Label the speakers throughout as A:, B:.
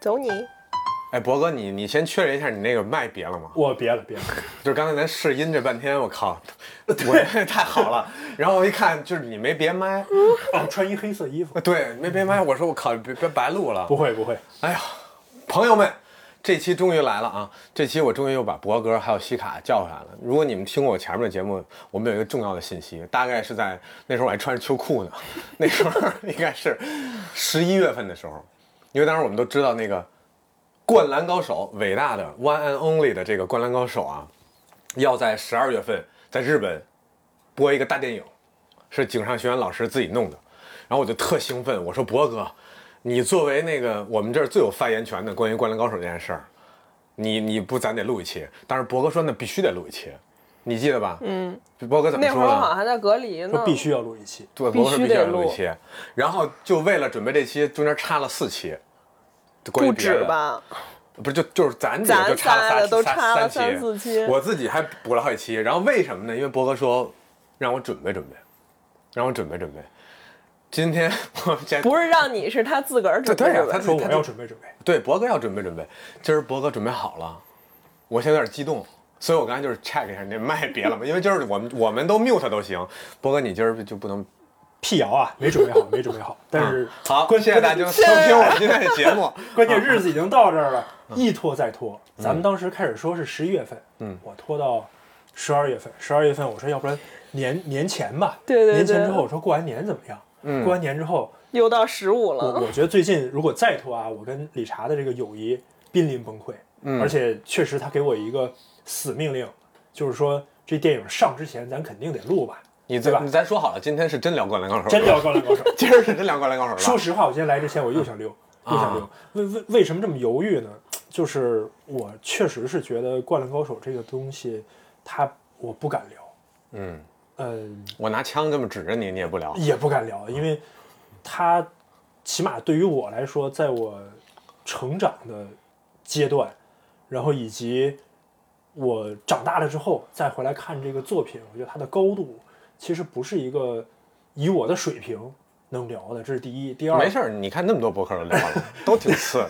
A: 走你。
B: 哎，博哥，你你先确认一下，你那个麦别了吗？
C: 我别了别了，
B: 就是刚才咱试音这半天，我靠，我太好了。然后我一看，就是你没别麦，
C: 哦，穿一黑色衣服，
B: 对，没别麦。我说我靠，别别白录了
C: 不。会不会，
B: 哎呀，朋友们，这期终于来了啊！这期我终于又把博哥还有西卡叫回来了。如果你们听过我前面的节目，我们有一个重要的信息，大概是在那时候我还穿着秋裤呢， 那时候应该是十一月份的时候，因为当时我们都知道那个《灌篮高手》伟大的 One and Only 的这个《灌篮高手》啊，要在十二月份在日本播一个大电影，是井上学院老师自己弄的。然后我就特兴奋，我说博哥，你作为那个我们这儿最有发言权的关于《灌篮高手》这件事儿，你你不咱得录一期？但是博哥说那必须得录一期，你记得吧？嗯，博哥怎么
A: 那
B: 说
A: 会
B: 的？
A: 儿我好像还在隔离呢
C: 说，必须要录一期，
B: 对，
A: 必
B: 博士
A: 须
B: 必须
A: 得
B: 要录一
A: 录
B: 期，然后就为了准备这期，中间插了四期，关于
A: 不
B: 别的
A: 止？吧？
B: 不是，就就是咱几
A: 咱
B: 个就插了
A: 仨
B: 仨
A: 的都
B: 仨
A: 插了
B: 三
A: 三四期
B: 我自己还补了好几期。然后为什么呢？因为博哥说让我准备准备，让我准备准备。今天 我们先
A: 不是让你，是他自个儿准备
B: 对呀
A: 的吧
B: 他
C: 说我要准备准备，
B: 对，博哥要准备准备。今儿博哥准备好了，我现在有点激动，所以我刚才就是 check 一下你那麦别了嘛，因为今儿我们我们都 mute 都行。博哥，你今儿就不能嗯
C: 辟谣啊，没准备好，没准备好，但是
B: 好，
C: 关
B: 谢谢大家收听我们今天的节目。
C: 关键日子已经到这儿了，一拖再拖。咱们当时开始说是十一月份，嗯，我拖到十二月份。十二月份我说，要不然年年前吧，
A: 对对
C: 年前
A: 对
C: 之后我说过完年怎么样？嗯，过完年之后，
A: 又到十五
C: 我
A: 了，
C: 我觉得最近如果再拖啊，我跟理查的这个友谊濒临崩溃。嗯，而且确实他给我一个死命令，就是说这电影上之前咱肯定得录吧，
B: 你
C: 对
B: 这
C: 吧
B: 你？咱说好了，今天是真聊灌篮高手，
C: 真聊，《灌篮高手》。
B: 今儿是真聊灌篮高手了。
C: 说实话，我今天来之前我又想溜，又想溜。为为为什么这么犹豫呢？就是我确实是觉得《灌篮高手》这个东西，它我不敢聊，
B: 嗯，
C: 嗯、
B: 我拿枪这么指着你，你也不聊。
C: 也不敢聊，因为它起码对于我来说，在我成长的阶段，然后以及我长大了之后再回来看这个作品，我觉得它的高度其实不是一个以我的水平能聊的，这是第一。第二，
B: 没事儿，你看那么多博客都聊了，都挺次。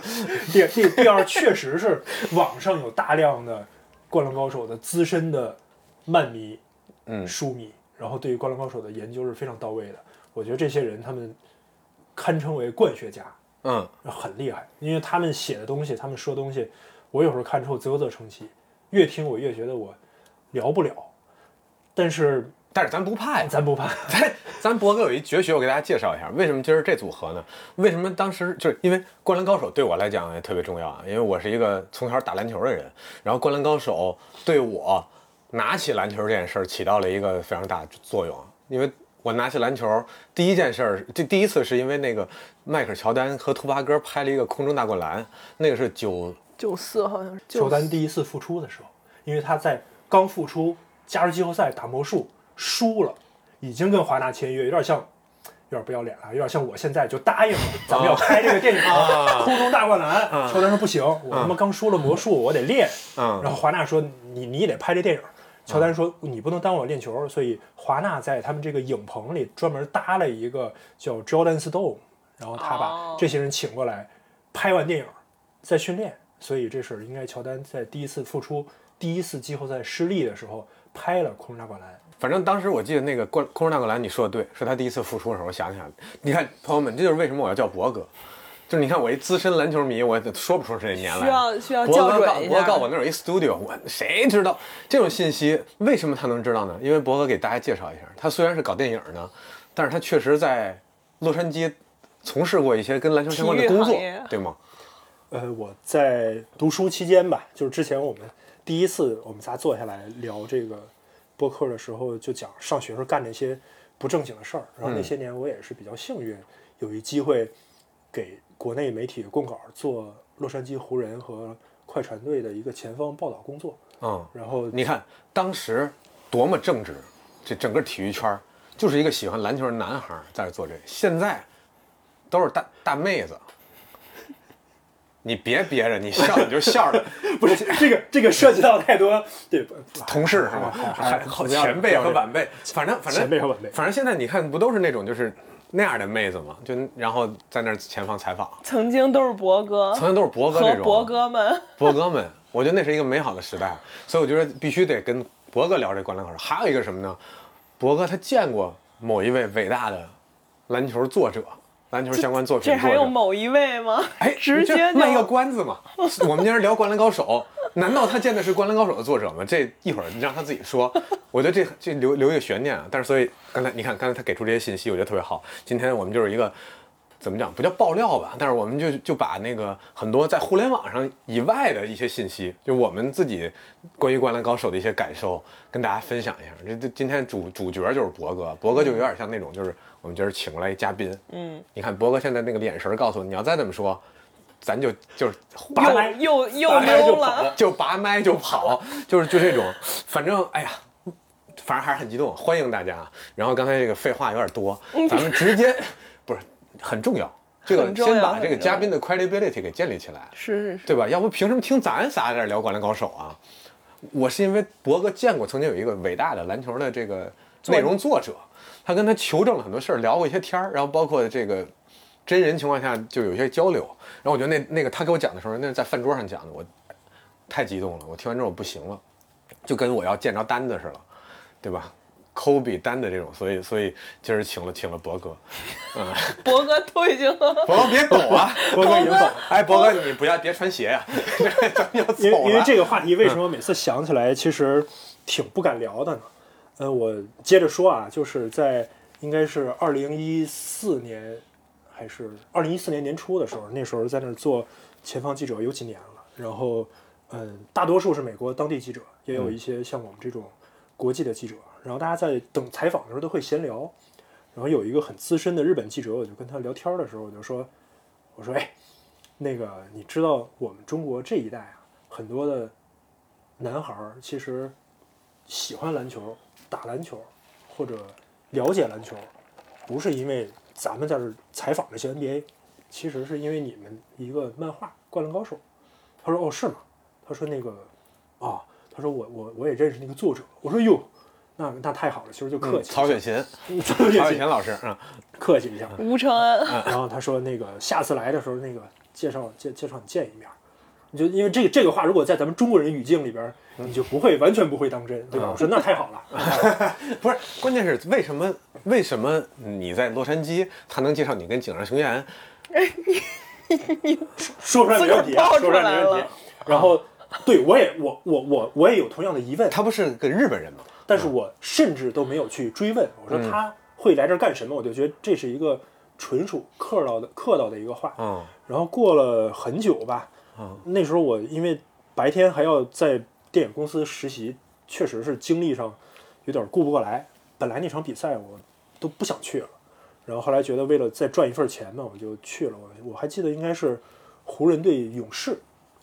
C: 第第第二，确实是网上有大量的《灌篮高手》的资深的漫迷、
B: 嗯
C: 书迷，然后对于《灌篮高手》的研究是非常到位的。我觉得这些人他们堪称为灌学家，
B: 嗯，
C: 很厉害，因为他们写的东西，他们说东西，我有时候看之后啧啧称奇，越听我越觉得我聊不了。但是
B: 但是咱不怕呀，
C: 咱不怕，
B: 咱 咱博哥有一绝学，我给大家介绍一下，为什么今儿这组合呢？为什么当时就是因为《灌篮高手》对我来讲也特别重要啊，因为我是一个从小打篮球的人，然后《灌篮高手》对我拿起篮球这件事儿起到了一个非常大的作用，因为我拿起篮球第一件事儿，这第一次是因为那个迈克尔乔丹和图巴哥拍了一个空中大灌篮，那个是九
A: 九四好像是
C: 乔
A: 九
C: 丹第一次复出的时候，因为他在刚复出加入季后赛打魔术输了，已经跟华纳签约，有点像，有点不要脸了，有点像我现在就答应了， 咱们要拍这个电影《空中大灌篮》。乔丹说不行，我他妈刚输了魔术，我得练。
B: 嗯
C: 然后华纳说你你也得拍这电影。乔丹说：“你不能耽误我练球，所以华纳在他们这个影棚里专门搭了一个叫 Jordan Stone，然后他把
A: 哦
C: 这些人请过来，拍完电影在训练，所以这是应该乔丹在第一次复出、第一次季后赛失利的时候拍了《空中大灌篮》。
B: 反正当时我记得那个灌空中大灌篮，你说的对，是他第一次复出的时候。我想想，你看朋友们，这就是为什么我要叫博哥，就是你看我一资深篮球迷，我也说不出这年来。
A: 需要需要
B: 博
A: 校
B: 哥告
A: 准一
B: 博哥
A: 下
B: 告。我那儿有一 studio，我谁知道这种信息？为什么他能知道呢？因为博哥给大家介绍一下，他虽然是搞电影呢，但是他确实在洛杉矶从事过一些跟篮球相关的工
A: 体育
B: 作
A: 行业，
B: 对吗？
C: 呃，我在读书期间吧，就是之前我们第一次我们仨坐下来聊这个播客的时候，就讲上学时候干那些不正经的事儿。然后那些年我也是比较幸运，有一机会给国内媒体供稿做洛杉矶湖人和快船队的一个前方报道工作。
B: 嗯，
C: 然后
B: 你看当时多么正直，这整个体育圈儿就是一个喜欢篮球的男孩儿在这做这，现在都是大大妹子。你别憋着，你笑你就笑着，
C: 不是这个这个涉及到太多对不
B: 同事是吗？
C: 还还
B: 还
C: 还
B: 好
C: 不要
B: 前辈和
C: 不要
B: 晚辈，反正反正
C: 前辈和晚辈
B: 反正现在你看不都是那种就是那样的妹子嘛，就然后在那儿前方采访，
A: 曾经都是博哥
B: 曾经都是博哥这
A: 哦和
B: 种
A: 博哥们，
B: 博哥们，我觉得那是一个美好的时代，所以我觉得必须得跟博哥聊这灌篮高手。还有一个什么呢？博哥他见过某一位伟大的篮球作者，篮球相关作品
A: 这
B: 作
A: 还有
B: 者。
A: 某一位吗？
B: 哎，
A: 直接
B: 你这卖一个
A: 就
B: 关子嘛！我们今天聊《灌篮高手》，难道他见的是《灌篮高手》的作者吗？这一会儿你让他自己说，我觉得这这留留一个悬念啊。但是所以刚才你看，刚才他给出这些信息，我觉得特别好。今天我们就是一个怎么讲，不叫爆料吧，但是我们就就把那个很多在互联网上以外的一些信息，就我们自己关于《灌篮高手》的一些感受，跟大家分享一下。这这今天主主角就是博哥，博哥就有点像那种，就是我们今儿请过来一嘉宾，嗯，你看博哥现在那个眼神儿告诉你，你要再这么说，咱就就是拔麦
A: 又又又
B: 拔麦就
A: 溜
B: 跑
A: 了，，
B: 就拔麦就跑，就是就这种，反正哎呀。反正还是很激动，欢迎大家啊。然后刚才这个废话有点多，咱们直接不是很重要，这个
A: 嗯很重要
B: 先把
A: 很
B: 这个
A: 重要
B: 嘉宾的 credibility 给建立起来，
A: 是是是，
B: 对吧？要不凭什么听咱仨在这儿聊《灌篮高手》啊？我是因为博哥见过曾经有一个伟大的篮球的这个内容作者，他跟他求证了很多事儿，聊过一些天儿，然后包括这个真人情况下就有一些交流。然后我觉得那那个他给我讲的时候，那是在饭桌上讲的，我太激动了，我听完之后我不行了，就跟我要见着单子似的，对吧？抠比单的这种，所以所以今儿请了请了博哥，
A: 博哥都已经
B: 博哥别走 啊，
C: 博哥已经走了，
B: 哎，博哥你不要别穿鞋呀、 咱们要 走了。
C: 因为因为这个话题，为什么每次想起来其实挺不敢聊的呢？呃，我接着说啊，就是在应该是二零一四年还是二零一四年年初的时候，那时候在那儿做前方记者有几年了，然后嗯、呃大多数是美国当地记者，也
B: 嗯
C: 有一些像我们这种国际的记者，然后大家在等采访的时候都会闲聊，然后有一个很资深的日本记者，我就跟他聊天的时候，我就说，我说哎，那个你知道我们中国这一代啊，很多的男孩儿其实喜欢篮球、打篮球或者了解篮球，不是因为咱们在这儿采访这些 NBA，其实是因为你们一个漫画《灌篮高手》。他说哦是吗？他说那个哦，他说我我我也认识那个作者。我说哟，那那太好了，其实就客
B: 嗯
C: 气一下、
B: 曹雪芹，
C: 曹雪
B: 曹雪
C: 芹
B: 芹老师啊，
C: 客气一下。
A: 吴承恩，
C: 然后他说那个下次来的时候，那个介绍介介绍你见一面儿。你就因为这个这个话，如果在咱们中国人语境里边儿，你就不会完全不会当真，对吧？我说那太好了，
B: 不是，关键是为什么？为什么你在洛杉矶，他能介绍你跟井上雄彦？
C: 说出来没问题啊，
A: 自个儿爆
C: 说
A: 出
C: 出
A: 来
C: 来
A: 了
C: 没问题。然后，对我也我我我我也有同样的疑问，
B: 他不是个日本人吗？
C: 但是我甚至都没有去追问，我说他会来这儿干什么？我就觉得这是一个纯属客套的客套的一个话。
B: 嗯，
C: 然后过了很久吧，那时候我因为白天还要在电影公司实习，确实是精力上有点顾不过来。本来那场比赛我都不想去了，然后后来觉得为了再赚一份钱嘛，我就去了。我我还记得应该是湖人对勇士，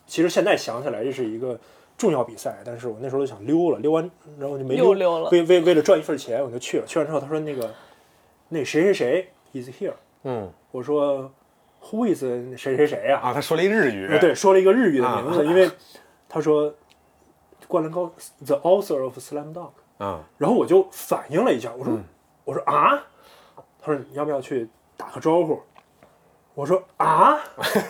C: 其实现在想起来这是一个重要比赛，但是我那时候就想溜了，溜完然后就没
A: 又
C: 溜
A: 溜了
C: 为为为了赚一份钱我就去了。去完之后他说那个那谁谁谁 is here，
B: 嗯
C: 我说 Who is 谁谁谁呀、
B: 啊，他说了一日语。
C: 呃对，啊说了一个日语的名字，因为他说《灌篮高》The Author of Slam Dunk，
B: 嗯，
C: 然后我就反应了一下，我说、我说啊，他说你要不要去打个招呼？我说啊，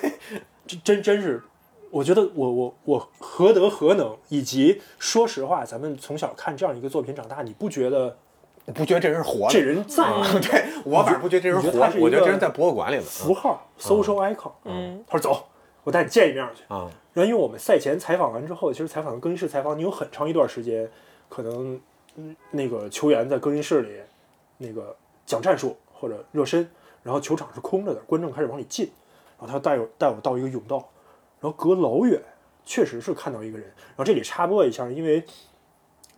C: 这真真是，我觉得我我我何德何能？以及说实话，咱们从小看这样一个作品长大，你不觉得
B: 我不觉得这人活着。
C: 啊这人在吗？
B: 对我反正不觉得这人
C: 你觉
B: 活
C: 得
B: 着
C: 他是，一个
B: 我觉得这人在博物馆里呢。
C: 符号 social icon。嗯，他说走，我带你见一面去。
B: 啊，
C: 然后因为我们赛前采访完之后，其实采访更衣室采访，你有很长一段时间，可能嗯那个球员在更衣室里那个讲战术或者热身，然后球场是空着的，观众开始往里进，然后他带我带我到一个甬道，然后隔老远确实是看到一个人。然后这里插播一下，因为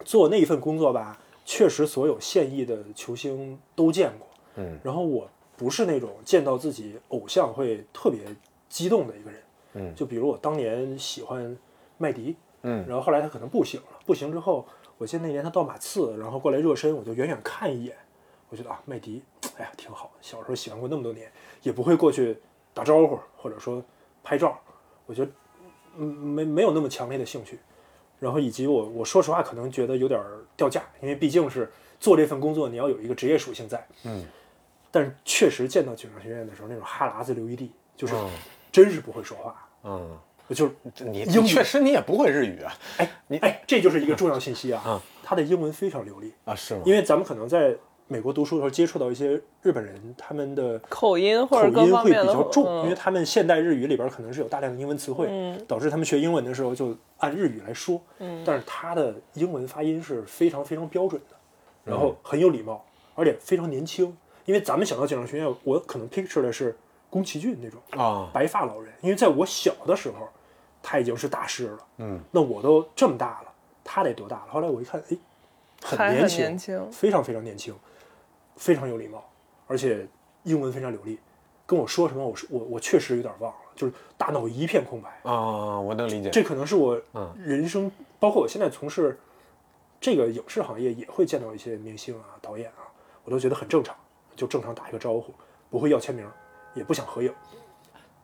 C: 做那一份工作吧，确实所有现役的球星都见过。
B: 嗯，
C: 然后我不是那种见到自己偶像会特别激动的一个人。
B: 嗯
C: 就比如我当年喜欢麦迪，
B: 嗯
C: 然后后来他可能不行了，不行之后，我记得那年他到马刺，然后过来热身，我就远远看一眼，我觉得啊，麦迪，哎呀，挺好，小时候喜欢过那么多年，也不会过去打招呼或者说拍照，我觉得嗯没没有那么强烈的兴趣。然后以及我我说实话，可能觉得有点儿掉价，因为毕竟是做这份工作，你要有一个职业属性在。嗯。但是确实见到警察学院的时候，那种哈喇子流一地，就是
B: 哦
C: 真是不会说话，
B: 嗯，
C: 就是
B: 你
C: 英
B: 你
C: 语
B: 确实你也不会日语啊
C: 哎
B: 你
C: 哎，这就是一个重要信息啊，他的英文非常流利，
B: 啊是吗？
C: 因为咱们可能在美国读书的时候接触到一些日本人，他们的
A: 口音或
C: 口
A: 者各
C: 音
A: 方
C: 会
A: 面
C: 比
A: 的
C: 较重，因
A: 嗯
C: 为他们现代日语里边可能是有大量的英文词汇，导致他们学英文的时候就按日语来说。
A: 嗯
C: 但是他的英文发音是非常非常标准的，然后很有礼貌，而且非常年轻。因为咱们想到警察学院，我可能 picture 的是宫崎骏那种
B: 啊
C: 白发老人，因为在我小的时候，他已经是大师了。嗯，那我都这么大了，他得多大了？后来我一看，哎，很
A: 还
C: 年
A: 很
C: 轻，
A: 年轻
C: 非常非常年轻，非常有礼貌，而且英文非常流利。跟我说什么，我是我我确实有点忘了，就是大脑一片空白。
B: 啊，我能理解。
C: 这可能是我
B: 嗯
C: 人生，包括我现在从事这个影视行业，也会见到一些明星啊、导演啊，我都觉得很正常，就正常打一个招呼，不会要签名，也不想合影。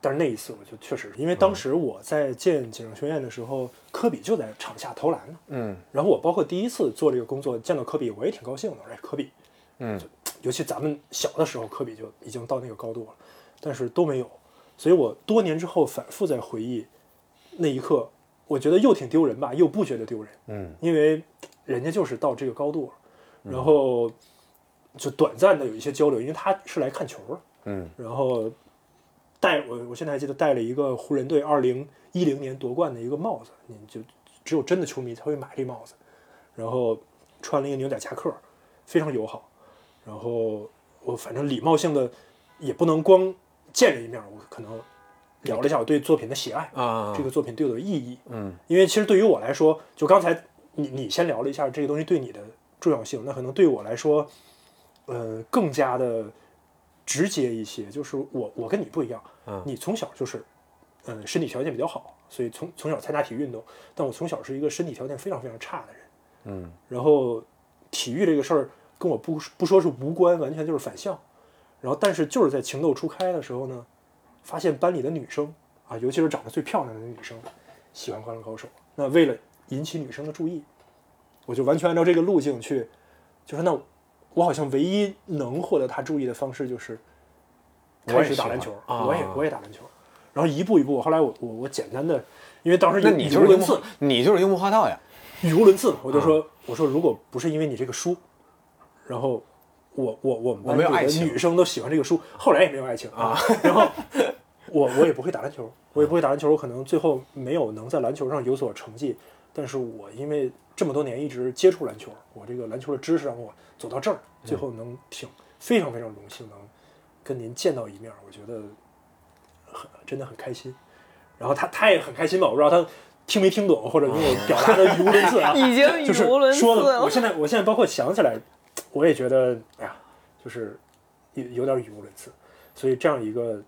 C: 但是那一次，我就确实，因为
B: 嗯
C: 当时我在建警上学院的时候，科比就在场下投篮呢。
B: 嗯
C: 然后我包括第一次做这个工作，见到科比，我也挺高兴的。哎，科比，
B: 嗯，
C: 尤其咱们小的时候，科比就已经到那个高度了，但是都没有。所以我多年之后反复在回忆那一刻，我觉得又挺丢人吧，又不觉得丢人，
B: 嗯
C: 因为人家就是到这个高度了。然后就短暂的有一些交流，因为他是来看球的，
B: 嗯
C: 然后戴我我现在还记得戴了一个湖人队二零一零年夺冠的一个帽子，你就只有真的球迷才会买这帽子，然后穿了一个牛仔夹克，非常友好，然后我反正礼貌性的也不能光见人一面，我可能聊了一下我对作品的喜爱，
B: 啊
C: 这个作品对我的意义，
B: 嗯
C: 因为其实对于我来说，就刚才你你先聊了一下这个东西对你的重要性，那可能对我来说，呃，更加的直接一些。就是我我跟你不一样，
B: 嗯
C: 你从小就是，嗯、身体条件比较好，所以从从小参加体育运动，但我从小是一个身体条件非常非常差的人。
B: 嗯
C: 然后体育这个事儿跟我不不说是无关，完全就是反向。然后但是就是在情窦初开的时候呢，发现班里的女生啊，尤其是长得最漂亮的女生，喜欢《灌篮高手》。那为了引起女生的注意，我就完全按照这个路径去，就是那我好像唯一能获得她注意的方式就是
B: 我也
C: 开始打
B: 喜欢
C: 篮球，
B: 啊
C: 我也我也打篮球。然后一步一步，后来我我我简单的，因为当时
B: 那你
C: 语
B: 就
C: 无
B: 是樱
C: 伦次
B: 木，，你就是樱木花道呀。
C: 语无伦次嘛，我
B: 嗯
C: 就说，我说如果不是因为你这个书，然后我我我们
B: 我没有爱
C: 班里
B: 情
C: 的女生都喜欢这个书，后来也没有爱情啊，然后我我也不会打篮球，我也不会打篮球，我可能最后没有能在篮球上有所成绩，但是我因为这么多年一直接触篮球，我这个篮球的知识让我走到这儿，最
B: 嗯
C: 后能挺非常非常荣幸能跟您见到一面，我觉得很真的很开心。然后他他也很开心吧，我不知道他听没听懂，或者因为我表达的语无 伦次啊，
A: 已经
C: 就
A: 语
C: 是
A: 无伦次
C: 说的，
A: 了
C: 我。现在我现在包括想起来，我也觉得，哎呀，就是有有点语无伦次。所以这样一个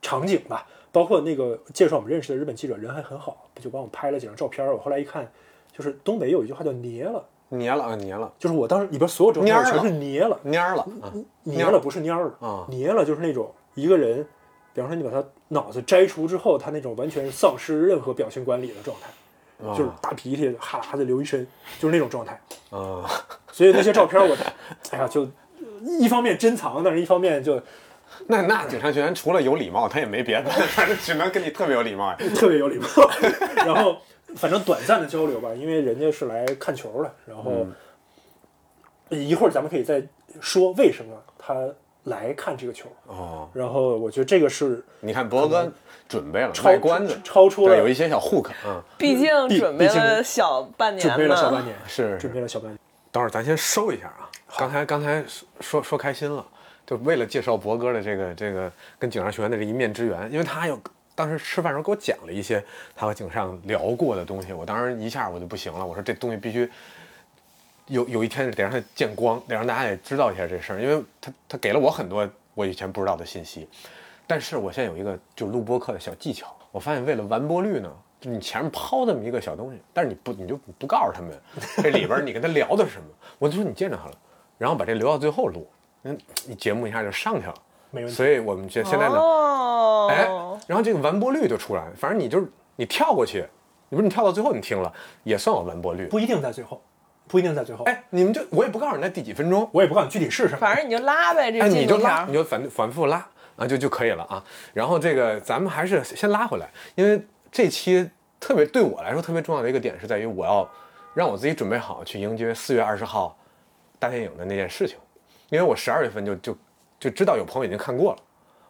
C: 场景吧，包括那个介绍我们认识的日本记者人还很好，就帮我拍了几张照片儿。我后来一看，就是东北有一句话叫“捏了
B: 黏了啊，黏了”，，
C: 就是我当时里边所有照
B: 蔫
C: 片
B: 儿
C: 我
B: 了
C: 全是捏了，
B: 蔫儿了
C: 嗯
B: 啊！
C: 捏了不是蔫儿
B: 啊
C: 了，捏了就是那种一个人，比方说你把他脑子摘除之后，他那种完全丧失任何表情管理的状态，就是大鼻涕哈喇子流一身，就是那种状态。
B: 啊，
C: 所以那些照片我， 哎呀，就一方面珍藏，但是一方面就
B: 那那警察学员除了有礼貌，他也没别的， 反正只能跟你特别有礼貌呀。
C: 特别有礼貌。 然后反正短暂的交流吧，因为人家是来看球的。然后、
B: 嗯
C: 一会儿咱们可以再说为什么他来看这个球。
B: 哦，
C: 然后我觉得这个是
B: 你看博哥准备了
C: 超
B: 卖关子，
C: 超出
B: 对，有
C: 了
B: 一些小 hook 啊，
A: 毕竟
C: 毕
A: 准备
C: 毕竟
A: 了小半年
C: 准备了小半
A: 呢，
C: 年，
B: 是
C: 准备了小半年。
B: 等会儿咱先收一下啊。刚才刚才说说说开心了，就为了介绍博哥的这个这个跟警上学院的这一面之缘，因为他有当时吃饭时候给我讲了一些他和警上聊过的东西，我当时一下我就不行了，我说这东西必须有有一天得让他见光，得让大家也知道一下这事儿，因为他他给了我很多我以前不知道的信息。但是我现在有一个就录播课的小技巧，我发现为了完播率呢，就你前面抛这么一个小东西，但是你不你就不告诉他们这里边儿你跟他聊的是什么，我就说你见着他了，然后把这留到最后录，那你节目一下就上去了。
C: 没问题
B: 所以我们现现在呢，哎
A: 哦，，
B: 然后这个完播率就出来了，反正你就是你跳过去，你不是你跳到最后你听了，也算有完播率。
C: 不一定在最后，不一定在最后。
B: 哎，你们就我也不告诉你那第几分钟，
C: 我也不告诉你具体是什么，
A: 反正你就拉呗，这个
B: 哎，你
A: 进
B: 就
A: 度
B: 拉，
A: 条
B: 你。就反反复拉啊，就就可以了啊。然后这个咱们还是先拉回来，因为这期特别对我来说特别重要的一个点是在于我要让我自己准备好去迎接四月二十号大电影的那件事情，因为我十二月份就就就知道有朋友已经看过了，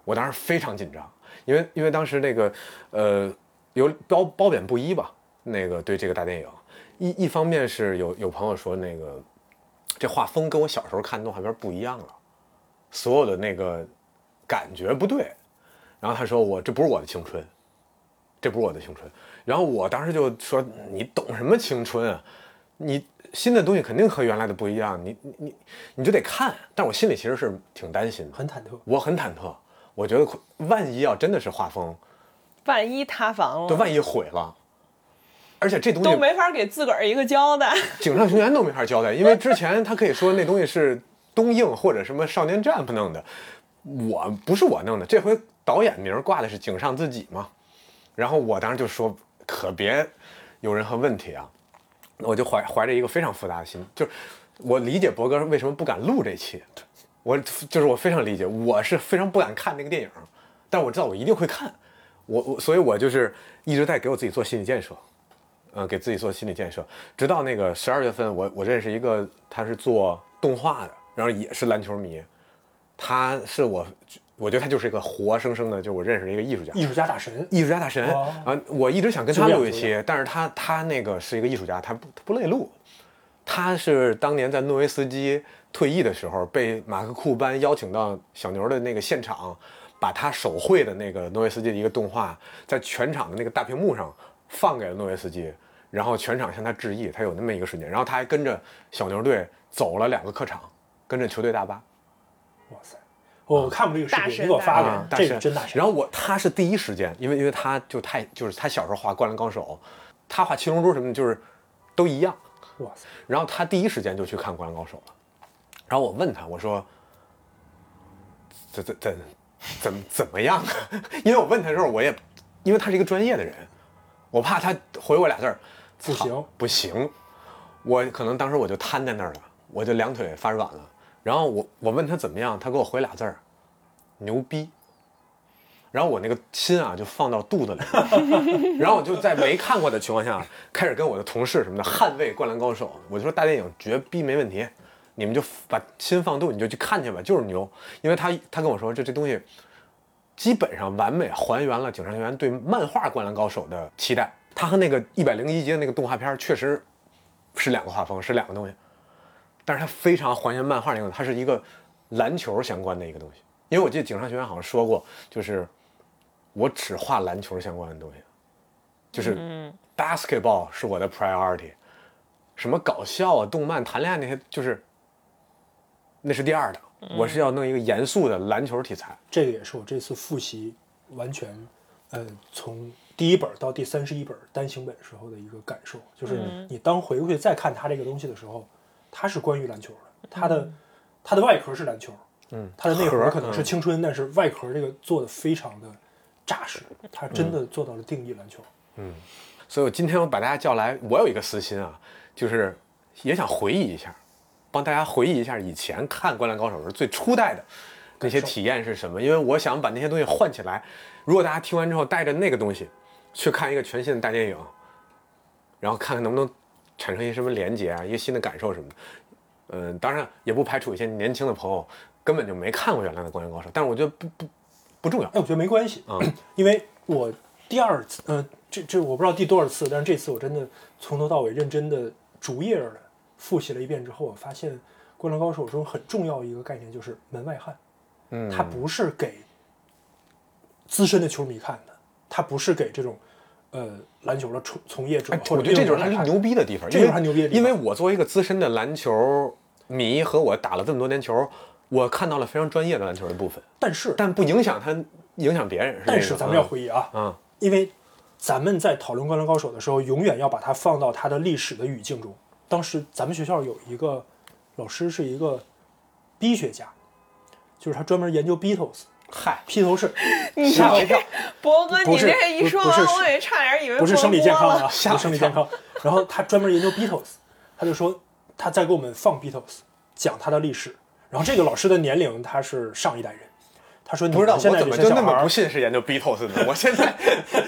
B: 我当时非常紧张，因为因为当时那个呃有褒褒贬不一吧，那个对这个大电影。一一方面是有有朋友说那个，这画风跟我小时候看动画片不一样了，所有的那个感觉不对。然后他说我这不是我的青春，这不是我的青春。然后我当时就说你懂什么青春啊？你新的东西肯定和原来的不一样，你你你你就得看。但我心里其实是挺担心的，
C: 很忐忑。
B: 我很忐忑，我觉得万一要真的是画风，
A: 万一塌房
B: 对，
A: 了，
B: 万一毁了，而且这东西
A: 都没法给自个儿一个交代。
B: 井上雄彦都没法交代，因为之前他可以说那东西是东映或者什么少年 Jump 弄的，我不是我弄的，这回导演名挂的是井上自己嘛。然后我当时就说，可别有任何问题啊！我就怀怀着一个非常复杂的心，就是我理解博哥为什么不敢录这期，我就是我非常理解，我是非常不敢看那个电影，但我知道我一定会看，我我所以，我就是一直在给我自己做心理建设，呃，给自己做心理建设，直到那个十二月份，我我认识一个，他是做动画的，然后也是篮球迷，他是我，我觉得他就是一个活生生的，就我认识的一个艺术家，
C: 艺术家大神，
B: 艺术家大神
C: 哦
B: 啊、我一直想跟他
C: 久仰
B: 录一
C: 久
B: 期，但是他他那个是一个艺术家，他不他不累录。他是当年在诺维斯基退役的时候，被马克库班邀请到小牛的那个现场，把他手绘的那个诺维斯基的一个动画，在全场的那个大屏幕上放给了诺维斯基，然后全场向他致意，他有那么一个瞬间，然后他还跟着小牛队走了两个客场，跟着球队大巴，
C: 哇塞，我看过这个视
A: 大
C: 频，
A: 神
C: 你给我发
B: 啊
C: 的，，
B: 大
C: 这
B: 神
C: 个真大神。
B: 然后我他是第一时间，因为因为他就太就是他小时候画《灌篮高手》，他画《七龙珠》什么的，就是都一样。
C: 哇塞，
B: 然后他第一时间就去看《灌篮高手》了。然后我问他，我说：“怎怎怎怎么怎么样啊？” 因为我问他的时候，我也因为他是一个专业的人，我怕他回我俩字儿“
C: 不
B: 操
C: 行
B: 不行”，我可能当时我就瘫在那儿了，我就两腿发软了。然后我我问他怎么样，他给我回俩字儿：“牛逼。”然后我那个心啊就放到肚子里了，然后我就在没看过的情况下，开始跟我的同事什么的捍卫《灌篮高手》。我就说大电影绝逼没问题，你们就把心放肚，你就去看去吧，就是牛。因为他他跟我说，这这东西基本上完美还原了井上雄彦对漫画《灌篮高手》的期待。他和那个一百零一集的那个动画片确实是两个画风，是两个东西，但是它非常还原漫画那个，它是一个篮球相关的一个东西。因为我记得井上雄彦好像说过，就是我只画篮球相关的东西，就是 basketball 是我的 priority，什么搞笑啊、动漫、谈恋爱那些，就是那是第二的。我是要弄一个严肃的篮球题材。
C: 这个也是我这次复习完全，呃，从第一本到第三十一本单行本时候的一个感受，就是你当回过去再看他这个东西的时候，它是关于篮球的，它的它的外壳是篮球，嗯，它的内核可能是青春，但是外壳这个做的非常的扎实，它真的做到了定义篮球。
B: 所以我今天我把大家叫来，我有一个私心啊，就是也想回忆一下，帮大家回忆一下以前看《灌篮高手》时候最初代的那些体验是什么，因为我想把那些东西换起来。如果大家听完之后带着那个东西去看一个全新的大电影，然后看看能不能产生一些什么连结啊，一些新的感受什么的。嗯，当然也不排除一些年轻的朋友根本就没看过原来的《灌篮高手》，但是我觉得不不不重要。
C: 哎，我觉得没关系，
B: 嗯
C: 因为我第二次，呃，这这我不知道第多少次，但是这次我真的从头到尾认真的逐页的复习了一遍之后，我发现《灌篮高手》中很重要一个概念就是门外汉，
B: 嗯，
C: 它不是给资深的球迷看的，它不是给这种呃篮球的从从业者
B: 哎，
C: 或
B: 我
C: 者
B: 觉得这
C: 运
B: 就
C: 动
B: 是
C: 员
B: 他
C: 来看的
B: 牛逼的地方，
C: 这
B: 因为
C: 就是他牛逼的地
B: 因
C: 方
B: 为我作为一个资深的篮球迷和我打了这么多年球，我看到了非常专业的篮球的部分，
C: 但是
B: 但不影响他影响别人。是
C: 但
B: 这
C: 是
B: 个
C: 咱们要
B: 嗯
C: 回忆啊，
B: 嗯
C: 因为咱们在讨论《灌篮高手》的时候，永远要把它放到它的历史的语境中。当时咱们学校有一个老师是一个 B 学家，就是他专门研究 Beatles
B: 嗨，
C: 披头士，
A: 你
C: 吓我一跳，
A: 博哥，你
C: 不是
A: 这一说
C: 不
A: 完
C: 是，
A: 我也差点以为
C: 不是
A: 破
C: 生理健
A: 锅
C: 康
A: 了
C: 啊，不是生理健康。然后他专门研究 Beatles，他就说他在给我们放 Beatles，讲他的历史。然后这个老师的年龄他是上一代人，他说你
B: 不知道
C: 们现
B: 我
C: 在
B: 怎么
C: 这些
B: 就
C: 小
B: 那
C: 孩
B: 么
C: 儿
B: 不，信是研究 Beatles 呢？我现 在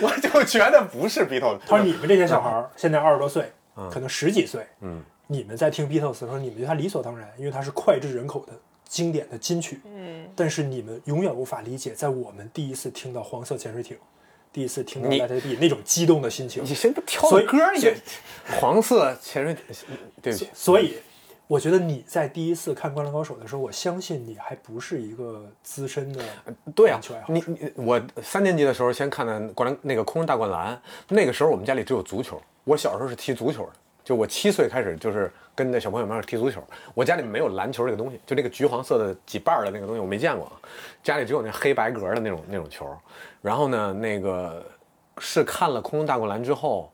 B: 我就觉得不是 Beatles。
C: 他说你们这些小孩
B: 嗯
C: 儿现在二十多岁，可能十几岁，嗯，你们在听 Beatles 的时候，你们觉得它理所当然，因为它是脍炙人口的经典的金曲，嗯，但是你们永远无法理解，在我们第一次听到《黄色潜水艇》，第一次听到《
B: 你
C: Let It Be》那种激动的心情，
B: 你先不挑
C: 所
B: 的
C: 以
B: 歌儿
C: 所
B: 也
C: 以
B: 黄色潜水艇，对不起，
C: 所以，我觉得你在第一次看《灌篮高手》的时候，我相信你还不是一个资深的
B: 对啊
C: 篮球爱，好
B: 你你我三年级的时候先看的灌篮那个空中大灌篮，那个时候我们家里只有足球，我小时候是踢足球的，就我七岁开始就是跟着小朋友们一块儿踢足球，我家里没有篮球这个东西，就那个橘黄色的几瓣儿的那个东西我没见过，啊，家里只有那黑白格的那种那种球，然后呢那个是看了空中大灌篮之后，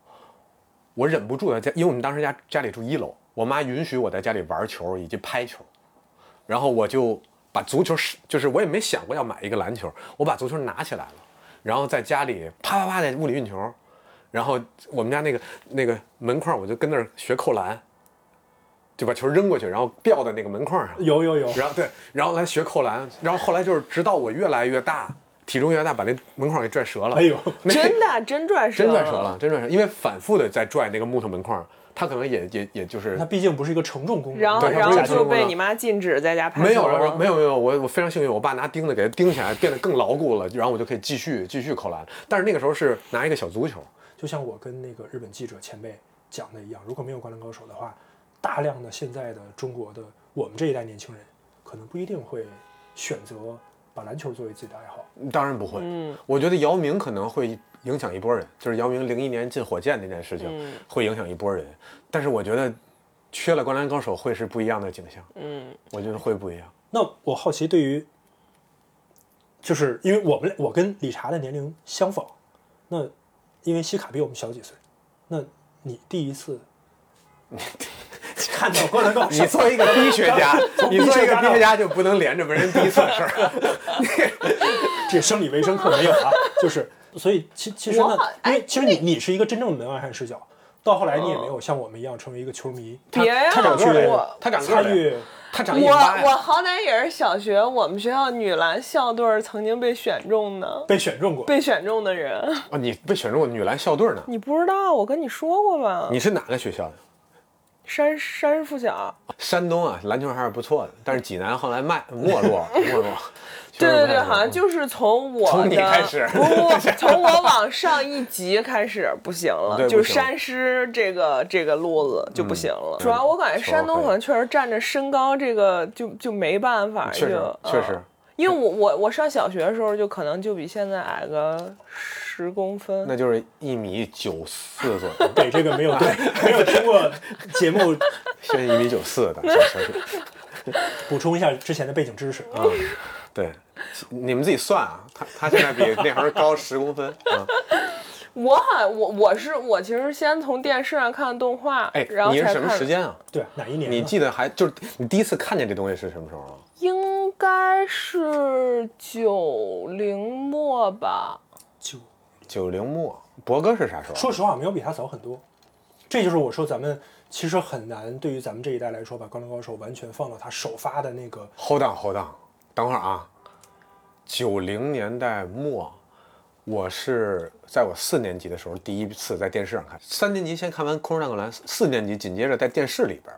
B: 我忍不住在家，因为我们当时家家里住一楼，我妈允许我在家里玩球以及拍球，然后我就把足球是，就是我也没想过要买一个篮球，我把足球拿起来了，然后在家里啪啪啪在屋里运球，然后我们家那个那个门框我就跟那儿学扣篮，就把球扔过去，然后吊在那个门框上，
C: 有有有，
B: 然后对， 然后来学扣篮，然后后来就是直到我越来越大，体重越来越大，把那门框给拽折了，
C: 哎呦，
B: 那
A: 真的啊真拽折
B: 真拽折了，真拽折，因为反复的在拽那个木头门框，他可能也也也就是
C: 它毕竟不是一个承重功能，
A: 然后
B: 对
A: 然
B: 我
A: 后
B: 也
A: 就被你妈禁止在家拍
B: 没有，
A: 球
B: 然
A: 了
B: 后没有没有，我我非常幸运，我爸拿钉子给它钉起来，变得更牢固了，然后我就可以继续继续扣篮。但是那个时候是拿一个小足球，
C: 就像我跟那个日本记者前辈讲的一样，如果没有《灌篮高手》的话，大量的现在的中国的我们这一代年轻人，可能不一定会选择把篮球作为自己的爱好。
B: 当然不会。嗯，我觉得姚明可能会影响一波人，就是姚明零一年进火箭那件事情、
A: 嗯
B: 会影响一波人，但是我觉得缺了灌篮高手会是不一样的景象。
A: 嗯，
B: 我觉得 会不一样。
C: 那我好奇，对于就是因为我们我跟理查的年龄相仿，那因为西卡比我们小几岁，那你第一次看到灌篮高
B: 你作为一个医学 家，你作为一个医学家就不能连着别人第一次的事儿。
C: 这生理卫生课没有啊，就是所以其其实
A: 我
C: 呢
A: 好，哎
C: 因为其实你你是一个真正的门外汉视角，到后来你也没有像我们一样成为一个球迷，
A: 别呀、
B: 他长个儿
A: 我
B: 呀，他长个儿
C: 参
B: 呀，
C: 与
B: 他长一米
A: 我
B: 哎八呀
A: 我好歹也是小学我们学校女篮校队儿曾经被选中的，
C: 被选中过。，
A: 被选中的人，
B: 啊！你被选中女篮校队呢？
A: 你不知道，我跟你说过吧？
B: 你是哪个学校的？
A: 山山师附小，
B: 山东啊，篮球还是不错的，但是济南后 来卖没落
A: 对对
B: 没落。确实不太
A: 对，
B: 行
A: 好像就是从我的
B: 从你开始
A: 不不 不，从我往上一级开始不行了
B: 对，
A: 就
B: 不
A: 是
B: 行嗯
A: 山师这个这个路子就不行了。主要我感觉山东可能确实占着身高这个就就没办法，
B: 确实
A: 就
B: 确实
A: 嗯因为我我我上小学的时候就可能就比现在矮个十公分，
B: 那就是一米九四左右
C: 对这个没有
A: 啊
C: 对，没有听过节目，
B: 现在一米九四的小小腿
C: 补充一下之前的背景知识
B: 啊，对，你们自己算啊，他他现在比那会儿高十公分啊。
A: 我好像我我是我其实先从电视上看动画，
B: 哎，
A: 然后
B: 你是
A: 才
B: 什么
A: 看嗯
B: 时间啊？
C: 对，哪一年呢？
B: 你记得还就是你第一次看见这东西是什么时候啊？
A: 应该是九零末吧。
C: 就
B: 九零末，博哥是啥时候？啊
C: 说实话，没有比他早很多。这就是我说咱们其实很难，对于咱们这一代来说，把《灌篮高手》完全放到他首发的那个
B: Hold on, hold on，等会儿啊。九零年代末，我是在我四年级的时候第一次在电视上看，三年级先看完《空中大灌篮》，四年级紧接着在电视里边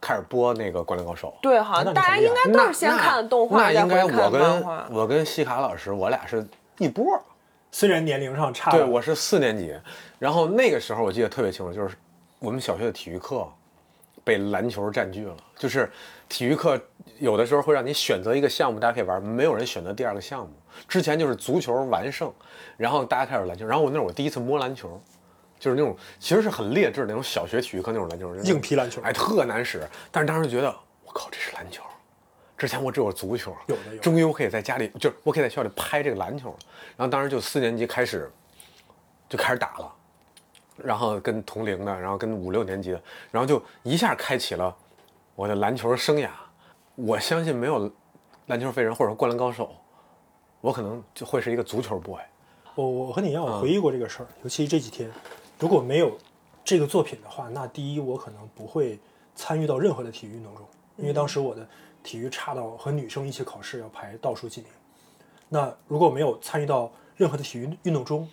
B: 开始播那个《灌篮高手》。
A: 对，好
C: 啊
A: 像
C: 那你
A: 大
C: 很
A: 家
C: 厉
A: 应该
B: 那
A: 都是先看的动画，
B: 那
A: 再
B: 应该
A: 回
B: 我
A: 看漫
B: 跟
A: 画。
B: 我跟西卡老师，我俩是一波儿。
C: 虽然年龄上差了，
B: 对，我是四年级，然后那个时候我记得特别清楚，就是我们小学的体育课被篮球占据了，就是体育课有的时候会让你选择一个项目，大家可以玩，没有人选择第二个项目。之前就是足球完胜，然后大家开始篮球，然后我那是我第一次摸篮球，就是那种其实是很劣质的那种小学体育课那种篮球，就是那种
C: 硬皮篮球
B: 哎，特难使。但是当时觉得，我靠，这是篮球。之前我只有足球，
C: 有的有的
B: 终于我可以在家里，就是我可以在学校里拍这个篮球了。然后当时就四年级开始，就开始打了，然后跟同龄的，然后跟五六年级的，然后就一下开启了我的篮球生涯。我相信没有篮球飞人或者灌篮高手，我可能就会是一个足球 boy。
C: 我我和你一样，我回忆过这个事儿，尤其这几天，如果没有这个作品的话，那第一我可能不会参与到任何的体育运动中，因为当时我的体育差到和女生一起考试要排倒数几名。那如果没有参与到任何的体育运动中，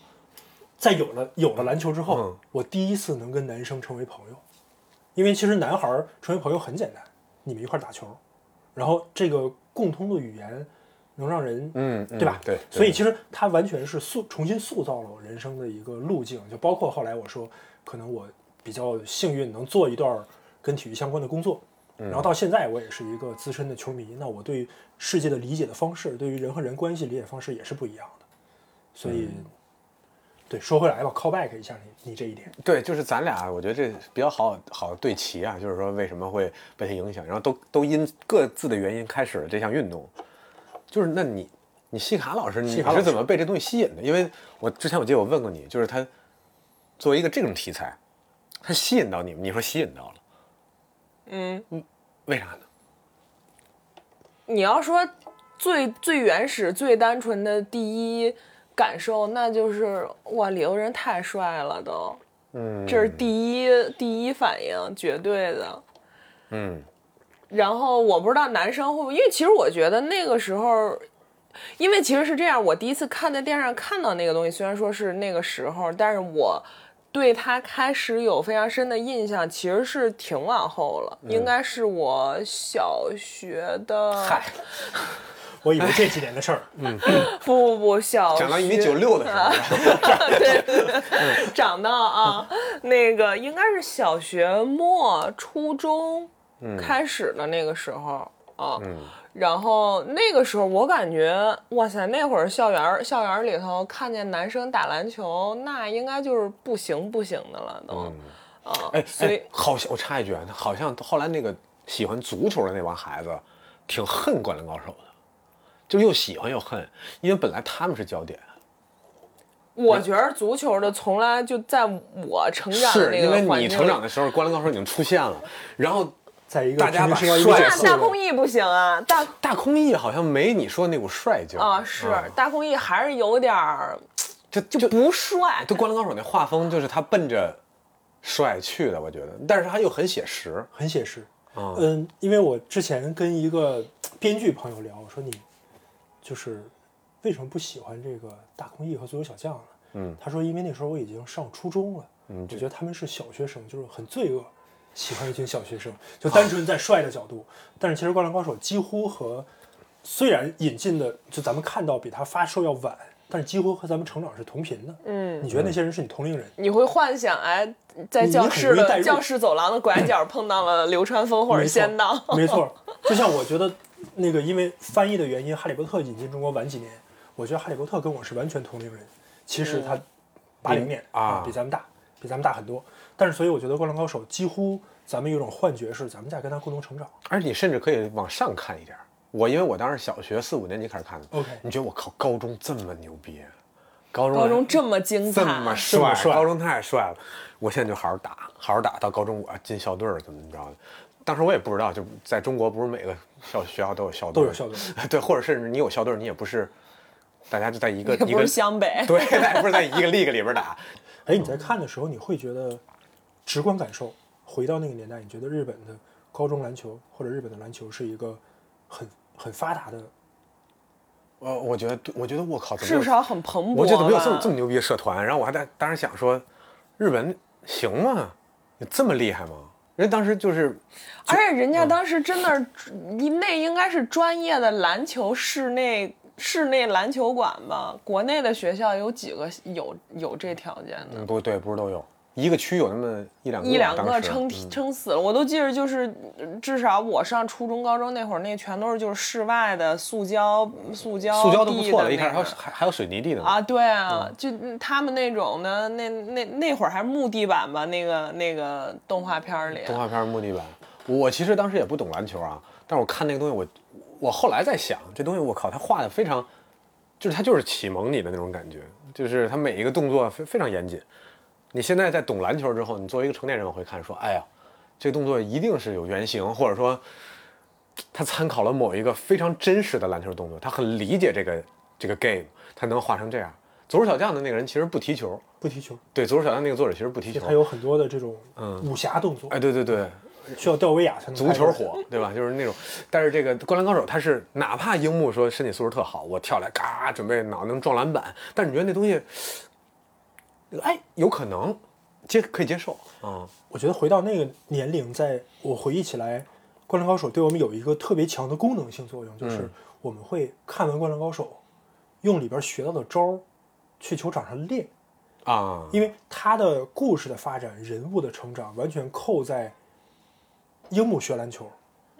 C: 在有了有了篮球之后，
B: 嗯
C: 我第一次能跟男生成为朋友，因为其实男孩儿成为朋友很简单，你们一块儿打球，然后这个共通的语言能让人，
B: 嗯嗯
C: 对吧？
B: 对对
C: 所以其实它完全是塑重新塑造了我人生的一个路径，就包括后来我说，可能我比较幸运能做一段儿跟体育相关的工作。
B: 嗯
C: 然后到现在，我也是一个资深的球迷。那我对世界的理解的方式，对于人和人关系理解方式也是不一样的。所以，
B: 嗯
C: 对，说回来吧，call back 一下你你这一点。
B: 对，就是咱俩，我觉得这比较好好对齐啊，就是说为什么会被它影响，然后都都因各自的原因开始了这项运动。就是那你你西卡老师，你
C: 西卡老师
B: 是怎么被这东西吸引的？因为我之前我记得我问过你，就是他作为一个这种题材，他吸引到你们，你说吸引到了，
A: 嗯，
B: 为啥呢？
A: 你要说最最原始、最单纯的第一感受，那就是哇，里头人太帅了都，
B: 嗯，
A: 这是第一第一反应，绝对的。
B: 嗯
A: 然后我不知道男生会不会，因为其实我觉得那个时候，因为其实是这样，我第一次看在电视上看到那个东西，虽然说是那个时候，但是我对他开始有非常深的印象，其实是挺往后了，
B: 嗯
A: 应该是我小学的，
B: 嗨，
C: 我以为这几年的事儿，
B: 嗯
A: 不不不，小
B: 长到一米
A: 学
B: 九六的时候，
A: 对， 长到 啊，那个应该是小学末、初中
B: 嗯
A: 开始的那个时候啊。然后那个时候，我感觉，哇塞，那会儿校园儿校园儿里头看见男生打篮球，那应该就是不行不行的了都。啊，
B: 哎，
A: 所以
B: 哎好像我插一句啊，好像后来那个喜欢足球的那帮孩子，挺恨《灌篮高手》的，就又喜欢又恨，因为本来他们是焦点，
A: 我觉得足球的从来就在我成长的
B: 是
A: 那
B: 因为
A: 个环
B: 你
A: 境
B: 成
A: 里
B: 长的时候，《灌篮高手》已经出现了，然后
C: 在一个
B: 大家把
C: 平均身高
B: 帅
C: 一米
A: 那
C: 四
A: 大
C: 的
A: 空翼不行啊，大
B: 大空翼好像没你说那股帅劲儿
A: 啊是
B: 嗯
A: 大空翼还是有点儿
B: 就就
A: 不帅，
B: 就《灌篮高手》那画风，就是他奔着帅去的，我觉得，但是他又很写实，
C: 很写实。
B: 啊
C: 嗯，因为我之前跟一个编剧朋友聊，我说你就是为什么不喜欢这个大空翼和足球小将呢？
B: 嗯，
C: 他说因为那时候我已经上初中了，
B: 嗯
C: 我觉得他们是小学生，就是很罪恶，喜欢一群小 学生，就单纯在帅的角度。但是其实《灌篮高手》几乎和虽然引进的就咱们看到比他发售要晚，但是几乎和咱们成长是同频的。
A: 嗯。
C: 你觉得那些人是你同龄人？
A: 你会幻想哎，在
C: 你
A: 教
C: 你很
A: 室
C: 容易带
A: 的
C: 入
A: 教室走廊的拐角碰到了流川枫或者
C: 没错
A: 仙道，
C: 没错，就像我觉得那个因为翻译的原因，《哈利波特》引进中国晚几年，我觉得《哈利波特》跟我是完全同龄人，其实他八零年
B: 嗯
C: 嗯
B: 啊
C: 比咱们大，比咱们大很多。但是所以我觉得《灌篮高手》几乎咱们有一种幻觉是咱们在跟他共同成长。
B: 而你甚至可以往上看一点儿。我因为我当时小学四五年级开始看的
C: OK
B: 你觉得我靠，高中这么牛逼，高中
A: 高中这么精彩
B: 这，么
C: 这
B: 帅，
C: 么帅
B: 高中太帅了。我现在就好好打，好好打，到高中我要进校队儿怎么怎么着的。当时我也不知道，就在中国不是每个校学校都有校队，
C: 都有校队，
B: 对，或者甚至你有校队儿，你也不是，大家就在一个
A: 也
B: 一
A: 不
B: 个
A: 是湘北，
B: 对，大家不是在一个 league 里边打，
C: 哎，
B: 嗯
C: 你在看的时候，你会觉得直观感受，回到那个年代，你觉得日本的高中篮球或者日本的篮球是一个很很发达的
B: 呃，我觉得，我觉得我靠，怎么有
A: 至少啊很蓬勃吧。
B: 我觉得怎么有这么这么牛逼的社团？然后我还在当时想说，日本行吗？有这么厉害吗？人家当时就是
A: 而且人
B: 嗯
A: 家当时真的是，你那应该是专业的篮球室内室内篮球馆吧？国内的学校有几个有有这条件的？
B: 嗯，不对，不是都有一个区有那么一两个，
A: 一两个
B: 嗯当时
A: 撑
B: 嗯
A: 撑死了，我都记着，就是呃至少我上初中、高中那会儿，那全都是就是室外的塑胶、塑胶、
B: 塑胶都不错了，一开始还有
A: 有
B: 还还有水泥地呢嘛
A: 啊，对啊，就嗯他们那种的，那那那会儿还是木地板吧，那个那个动画片儿里，
B: 动画片儿嗯木地板。我其实当时也不懂篮球啊，但是我看那个东西，我我后来在想，这东西我靠，他画的非常，就是他就是启蒙你的那种感觉，就是他每一个动作非非常严谨。你现在在懂篮球之后，你作为一个成年人，我会看说，哎呀，这个动作一定是有原型，或者说他参考了某一个非常真实的篮球动作，他很理解这个这个 game，他能画成这样。足球小将的那个人其实不踢球，
C: 不踢球，
B: 对，足球小将那个作者其实不踢
C: 就
B: 球，
C: 它有很多的这种武侠动作。
B: 哎，对对对，
C: 需要吊威亚才能
B: 足
C: 拍出
B: 球
C: 来，
B: 火，对吧？就是那种，但是这个《灌篮高手》它是哪怕樱木说身体素质特好，我跳来嘎准备脑能撞篮板，但是你觉得那东西，哎，有可能接可以接受啊、
C: 我觉得回到那个年龄，在我回忆起来，《灌篮高手》对我们有一个特别强的功能性作用，就是我们会看完《灌篮高手》，用里边学到的招儿去球场上练，
B: 啊，
C: 因为他的故事的发展、人物的成长，完全扣在樱木学篮球，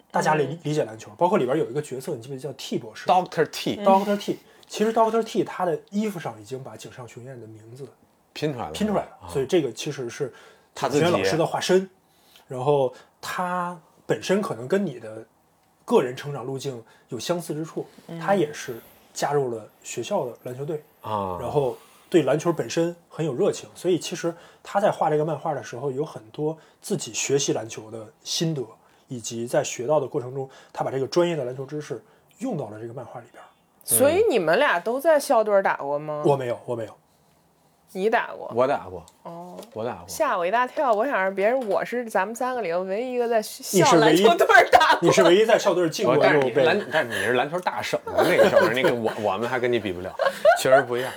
C: 大家理理解篮球，包括里边有一个角色，你记不记得叫 T 博士
B: Doctor T、
C: ？Doctor T，其实 Doctor T 他的衣服上已经把井上雄彦的名字
B: 拼出来了，
C: 拼出来了，所以这个其实是
B: 他自己
C: 小学老师的化身。然后他本身可能跟你的个人成长路径有相似之处，他也是加入了学校的篮球队，
B: 啊，
C: 然后对篮球本身很有热情，所以其实他在画这个漫画的时候，有很多自己学习篮球的心得，以及在学到的过程中，他把这个专业的篮球知识用到了这个漫画里边儿。
A: 所以你们俩都在校队打过吗？
C: 我没有，我没有，
A: 你打过，
B: 我打过哦，我打过，
A: 吓我一大跳。我想是别人，我是咱们三个里头唯一一个在
C: 你
A: 校
C: 是
A: 篮
C: 唯一
A: 球队打过
C: 你。是唯一在校队进
B: 哦
C: 过
B: 但是
C: 又
B: 你
C: 被
B: 篮，但是你是篮球大省的那个小孩儿，那个我我们还跟你比不了，确实不一样。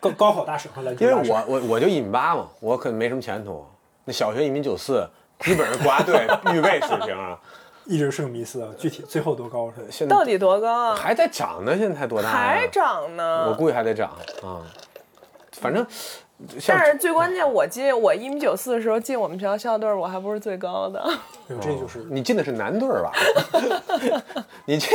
C: 高高考大省和篮球
B: 因
C: 大
B: 为
C: 省。
B: 我我我就一米八嘛，我可没什么前途。那小学一米九四，基本上国 家队预备水平啊，
C: 一直是个迷思啊，具体最后多高是？
B: 现 在
A: 到底多高啊？
B: 还在长呢，现在才多大、啊？
A: 还长
B: 我
A: 呢。
B: 估计还得长啊。反正像
A: 但是最关键，我进我一米九四的时候进我们学校校队，我还不是最高的。
C: 哎呦这就是
B: 你进的是男队儿吧？ 你进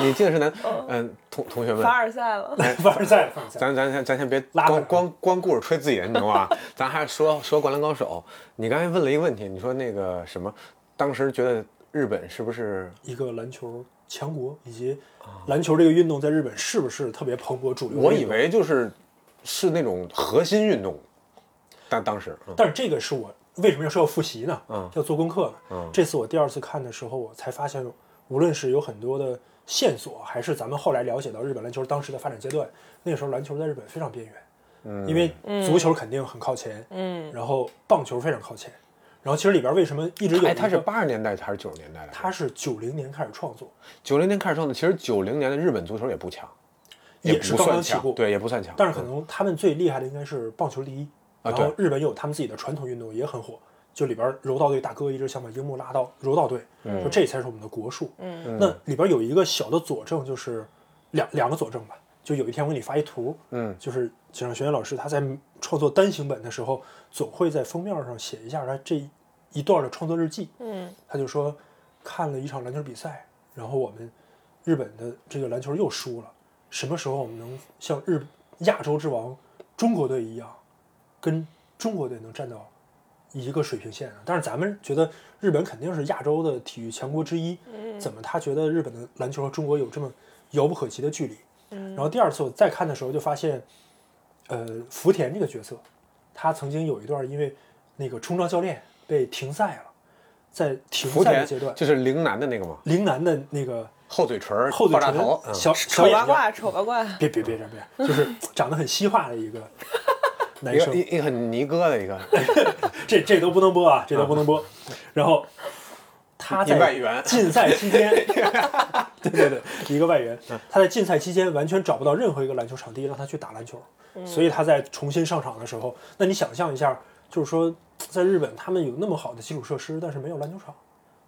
B: 你进的是男
A: 哦
B: 嗯、同同学们
A: 凡。尔赛了，
C: 凡尔赛，凡尔赛。
B: 咱咱先咱先别
C: 拉回
B: 光
C: 来
B: 光光顾着吹自己的牛啊，咱还是说说《灌篮高手》。你刚才问了一个问题，你说那个什么，当时觉得日本是不是
C: 一个篮球强国，以及篮球这个运动在日本是不是特别蓬勃主流？
B: 我以，为就是是那种核心运动，但当时，嗯，
C: 但是这个是我为什么要说要复习呢？要做功课呢？
B: 嗯
C: 这次我第二次看的时候，我才发现，无论是有很多的线索，还是咱们后来了解到日本篮球当时的发展阶段，那个时候篮球在日本非常边缘，
B: 嗯
C: 因为足球肯定很靠前，嗯，然后棒球非常靠前，然后其实里边为什么一直有一个？
B: 哎，他是八十年代还是九十年代来着？
C: 他是九零年开始创作，
B: 九零年开始创的，其实九零年的日本足球也不强，
C: 也是
B: 不
C: 刚
B: 算
C: 刚起
B: 强
C: 步，，
B: 对，也不算强。嗯
C: 但是可能他们最厉害的应该是棒球第一，然后日本有他们自己的传统运动也很火，就里边柔道队大哥一直想把樱木拉到柔道队，说这才是我们的国术。嗯，那里边有一个小的佐证，就是两两个佐证吧，就有一天我给你发一图，嗯，就是井上学院老师他在创作单行本的时候，总会在封面上写一下他这一段的创作日记，嗯，他就说看了一场篮球比赛，然后我们日本的这个篮球又输了，什么时候我们能像日亚洲之王中国队一样，跟中国队能站到一个水平线上？但是咱们觉得日本肯定是亚洲的体育强国之一，怎么他觉得日本的篮球和中国有这么遥不可及的距离？然后第二次我再看的时候就发现，呃，福田这个角色，他曾经有一段因为那个冲撞教练被停赛了，在停
B: 福
C: 赛
B: 田
C: 的阶段，
B: 就是陵南的那个嘛，
C: 陵南的那个
B: 厚嘴唇儿、
C: 后嘴
B: 爆炸
C: 唇
B: 头，嗯
C: 小
A: 丑
C: 小眼
A: 八
C: 睛，
A: 怪，丑八怪。
C: 别别别这样别这样，就是长得很西化的 一个男
B: 一个
C: 生
B: 一，一个很尼哥的一个
C: 这这都不能播啊，这都不能播。然后他
B: 嗯一外
C: 在
B: 援
C: 禁赛 期间，对对对，一个外援，
B: 嗯
C: 他在禁赛期间完全找不到任何一个篮球场地让他去打篮球，所以他在重新上场的时候，那你想象一下，就是说在日本他们有那么好的基础设施，但是没有篮球场，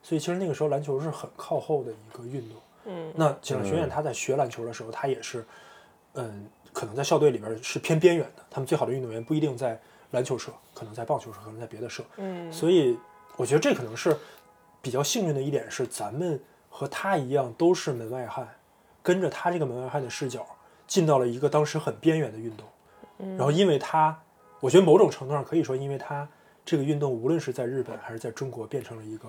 C: 所以其实那个时候篮球是很靠后的一个运动。嗯，那井上学院他在学篮球的时候，他也是，嗯，可能在校队里边是偏边缘的，他们最好的运动员不一定在篮球社，可能在棒球社，可能在别的社。嗯，所以我觉得这可能是比较幸运的一点是，咱们和他一样都是门外汉，跟着他这个门外汉的视角进到了一个当时很边缘的运动。然后因为他，我觉得某种程度上可以说，因为他这个运动无论是在日本还是在中国，变成了一个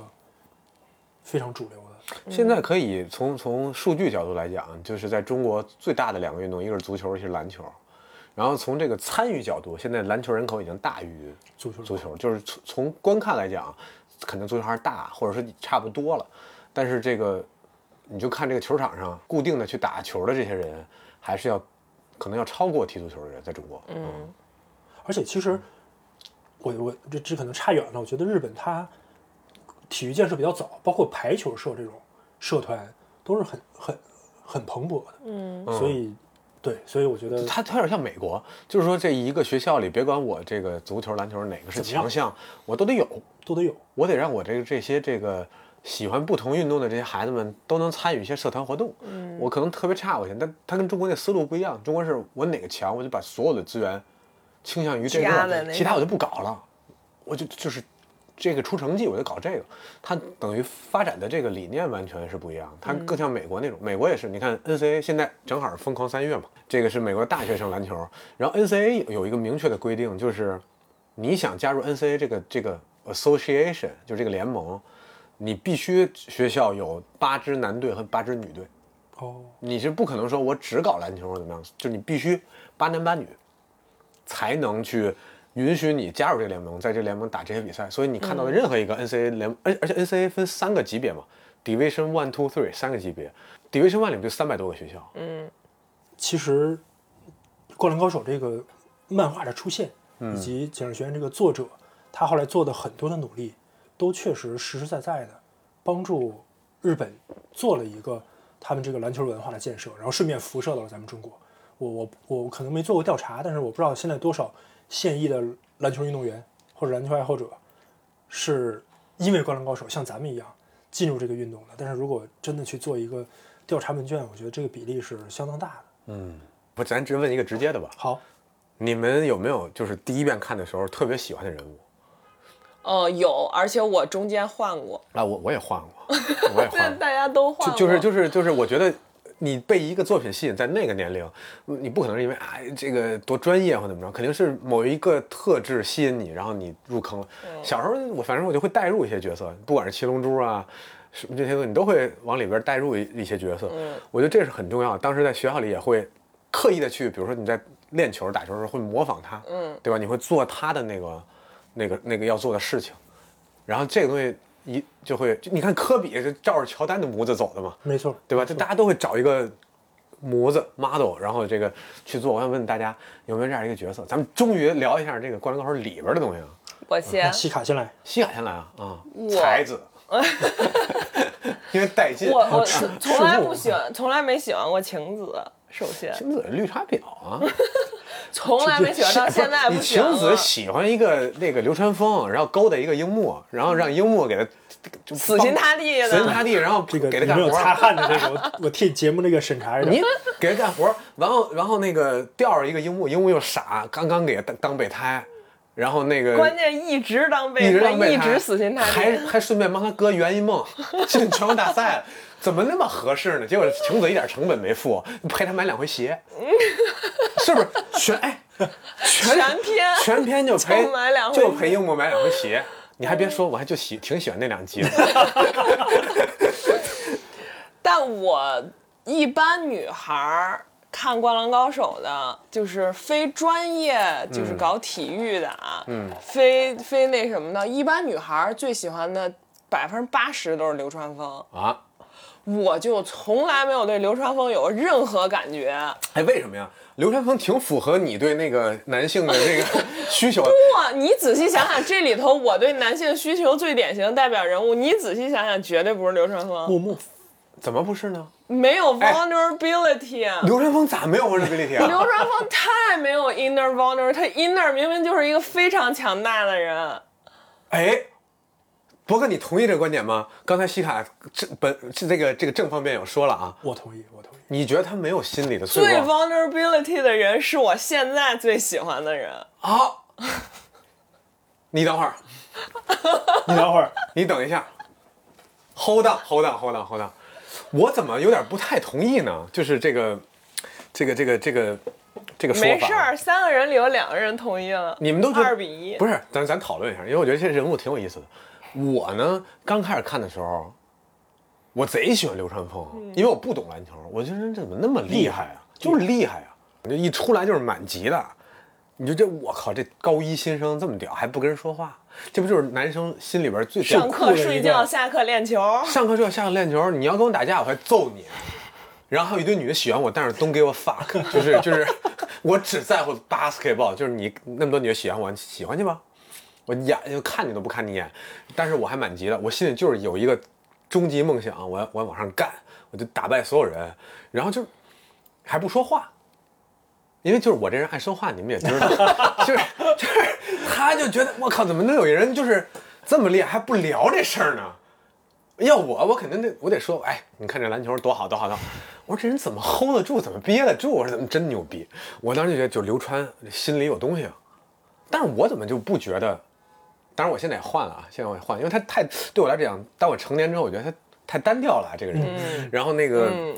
C: 非常主流的。
B: 现在可以从从数据角度来讲，就是在中国最大的两个运动，一个是足球，一个是篮球。然后从这个参与角度，现在篮球人口已经大于
C: 足球
B: 足球，就是从从观看来讲，肯定足球还是大，或者说差不多了。但是这个，你就看这个球场上固定的去打球的这些人，还是要可能要超过踢足球的人，在中国。嗯，
C: 而且其实我我这这可能差远了。我觉得日本它体育建设比较早，包括排球社这种社团都是很很很蓬勃的。嗯，所以对，所以我觉得
B: 它它有点像美国，就是说这一个学校里，别管我这个足球、篮球哪个是
C: 怎么样
B: 强项，我都得有，
C: 都得有。
B: 我得让我这个这些这个喜欢不同运动的这些孩子们都能参与一些社团活动。嗯，我可能特别差，我现在，但它跟中国那思路不一样。中国是我哪个强，我就把所有的资源倾向于这
A: 加在那
B: 个，
A: 个
B: 其他我就不搞了，我就就是这个出成绩我就搞这个。它等于发展的这个理念完全是不一样，它更像美国那种。美国也是，你看 NCAA 现在正好是疯狂三月嘛，这个是美国大学生篮球，然后 NCAA 有一个明确的规定，就是你想加入 NCAA 这个这个 association，就是这个联盟，你必须学校有八支男队和八支女队，
C: 哦，
B: 你是不可能说我只搞篮球或怎么样，就你必须八男八女，才能去允许你加入这个联盟，在这个联盟打这些比赛。所以你看到的任何一个 NCAA 联盟，而、而且 NCAA 分三个级别嘛，Division One、Two、Three 三个级别，Division One 里面就三百多个学校，
C: 其实《灌篮高手》这个漫画的出现，以及《井上学院》这个作者，他后来做的很多的努力，都确实实实在在的帮助日本做了一个他们这个篮球文化的建设，然后顺便辐射到了咱们中国。我我我可能没做过调查，但是我不知道现在多少现役的篮球运动员或者篮球爱好者是因为《灌篮高手》像咱们一样进入这个运动的。但是如果真的去做一个调查问卷，我觉得这个比例是相当大的。
B: 不，咱只问一个直接的吧，
C: 好，
B: 你们有没有就是第一遍看的时候特别喜欢的人物？
A: 呃，有，而且我中间换过，
B: 啊，我我也换 过，我也换
A: 但
B: 过，
A: 大家都换
B: 就
A: 过，
B: 就是就是就是，我觉得你被一个作品吸引，在那个年龄，你不可能是因为啊、这个多专业或怎么着，肯定是某一个特质吸引你，然后你入坑了。小时候我反正我就会代入一些角色，不管是七龙珠啊。什么这些东西你都会往里边带入一一些角色，
A: 嗯
B: 我觉得这是很重要的。当时在学校里也会刻意的去，比如说你在练球、打球的时候会模仿他，嗯，对吧？你会做他的那个、那个、那个要做的事情，然后这个东西一就会，就你看科比是照着乔丹的模子走的嘛，
C: 没错，
B: 对吧？就大家都会找一个模子 model，然后这个去做。我想问大家有没有这样一个角色？咱们终于聊一下这个《灌篮高手》里边的东西啊。
A: 我先
C: 那，西卡先来，
B: 西卡先来啊啊，才 子，因为带劲。
A: 我我
C: 吃
A: 从来
C: 吃
A: 不
C: 肉
A: 喜欢，从来没喜欢过晴子。首先，
B: 晴子绿茶婊啊！
A: 从来没喜欢，到现在
B: 你
A: 不喜欢
B: 晴子
A: 了。
B: 喜欢一个那个流川枫，然后勾搭一个樱木，然后让樱木给他就
A: 死心塌地的
B: 死心塌地，然后
C: 这个
B: 给
C: 你
B: 他干
C: 没有
B: 活。
C: 擦汗的这个，我我替节目那个审查一 下。
B: 你给他干活，然后然后那个吊着一个樱木，樱木又傻，刚刚给他当当备胎，然后那个
A: 关键一直当
B: 一
A: 备
B: 直
A: 胎，
B: 当备
A: 一
B: 胎
A: 直死心塌
B: 还
A: 地。
B: 还顺便帮他哥圆一梦进全国大赛了，怎么那么合适呢？结果晴子一点成本没付，陪他买两 回鞋，是不是？全哎，全
A: 全篇
B: 全篇就 陪
A: 就买两回
B: 就陪樱木买两回鞋。你还别说，我还就喜挺喜欢那两集的。
A: 但我一般女孩儿看《灌篮高手》的，就是非专业，
B: 嗯
A: 就是搞体育的啊，嗯，非非那什么的。一般女孩儿最喜欢的百分之八十都是流川枫，
B: 啊，
A: 我就从来没有对流川枫有任何感觉。
B: 哎，为什么呀？流川枫挺符合你对那个男性的这个 需求的。
A: 哇，你仔细想想，这里头我对男性需求最典型的代表人物，你仔细想想，绝对不是流川枫，
C: 木木，
B: 怎么不是呢？
A: 没有 vulnerability 啊。
B: 流川枫咋没有 vulnerability
A: 流
B: 啊？
A: 川枫太没有 inner vulner，他 inner 明明就是一个非常强大的人，
B: 哎，博哥，你同意这个观点吗？刚才西卡这本是这个这个正方辩友说了啊，
C: 我同意，我同意。
B: 你觉得他没有心理的
A: 最
B: 脆弱
A: vulnerability 的人是我现在最喜欢的人。
B: 啊？ 你等会儿，
C: 你等 会儿，
B: 你等一下，hold on，hold on，hold on，hold on，我怎么有点不太同意呢？就是这个，这个，这个，这个，这个说法。啊
A: 没事儿，三个人里有两个人同意了，
B: 你们都觉得
A: 二比一
B: 不是，咱咱讨论一下，因为我觉得这些人物挺有意思的。我呢，刚开始看的时候，我贼喜欢流川枫，
A: 嗯
B: 因为我不懂篮球，我觉得人怎么那么厉害啊，就是厉害啊，就一出来就是满级的。你就这，我靠，这高一新生这么屌，还不跟人说话，这不就是男生心里边最屌
A: 上
B: 的
A: 课睡觉，
C: 个
A: 下课练球，
B: 上课就要下课练球，你要跟我打架，我还揍你。然后还有一堆女的喜欢我，但是 don't give a fuck，就是就是，我只在乎 basketball，就是你那么多女的喜欢我，你喜欢去吧。我眼就看你都不看你一眼，但是我还蛮急的，我心里就是有一个终极梦想，我要我要往上干，我就打败所有人，然后就还不说话，因为就是我这人爱说话，你们也知道， 就是就是他就觉得我靠，怎么能有人就是这么厉害还不聊这事儿呢？要我，我肯定得我得说，哎，你看这篮球多好多好多好！我说这人怎么 hold 得住，怎么憋得住？我说怎么真牛逼！我当时就觉得，就刘川心里有东西啊，但是我怎么就不觉得？当然我现在也换了啊，现在我也换，因为他太对我来讲，当我成年之后，我觉得他太单调了、这个人，然后那个、
A: 嗯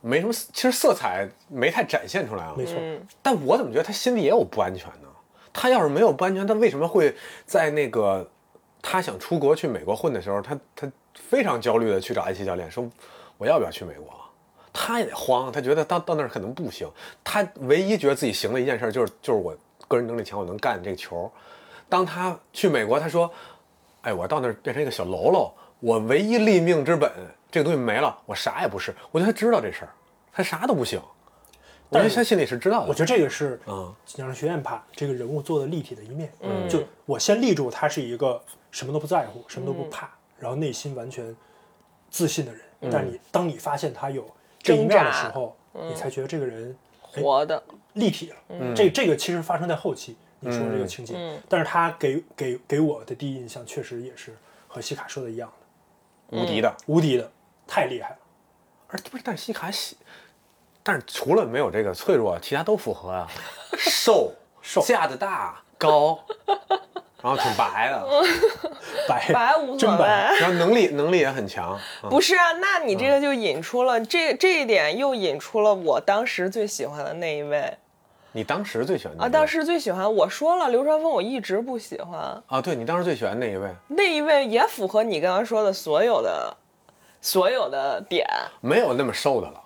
B: 没什么，其实色彩没太展现出来啊，
C: 没错，
A: 嗯
B: 但我怎么觉得他心里也有不安全呢？他要是没有不安全，他为什么会在那个他想出国去美国混的时候，他他非常焦虑的去找艾希教练说我要不要去美国？他也得慌，他觉得到到那儿可能不行。他唯一觉得自己行的一件事就是就是我个人能力强，我能干这个球。当他去美国，他说：“哎，我到那儿变成一个小喽啰，我唯一立命之本这个东西没了，我啥也不是。”我觉得他知道这事儿，他啥都不行。我觉得他心里是知道的。
C: 我觉得这个是
B: 嗯
C: 影视学院把这个人物做的立体的一面，就我先立住他是一个什么都不在乎、什么都不
B: 嗯
C: 怕，然后内心完全自信的人。但你当你发现他有这一面的时候，你才觉得这个人哎
B: 哎
A: 活的，
C: 立体了。
A: 嗯
C: 这这个其实发生在后期，你说的这个情节，但是他给给给我的第一印象确实也是和西卡说的一样的，
B: 无敌的。
C: 无敌的，太厉害了。
B: 而不是，但是西卡喜，但是除了没有这个脆弱，其他都符合 啊，瘦、
C: 瘦
B: 架子大、 高，然后挺白的，哎
C: 白
A: 白无所
C: 真
A: 谓。
C: 白
B: 然后能力能力也很强。嗯
A: 不是啊，那你这个就引出了、这这一点，又引出了我当时最喜欢的那一位
B: 你当时最喜欢哪一
A: 啊，
B: 位
A: 当时最喜欢我说了，流川枫我一直不喜欢，
B: 啊，对你当时最喜欢那一位，
A: 那一位也符合你刚刚说的所有的所有的点，
B: 没有那么瘦的了。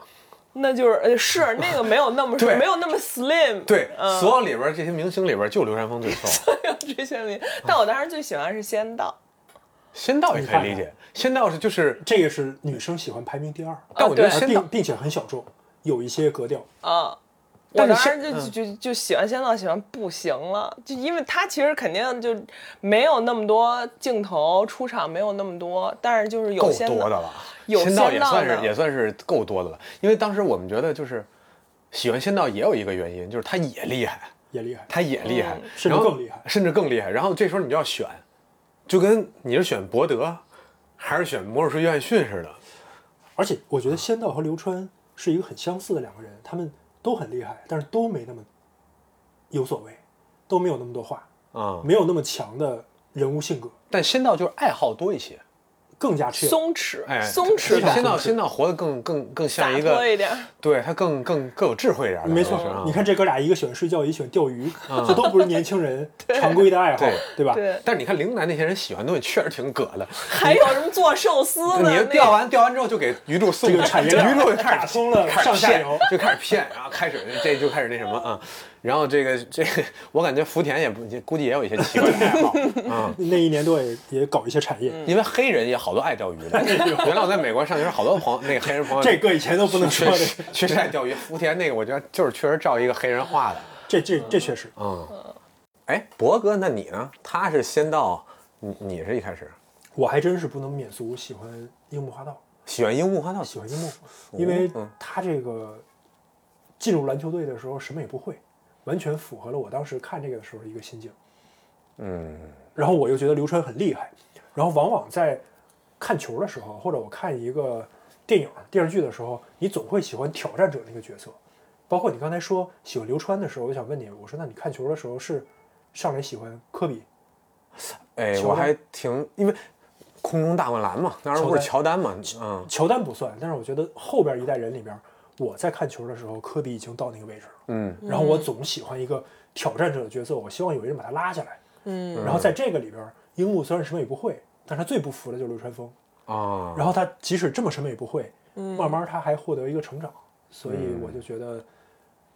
A: 那就是呃 是那个没有那么
B: 对
A: 没有那么 slim，
B: 对，
A: 嗯
B: 所有里边这些明星里边，就刘禅峰最瘦。
A: 这些名，但我当时最喜欢是仙道，
B: 仙道也可以理解，仙道是就是，
C: 这个是女生喜欢排名第二，
B: 但我觉得
A: 哦对
B: 仙道
C: 并并且很小众，有一些格调。
A: 啊。我
B: 但是嗯
A: 当时
B: 仙
A: 就就就就喜欢仙道，喜欢不行了，就因为他其实肯定就没有那么多镜头出场，没有那么多，但是就是有
B: 够
A: 仙
B: 多的
A: 道，
B: 了，
A: 有
B: 仙道
A: 仙
B: 也
A: 道
B: 算
A: 的
B: 是也算是够多的了。因为当时我们觉得就是喜欢仙道也有一个原因，就是他也厉害，
C: 也厉害。
B: 他也厉害，
C: 嗯甚至
B: 然后
C: 更厉害
B: 甚至更厉害。然后这时候你就要选，就跟你是选博德还是选魔术师约翰逊似的，
C: 而且我觉得仙道和流川是一个很相似的两个人，他们都很厉害，但是都没那么有所谓，都没有那么多话，
B: 啊、
C: 没有那么强的人物性格，
B: 但仙道就是爱好多一些，
C: 更加 chill。
A: 松弛，
B: 哎，
A: 松弛
C: 吧
A: 感，
B: 仙道仙道活得更更更像
A: 洒
B: 一
A: 脱
B: 个，
A: 一点。
B: 对他更更更有智慧一点儿的，
C: 没
B: 就是啊
C: 错，你看这哥俩，一个喜欢睡觉，一个喜欢钓鱼，这都不是年轻人常规的爱好
B: 对，
C: 对吧？
A: 对，
B: 但是你看陵南那些人喜欢的东西确实挺葛的，
A: 还有什么做寿司的？
B: 你
A: 那
B: 就钓完钓完之后就给鱼柱送
C: 这个产业链
B: 鱼柱就开始
C: 打 通了
B: 开始
C: 上下
B: 骗
C: 游，
B: 就开始骗，然后开始这就开始那什么啊，然后这个这个我感觉福田也不估计也有一些奇怪的 爱好啊。
C: 那一年多也也搞一些产业，
B: 因为黑人也好多爱钓鱼的，原来我在美国上学，好多朋友那个黑人朋 友
C: 这个以前都不能说
B: 确
C: 的，
B: 实确实爱钓鱼。福田那个我觉得就是确实照一个黑人画的，
C: 这这这确实。
B: 嗯。哎，博哥，那你呢？他是先到，你你是一开始
C: 我还真是不能免俗，喜欢樱木花道，
B: 喜欢樱木花道，
C: 喜欢樱木，因为他这个进入篮球队的时候什么也不会，完全符合了我当时看这个的时候一个心境。嗯，然后我又觉得流川很厉害，然后往往在看球的时候，或者我看一个电影、电视剧的时候，你总会喜欢挑战者那个角色。包括你刚才说喜欢流川的时候，我想问你，我说那你看球的时候是上来喜欢科比，
B: 哎，
C: 乔
B: 我
C: 丹
B: 还挺因为空中大灌篮嘛，当时不是乔
C: 乔
B: 丹嘛，嗯，
C: 乔丹不算，但是我觉得后边一代人里边，我在看球的时候，科比已经到那个位置了。
B: 嗯，
C: 然后我总喜欢一个挑战者的角色，我希望有人把他拉下来。
A: 嗯，
C: 然后在这个里边，樱木虽然什么也不会，但他最不服的就是流川枫。
B: 啊，
C: 然后他即使这么什么也不会，慢慢他还获得一个成长。所
B: 嗯
C: 以我就觉得，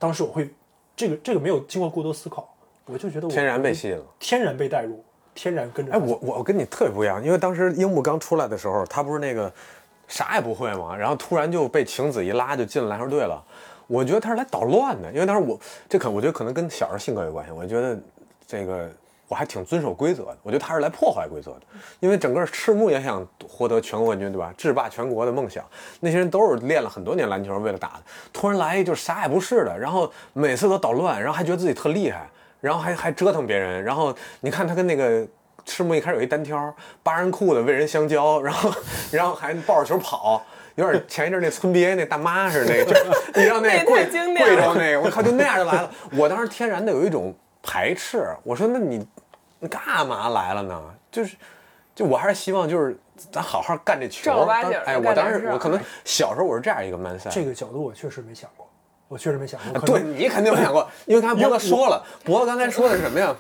C: 当时我会这个这个没有经过过多思考，我就觉得我
B: 天然被吸引了。
C: 天然被带入，天然跟着
B: 哎，
C: 他走。
B: 我我跟你特别不一样，因为当时樱木刚出来的时候，他不是那个啥也不会嘛，然后突然就被晴子一拉就进了篮球队了。我觉得他是来捣乱的，因为当时我这可我觉得可能跟小时候性格有关系。我觉得这个我还挺遵守规则的。我觉得他是来破坏规则的，因为整个赤木也想获得全国冠军，对吧？制霸全国的梦想，那些人都是练了很多年篮球为了打的，突然来一就是啥也不是的，然后每次都捣乱，然后还觉得自己特厉害，然后还还折腾别人，然后你看他跟那个。赤木一开始有一单挑，扒人裤子喂人香蕉，然后然后还抱着球跑，有点前一阵那村 BA 那大妈似的，那个，就是你让那
A: 那
B: 个
A: 太
B: 贵
A: 经典了
B: 贵州那个，我靠，就那样就来了。我当时天然的有一种排斥，我说那你你干嘛来了呢？就是就我还是希望就是咱好好干这球。
A: 正儿八经
B: 当哎，
A: 干
B: 我当
A: 点
B: 时
A: 事儿啊
B: 我可能小时候我是这样一个 man 赛。
C: 这个角度我确实没想过，我确实没想过。可
B: 啊对
C: 能，
B: 你肯定没想过，因为刚才博哥说了，博哥刚才说的是什么呀？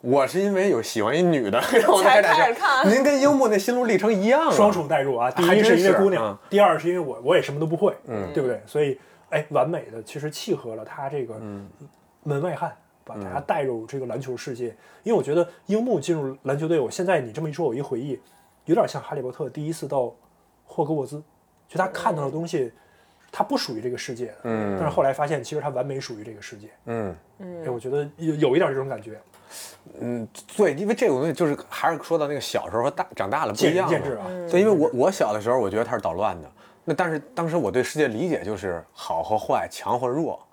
B: 我是因为有喜欢一 女的，然后我
A: 才开
B: 开始
A: 始
B: 看。
A: 看
B: 您跟樱木那心路历程一样啊，
C: 双重代入啊，第
B: 还
C: 一
B: 真
C: 是因为
B: 是
C: 姑娘
B: 嗯，
C: 第二是因为我我也什么都不会，对不对？所以哎，完美的其实契合了他这个门外汉。把大家带入这个篮球世界，因为我觉得樱木进入篮球队，我现在你这么一说，我一回忆，有点像哈利波特第一次到霍格沃兹，就他看到的东西，他不属于这个世界的，
B: 嗯
C: 但是后来发现其实他完美属于这个世界，
B: 嗯。
C: 哎，我觉得有有一点这种感觉，
B: 嗯，对，因为这个东西就是还是说到那个小时候和大长大了不
C: 见
B: 一
C: 仁
B: 样
C: 见
B: 嘛
C: 智啊。
B: 对，因为我我小的时候，我觉得他是捣乱的。那但是当时我对世界理解就是好和坏，强和弱，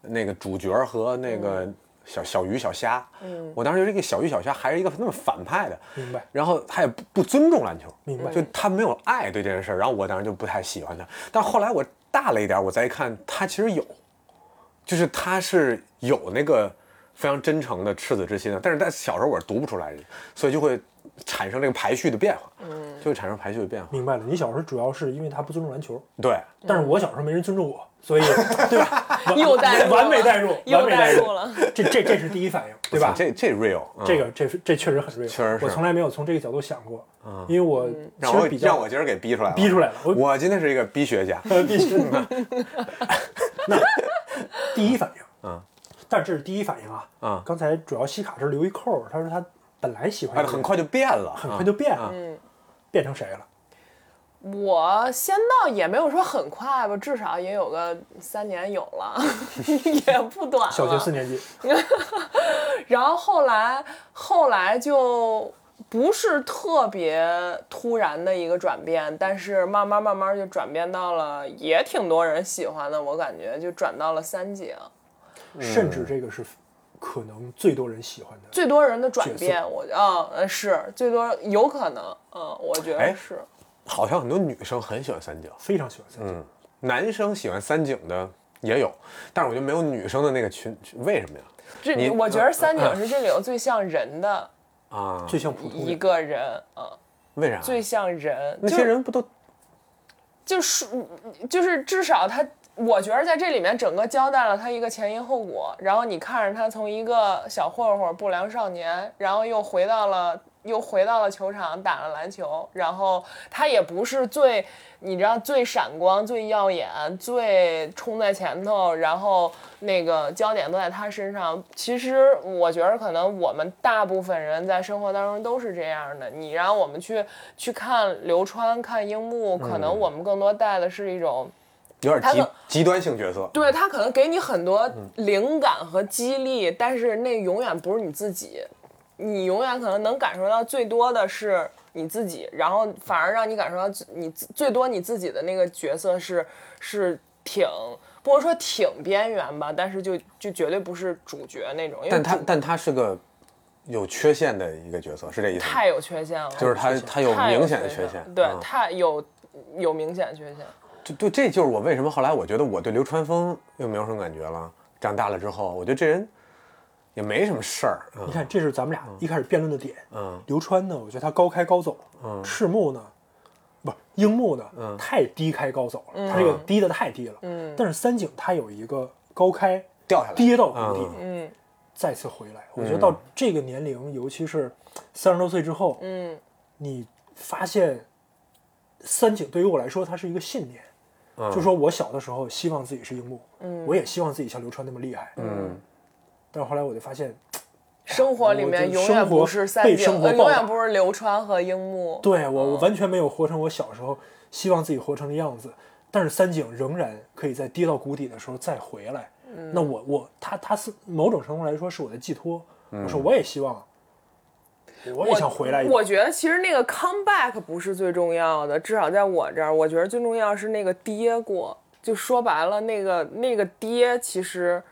B: 那个主角和那个小小鱼小虾。嗯，我当时觉得这个小鱼小虾还是一个那么反派的，
C: 明白
B: 然后他也不不尊重篮球，
C: 明白
B: 就他没有爱对这件事儿。然后我当时就不太喜欢他。但后来我大了一点儿，我再一看，他其实有，就是他是有那个非常真诚的赤子之心的，但是在小时候我是读不出来的，所以就会产生这个排序的变化，嗯，就会产生排序的变化。
C: 明白了，你小时候主要是因为他不尊重篮球，
B: 对，
C: 但是我小时候没人尊重我，所以对 吧？完
A: 又代入了
C: 完美代入，完
A: 又
C: 美
A: 带
C: 代
A: 入 了。
C: 这这这是第一反应，对吧？
B: 这这 real，、嗯、
C: 这个这这确实很 real，
B: 确实是
C: 我从来没有从这个角度想过，因为我
A: 嗯
B: 让
C: 其
B: 我
C: 实比较
B: 让我今儿给逼出来了，
C: 逼出来了我
B: 我今天是一个逼学 家，
C: 呃，必须的。 那第一反应，
B: 嗯，
C: 但这是第一反应啊，
B: 嗯
C: 刚才主要西卡这留一扣，他说他本来喜欢
B: 哎，
C: 你，
B: 很快就变了，
C: 很快就变
B: 啊
C: 了，
A: 嗯
C: 变成谁了？
A: 我先到也没有说很快吧，至少也有个三年有了， 也不短了。
C: 小学四年级，
A: 然后后来后来就不是特别突然的一个转变，但是慢慢慢慢就转变到了也挺多人喜欢的，我感觉就转到了三井，
B: 嗯
C: 甚至这个是可能最多人喜欢的。
A: 最多人的转
C: 角
A: 变，我嗯呃是最多有可能，嗯，我觉
B: 哎
A: 得是。
B: 好像很多女生很喜欢三井，
C: 非常喜欢三
B: 嗯
C: 井，
B: 男生喜欢三井的也有，但是我就没有女生的那个群，群为什么呀？
A: 这
B: 你
A: 里我
C: 呃
A: 觉得三井是这里头最像人的
B: 啊，
C: 最像普通
A: 一
C: 人。
A: 个人，嗯，
B: 为啥？
A: 最像人。
B: 那
A: 就
B: 些人不都
A: 就是就是至少他，我觉得在这里面整个交代了他一个前因后果。然后你看着他从一个小混混、不良少年，然后又回到了又回到了球场打了篮球，然后他也不是最你知道最闪光、最耀眼、最冲在前头，然后那个焦点都在他身上。其实我觉得，可能我们大部分人在生活当中都是这样的。你让我们去去看流川、看樱木，可能我们更多带的是一种。
B: 有
A: 他
B: 点极
A: 可
B: 极端性角色？
A: 对他可能给你很多灵感和激励，但是那永远不是你自己，你永远可能能感受到最多的是你自己，然后反而让你感受到你自最多你自己的那个角色是是挺不能说挺边缘吧，但是就就绝对不是主角那种，因为
B: 但他
A: 主
B: 但他是个有缺陷的一个角色，是这意思吗？
A: 太有缺陷了，
B: 就是他他有
A: 太
B: 明显的
A: 缺
B: 缺陷，
A: 对，
B: 啊
A: 太有有明显的缺陷。
B: 就对，这就是我为什么后来我觉得我对流川枫又没有什么感觉了。长大了之后，我觉得这人也没什么事儿啊。
C: 你看，这是咱们俩一开始辩论的点。流川呢，我觉得他高开高走。赤木呢，不是樱木呢，太低开高走
A: 嗯
C: 了，他这个低的太低了。但是三井他有一个高开
B: 掉下来
C: 跌到谷底
B: 嗯，
A: 嗯
C: 再次回来。我觉得到这个年龄，尤其是三十多岁之后，
A: 嗯，
C: 你发现三井对于我来说，它是一个信念。就说我小的时候希望自己是樱木，
A: 嗯
C: 我也希望自己像流川那么厉害，嗯，但是后来我就发现，
A: 生活里面永远不是三
C: 被
A: 井，
C: 生活
A: 呃
C: 暴
A: 永
C: 打
A: 远不是流川和樱木。
C: 对我，
B: 啊
C: 我完全没有活成我小时候希望自己活成的样子。但是三井仍然可以在跌到谷底的时候再
B: 嗯嗯
C: 回来。那我我他他是某种程度来说是我的寄托。我说我也希望我也想回来一趟。
A: 我觉得其实那个 comeback 不是最重要的，至少在我这儿，我觉得最重要是那个跌过。就说白了，那个那个跌，其实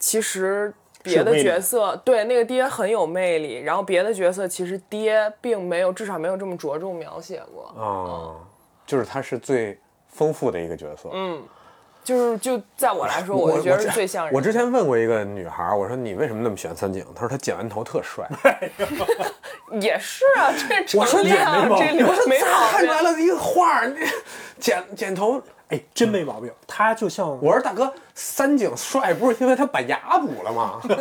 A: 其实别的角色对那个跌很有魅力，然后别的角色其实跌并没有，至少没有这么着重描写过。
B: 啊，就是他是最丰富的一个角色。
A: 嗯，就是就在我来说，我就觉得是最像人的。
B: 我之前问过一个女孩儿，我说你为什么那么喜欢三井？她说她剪完头 特帅。
A: 也是啊，这
B: 我说
A: 成
B: 你
A: 这样，
B: 没毛病
A: 这留没好
B: 看出来了一个画儿，你 剪剪头。
C: 哎，真没毛病。他就像
B: 我说大哥，三井帅哎不是因为他把牙补了吗？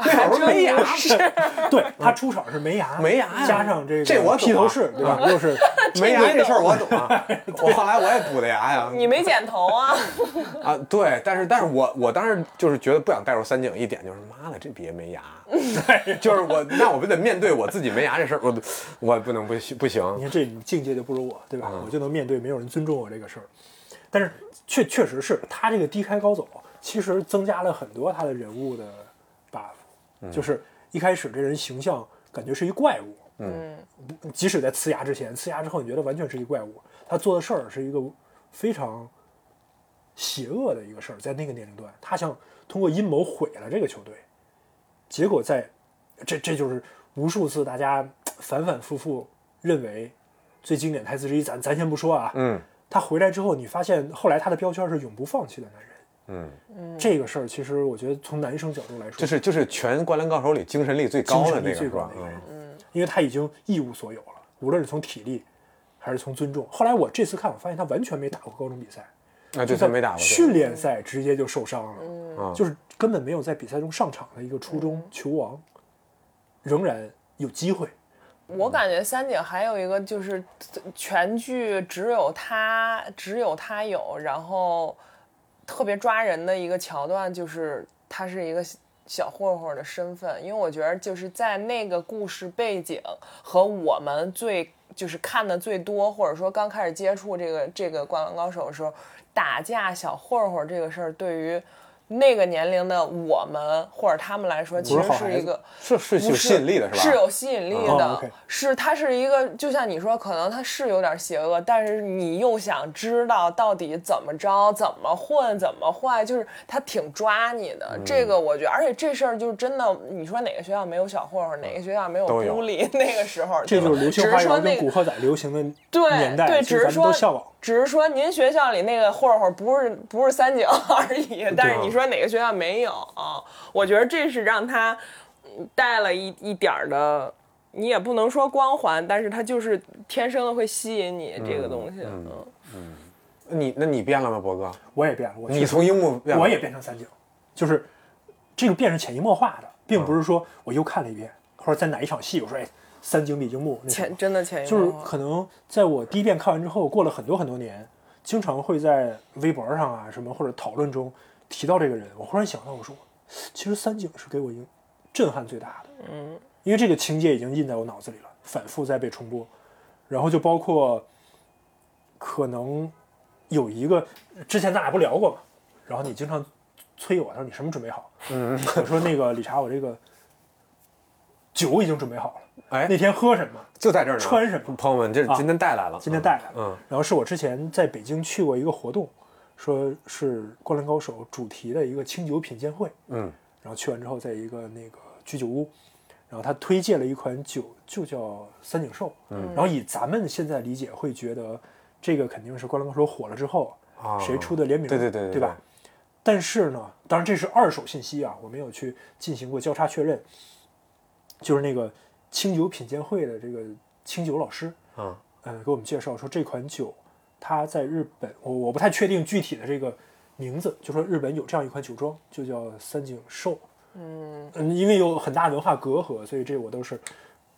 B: 那会儿不是没牙，
C: 对他出场是没牙，
B: 没牙呀
C: 加上这个
B: 这我懂啊
C: 披头士，对吧？又是
B: 没牙这事儿我懂 啊。我后来我也补的牙呀。
A: 你没剪头啊？
B: 啊，对，但是但是我我当时就是觉得不想带入三井一点，就是妈的这别 没牙，就是我那我不得面对我自己没牙这事儿，我我不能不行不行
C: 你看这境界就不如我，对吧？我就能面对没有人尊重我这个事儿。但是确确实是他这个低开高走，其实增加了很多他的人物的 buff，就是一开始这人形象感觉是一怪物，
A: 嗯，
C: 不即使在呲牙之前，呲牙之后你觉得完全是一怪物，他做的事儿是一个非常邪恶的一个事儿，在那个年龄段，他想通过阴谋毁了这个球队，结果在这这就是无数次大家反反复复认为最经典台词之一，咱咱先不说啊，
B: 嗯，
C: 他回来之后，你发现后来他的标签是永不放弃的男人，
B: 嗯，
C: 这个事儿其实我觉得从男生角度来说，
B: 就是就是全《灌篮高手》里精神力最高的那个是
C: 精神力最高
B: 吧
C: 的？那个
B: 嗯
C: 因为他已经一无所有了，无论是从体力还是从尊重。后来我这次看，我发现他完全没打过高中比赛，
B: 啊，对，他没打过。对
C: 训练赛直接就受伤
A: 嗯
B: 嗯
C: 了，就是根本没有在比赛中上场的一个初中球王，仍然有机会。
A: 我感觉三井还有一个就是全剧只有他只有他有，然后特别抓人的一个桥段就是他是一个小混混的身份，因为我觉得就是在那个故事背景和我们最就是看的最多，或者说刚开始接触这个这个《灌篮高手》的时候，打架小混混这个事儿对于。那个年龄的我们或者他们来说，其
C: 是
A: 实
C: 好
A: 是
C: 孩
A: 一
C: 子
A: 个
B: 是是
A: 不
B: 有吸引力的是吧？
A: 是有吸引力的，
C: 哦，OK
A: 是它是一个，就像你说，可能它是有点邪恶，但是你又想知道到底怎么着、怎么混、怎么坏，就是它挺抓你
C: 嗯
A: 的。这个我觉得，而且这事儿就是真的，你说哪个学校没有小混混，哪个学校没有
B: 都有
A: 孤立？ 那个时候，
C: 这
A: 对吧
C: 就是《流星
A: 嗯只
C: 花
A: 是说
C: 园》跟
A: 那
C: 《
A: 个
C: 古惑仔》流行的年
A: 对
C: 代，
A: 对，
C: 其实
A: 只是
C: 咱们都
A: 说
C: 向往。
A: 只是说您学校里那个混混不是不是三井而已，
C: 啊
A: 但是你说哪个学校没有啊？我觉得这是让他嗯带了一一点儿的，你也不能说光环，但是他就是天生的会吸引你这个东西。嗯，
B: 你那你变了吗，博哥？
C: 我也变了，我确
B: 你
C: 实
B: 从樱木变了，
C: 我也变成三井，就是这个变是潜移默化的，并
A: 嗯
C: 不是说我又看了一遍，或者在哪一场戏我说哎三井比樱木那什么
A: 潜真的潜移
C: 就是
A: 默化
C: 可能在我第一遍看完之后，过了很多很多年，经常会在微博上啊什么或者讨论中提到这个人，我忽然想到，我说其实三井是给我影震撼最大的，嗯，因为这个情节已经印在我脑子里了，反复在被重播，然后就包括可能有一个之前咱俩不聊过嘛，然后你经常催我，他说你什么准备好？嗯，我说那个理查，我这个酒已经准备好了，
B: 哎
C: 那天喝什么？
B: 就在这儿呢。
C: 穿什么
B: 朋友们，这是
C: 啊
B: 今天带来了，
C: 今天带来了。
B: 嗯，
C: 然后是我之前在北京去过一个活动，说是《灌篮高手》主题的一个清酒品鉴会。
B: 嗯，
C: 然后去完之后，在一个那个居酒屋，然后他推荐了一款酒，就叫三井寿。嗯，然后以咱们现在理解会觉得这个肯定是《灌篮高手》火了之后、
B: 啊
C: 谁出的联名，
B: 对对对对
C: 对吧？但是呢，当然这是二手信息啊，我没有去进行过交叉确认。就是那个清酒品鉴会的这个清酒老师，
B: 嗯，
C: 嗯，给我们介绍说这款酒，它在日本，我我不太确定具体的这个名字，就说日本有这样一款酒庄，就叫三井寿。嗯因为有很大文化隔阂，所以这我都是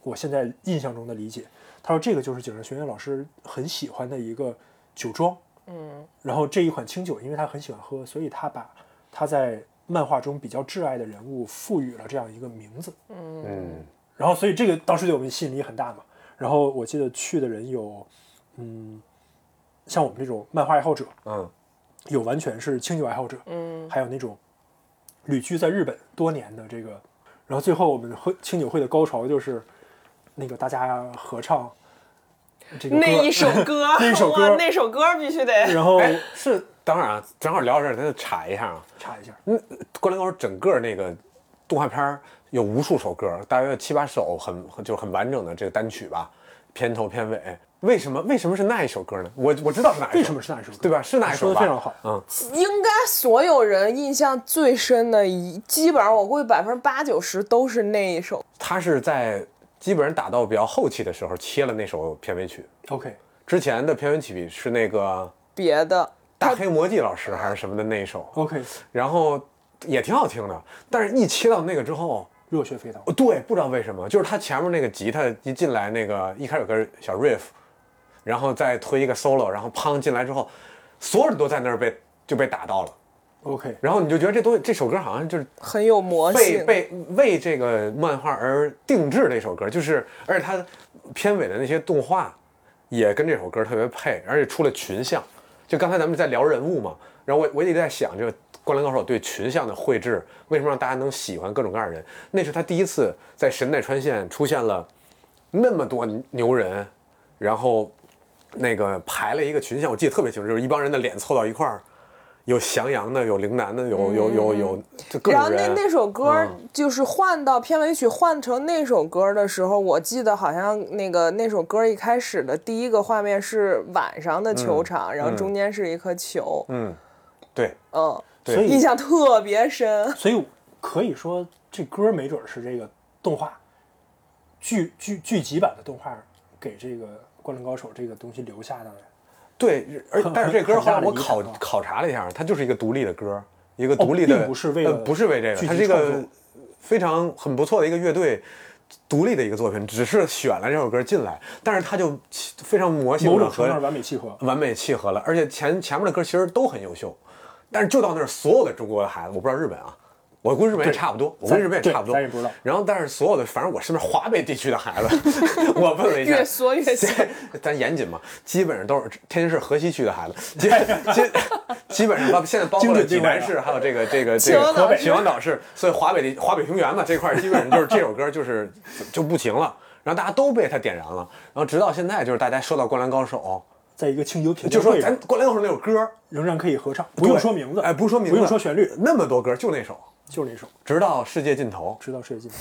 C: 我现在印象中的理解。他说这个就是井上学院老师很喜欢的一个酒庄。嗯，然后这一款清酒，因为他很喜欢喝，所以他把他在漫画中比较挚爱的人物赋予了这样一个名字。
B: 嗯，
C: 然后所以这个当时对我们吸引力很大嘛。然后我记得去的人有，嗯，像我们这种漫画爱好者，
B: 嗯，
C: 有完全是清酒爱好者，
A: 嗯，
C: 还有那种旅居在日本多年的这个。然后最后我们会清酒会的高潮就是那个大家合唱这个歌
A: 那一首歌，
C: 那一首歌
A: 哇那首歌必须得。
C: 然后
B: 哎，是当然啊，正好聊到这儿，咱就查一下啊。
C: 查一下，
B: 嗯，灌篮高手整个那个动画片儿有无数首歌，大约有七八首很，很就是很完整的这个单曲吧，片头片尾。为什么为什么是那一首歌呢？我我知道是哪一首，
C: 为什么是那一首歌
B: 对吧？是那一首吧
C: 说得非常好
B: 嗯，
A: 应该所有人印象最深的一，基本上我估计百分之八九十都是那一首。
B: 他是在基本上打到比较后期的时候切了那首片尾曲，
C: OK，
B: 之前的片尾曲是那个
A: 别的，
B: 大黑魔记老师还是什么的那一首，
C: OK，
B: 然后也挺好听的，但是一切到那个之后。
C: 热血沸腾。
B: 对，不知道为什么，就是他前面那个吉他一进来，那个一开始有个小 riff，然后再推一个 solo，然后砰进来之后，所有人都在那儿被就被打到了，
C: OK，
B: 然后你就觉得这东西这首歌好像就是
A: 很有魔
B: 被
A: 性。
B: 被为这个漫画而定制的一首歌，就是而且它片尾的那些动画也跟这首歌特别配，而且出了群像。就刚才咱们在聊人物嘛，然后我我也在想，这个《灌篮高手》对群像的绘制，为什么让大家能喜欢各种各样的人？那是他第一次在神奈川县出现了那么多牛人，然后那个排了一个群像，我记得特别清楚，就是一帮人的脸凑到一块儿，有翔阳的，有陵南的，有有有有就
A: 嗯
B: 各
A: 然后
B: 种人。嗯
A: 那那首歌就是换到片尾曲换成那首歌的时候，我记得好像那个那首歌一开始的第一个画面是晚上的球场，然后中间是一颗球，
B: 嗯，对，
A: 嗯，
B: 对
C: 所以
A: 印象特别深。
C: 所以可以说这歌没准是这个动画剧剧剧集版的动画给这个《灌篮高手》这个东西留下的。
B: 对，而
C: 很
B: 但是这歌
C: 很
B: 后来
C: 大的
B: 我
C: 遗
B: 考
C: 产啊
B: 考察了一下，它就是一个独立的歌，一个独立的，
C: 并不是为了
B: 呃不是为这个，
C: 剧
B: 它
C: 集
B: 是一
C: 创
B: 个
C: 作
B: 非常很不错的一个乐队独立的一个作品，只是选了这首歌进来，但是它就起非常魔性
C: 某
B: 的
C: 种程
B: 和
C: 度上完美契合。
B: 完美契合了，而且前前面的歌其实都很优秀，但是就到那儿，所有的中国的孩子，我不知道日本啊，我估计日本也差不多，我估计日本也
C: 对
B: 差不多，
C: 咱也不知道。
B: 然后，但是所有的，反正我身边华北地区的孩子， 我问了一下，
A: 越缩越小
B: 咱严谨嘛，基本上都是天津市河西区的孩子，基基基本上包现在包括了济南市，还有这个这个这
A: 秦
B: 个
A: 皇岛市
B: 河北秦皇岛市，所以华北地华北平原嘛这块儿基本上就是这首歌就是就不行了，然后大家都被他点燃了，然后直到现在就是大家说到《灌篮高手》。
C: 在一个清酒品
B: 就
C: 鉴
B: 说
C: 会
B: 咱
C: 上
B: 《灌篮高手》那首歌，
C: 仍然可以合唱，不用
B: 对
C: 说名字，
B: 哎，不是说名字，
C: 不用说旋律，
B: 那么多歌就那首，
C: 就是那首《
B: 直到世界尽头。
C: 直到世界尽头》。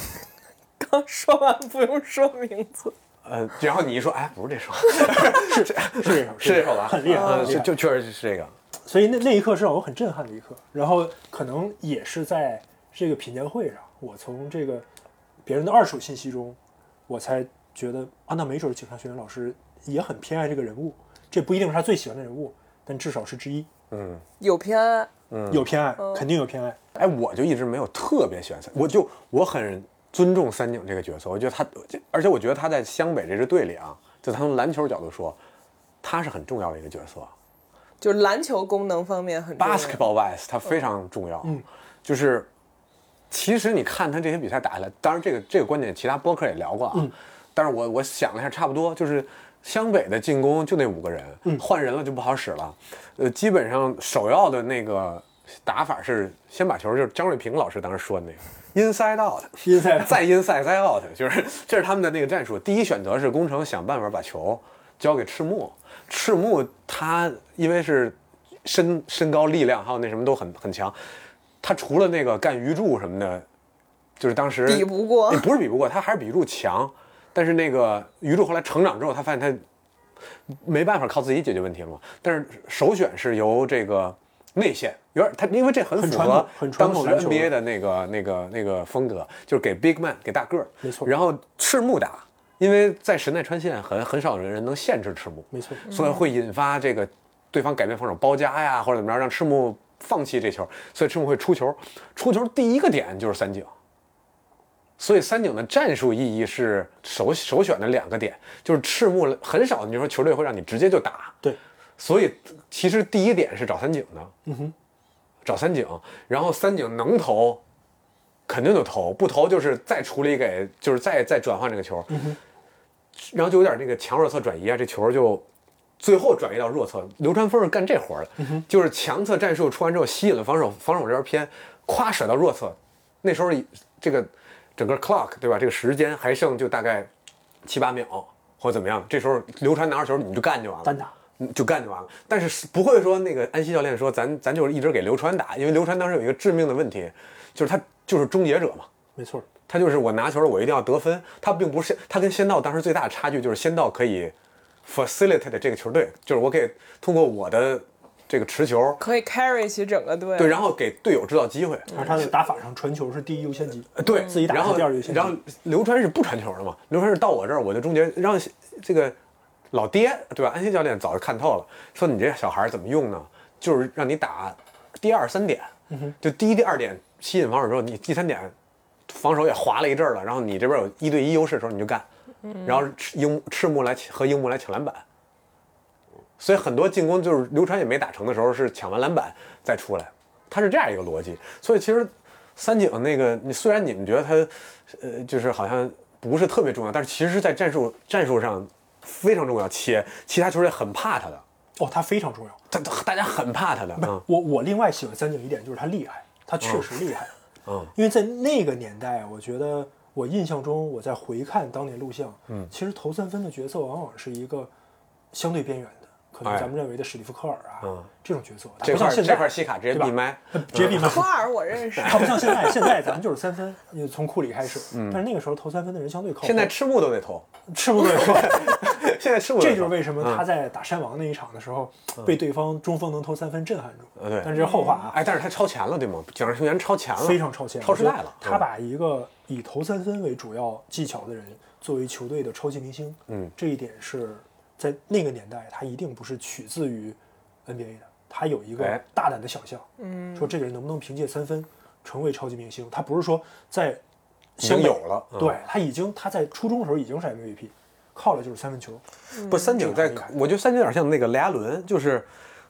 A: 刚说完不用说名字，
B: 呃，然后你一说，哎，不是这首，
C: 是这首，
B: 是这
C: 这
B: 首吧？
C: 很厉害，
B: 嗯
C: 很厉
B: 就
C: 害。
B: 就确实是这个。
C: 所以那那一刻是让我很震撼的一刻，然后可能也是在这个品鉴会上，我从这个别人的二手信息中，我才觉得啊，那没准警察学院老师也很偏爱这个人物，这不一定是他最喜欢的人物，但至少是之一，
A: 有偏爱。
C: 有偏爱，肯定有偏爱。
B: 哎，我就一直没有特别喜欢三，我就我很尊重三井这个角色，我觉得他，而且我觉得他在湘北这支队里啊，就从篮球角度说，他是很重要的一个角色。
A: 就是篮球功能方面很重要。
B: basketball wise，它非常重要。就是其实你看他这些比赛打下来，当然这个这个观点其他播客也聊过啊。但是我我想了一下，差不多就是湘北的进攻就那五个人，换人了就不好使了。呃，基本上首要的那个打法是先把球，就是张瑞平老师当时说的那个。Inside out，
C: Inside out
B: 再 inside 再 out，就是这是他们的那个战术。第一选择是工程想办法把球交给赤木，赤木他因为是身身高、力量还有那什么都很很强，他除了那个干鱼柱什么的，就是当时
A: 比不过
B: 也不是比不过，他还是比鱼柱强。但是那个鱼柱后来成长之后，他发现他没办法靠自己解决问题了嘛。但是首选是由这个内线，有点他因为这很
C: 很
B: 符
C: 传统
B: 合
C: 很传
B: 当
C: 统
B: 时
C: 篮球
B: NBA 的那个那个那个风格，就是给 big man 给大个儿，
C: 没错
B: 然后赤木打，因为在神奈川县很很少有人能限制赤木，
C: 没错，
B: 所以会引发这个对方改变防守包夹呀，或者怎么着，让赤木放弃这球，所以赤木会出球。出球第一个点就是三井，所以三井的战术意义是首首选的两个点，就是赤木很少，你说球队会让你直接就打，
C: 对，
B: 所以其实第一点是找三井的，嗯哼，找三井，然后三井能投，肯定就投，不投就是再处理给，就是再再转换这个球，然后就有点那个强弱侧转移啊，这球就最后转移到弱侧。流川枫是干这活儿的，就是强侧战术出完之后吸引了防守，防守这边偏，咵甩到弱侧，那时候这个整个 clock 对吧？这个时间还剩就大概七八秒或者怎么样，这时候刘传拿着球你就干就完了，
C: 单打
B: 嗯就干就完了。但是是不会说那个安西教练说咱咱就是一直给刘川打，因为刘川当时有一个致命的问题，就是他就是终结者嘛，
C: 没错，
B: 他就是我拿球了我一定要得分，他并不是他跟仙道当时最大的差距就是仙道可以 facilitate 这个球队，就是我可以通过我的这个持球。
A: 可以 carry 起整个队。
B: 对，然后给队友制造机会，
C: 而他的打法上传球是第一优先级，
B: 嗯呃对，
C: 自己打
B: 然后
C: 第二优先级
B: 然后刘川是不传球的嘛？刘川是到我这儿，我就终结，让这个老爹对吧？安西教练早就看透了，说你这小孩儿怎么用呢？就是让你打第二三点，
C: 嗯
B: 就第一、第二点吸引防守之后，你第三点防守也滑了一阵儿了，然后你这边有一对一优势的时候你就干，
C: 嗯
B: 然后赤樱赤木来和樱木来抢篮板。所以很多进攻就是刘川也没打成的时候是抢完篮板再出来，他是这样一个逻辑。所以其实三井那个，你虽然你们觉得他，呃，就是好像不是特别重要，但是其实，在战术战术上非常重要，且其他球队很怕他的，
C: 哦，他非常重要。
B: 他大家很怕他的啊。
C: 我我另外喜欢三井一点就是他厉害，他确实厉害。
B: 嗯，
C: 因为在那个年代，我觉得我印象中，我在回看当年录像，嗯，其实投三分的角色往往是一个相对边缘的，可能
B: 哎
C: 咱们认为的史蒂夫科尔啊、
B: 嗯
C: 这种角色，他
B: 这
C: 不像
B: 块
C: 现
B: 这
C: 在
B: 块嗯西卡直接
C: 对吧
B: 闭麦，
C: 直接闭麦。
A: 库尔我认 识，
C: 他不像现在，现在咱们就是三分，你从库里开始。但是那个时候投三分的人相对靠
B: 嗯
C: 后，
B: 现在赤木都得投，
C: 吃不对 说，
B: 现在赤木
C: 这
B: 得
C: 就是
B: 投
C: 为什么他在打山王那一场的时候，被对方中锋能投三分震撼住。
B: 嗯呃对
C: 但是这是后话啊，
B: 哎，但是他超前了对吗？井上雄彦超前了，
C: 非常超前，
B: 嗯超时代了。嗯
C: 他
B: 把
C: 把一个以投三分为主要技巧的人作为球队的超级明星，
B: 嗯，
C: 这一点是在那个年代，他一定不是取自于 NBA 的，他有一个
B: 哎
C: 大胆的想象，嗯，说这个人能不能凭借三分成为超级明星？他不是说在
B: 已经
C: 湘北
B: 有了嗯
C: 对他已经他在初中的时候已经是 MVP，靠的就是三分球，
B: 不是三井在
C: 嗯这个很厉害，
B: 我觉得三井有点像那个雷阿伦，就是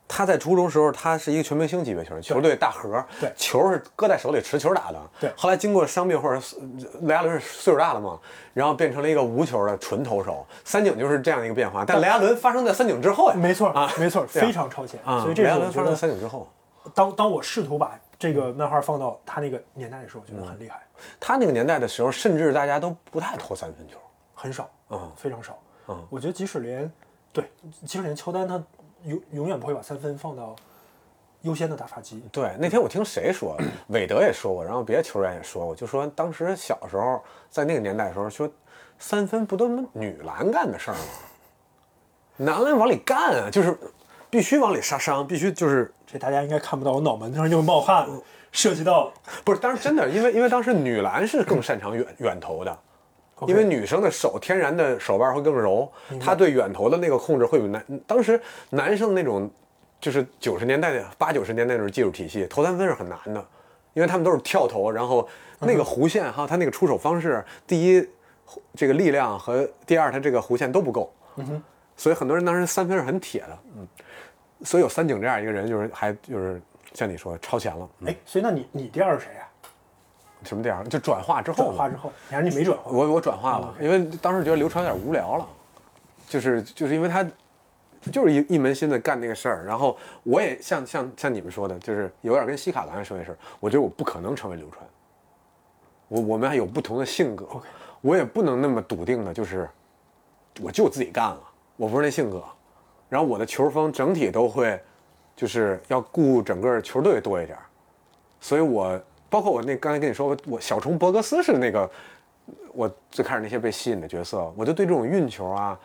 B: 他在初中时候他是一个全明星级别球员，球队大核，
C: 对
B: 球是搁在手里持球打的，
C: 对
B: 后来经过伤病或者是雷阿伦是岁数大了嘛，然后变成了一个无球的纯投手，三井就是这样一个变化，但雷阿伦发生在三井之后呀，
C: 没错，
B: 啊，
C: 没错，
B: 对啊
C: 非常超前，
B: 啊，
C: 所以这
B: 雷
C: 是
B: 阿
C: 我
B: 伦
C: 觉
B: 发生在
C: 得
B: 三嗯井之后，
C: 当当我试图把这个漫画放到他那个年代的时候，我觉得
B: 嗯
C: 很厉害。
B: 他那个年代的时候，甚至大家都不太投三分球，
C: 很少，
B: 嗯
C: 非常少，
B: 嗯
C: 我觉得即使连对，即使连乔丹他永永远不会把三分放到优先的打法机，
B: 对，那天我听谁说，韦德也说过，然后别的球员也说过，就说当时小时候在那个年代的时候，说三分不都女篮干的事儿吗？男篮往里干啊，就是必须往里杀伤，必须就是
C: 这大家应该看不到，我脑门子上又冒汗了，涉及到
B: 不是？当时真的，因为因为当时女篮是更擅长远远投的。因为女生的手天然的手腕会更柔，她对远投的那个控制会比男当时男生那种，就是九十年代的八九十年代那种技术体系，投三分是很难的，因为他们都是跳投，然后那个弧线还有他那个出手方式，第一这个力量和第二他这个弧线都不够，所以很多人当时三分是很铁的，嗯，所以有三井这样一个人，就是还就是像你说的超前了，嗯
C: 哎，所以那你你第二是谁啊？
B: 什么地方就转化之后
C: 转
B: 嘛，
C: 化之后，你还是你没转化？嗯
B: 我我转化了，因为当时觉得刘川有点无聊了，就是就是因为他就是一一门心的干那个事儿，然后我也像像像你们说的，就是有点跟西卡刚才说那事儿，我觉得我不可能成为刘川，我我们还有不同的性格我也不能那么笃定的，就是我就自己干了，我不是那性格，然后我的球风整体都会就是要顾整个球队多一点儿，所以我包括我那刚才跟你说，我小虫博格斯是那个我最开始那些被吸引的角色，我就对这种运球啊、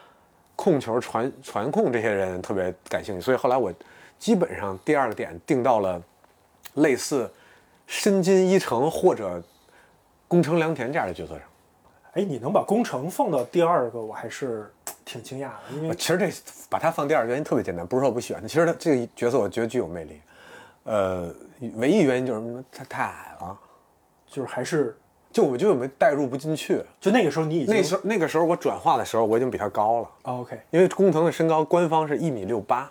B: 控球、传传控这些人特别感兴趣，所以后来我基本上第二个点定到了类似深津一成或者宫城良田这样的角色上。
C: 哎，你能把工程放到第二个，我还是挺惊讶的，因为
B: 其实这把他放第二个原因特别简单，不是说我不喜欢他，其实他这个角色我觉得具有魅力。呃，唯一原因就是他太矮了，
C: 就是还是
B: 就我就没代入不进去。
C: 就那个时候你已经哦
B: 那时候那个时候我转化的时候，我已经比他高了，
C: OK
B: 因为工藤的身高官方是一米六八。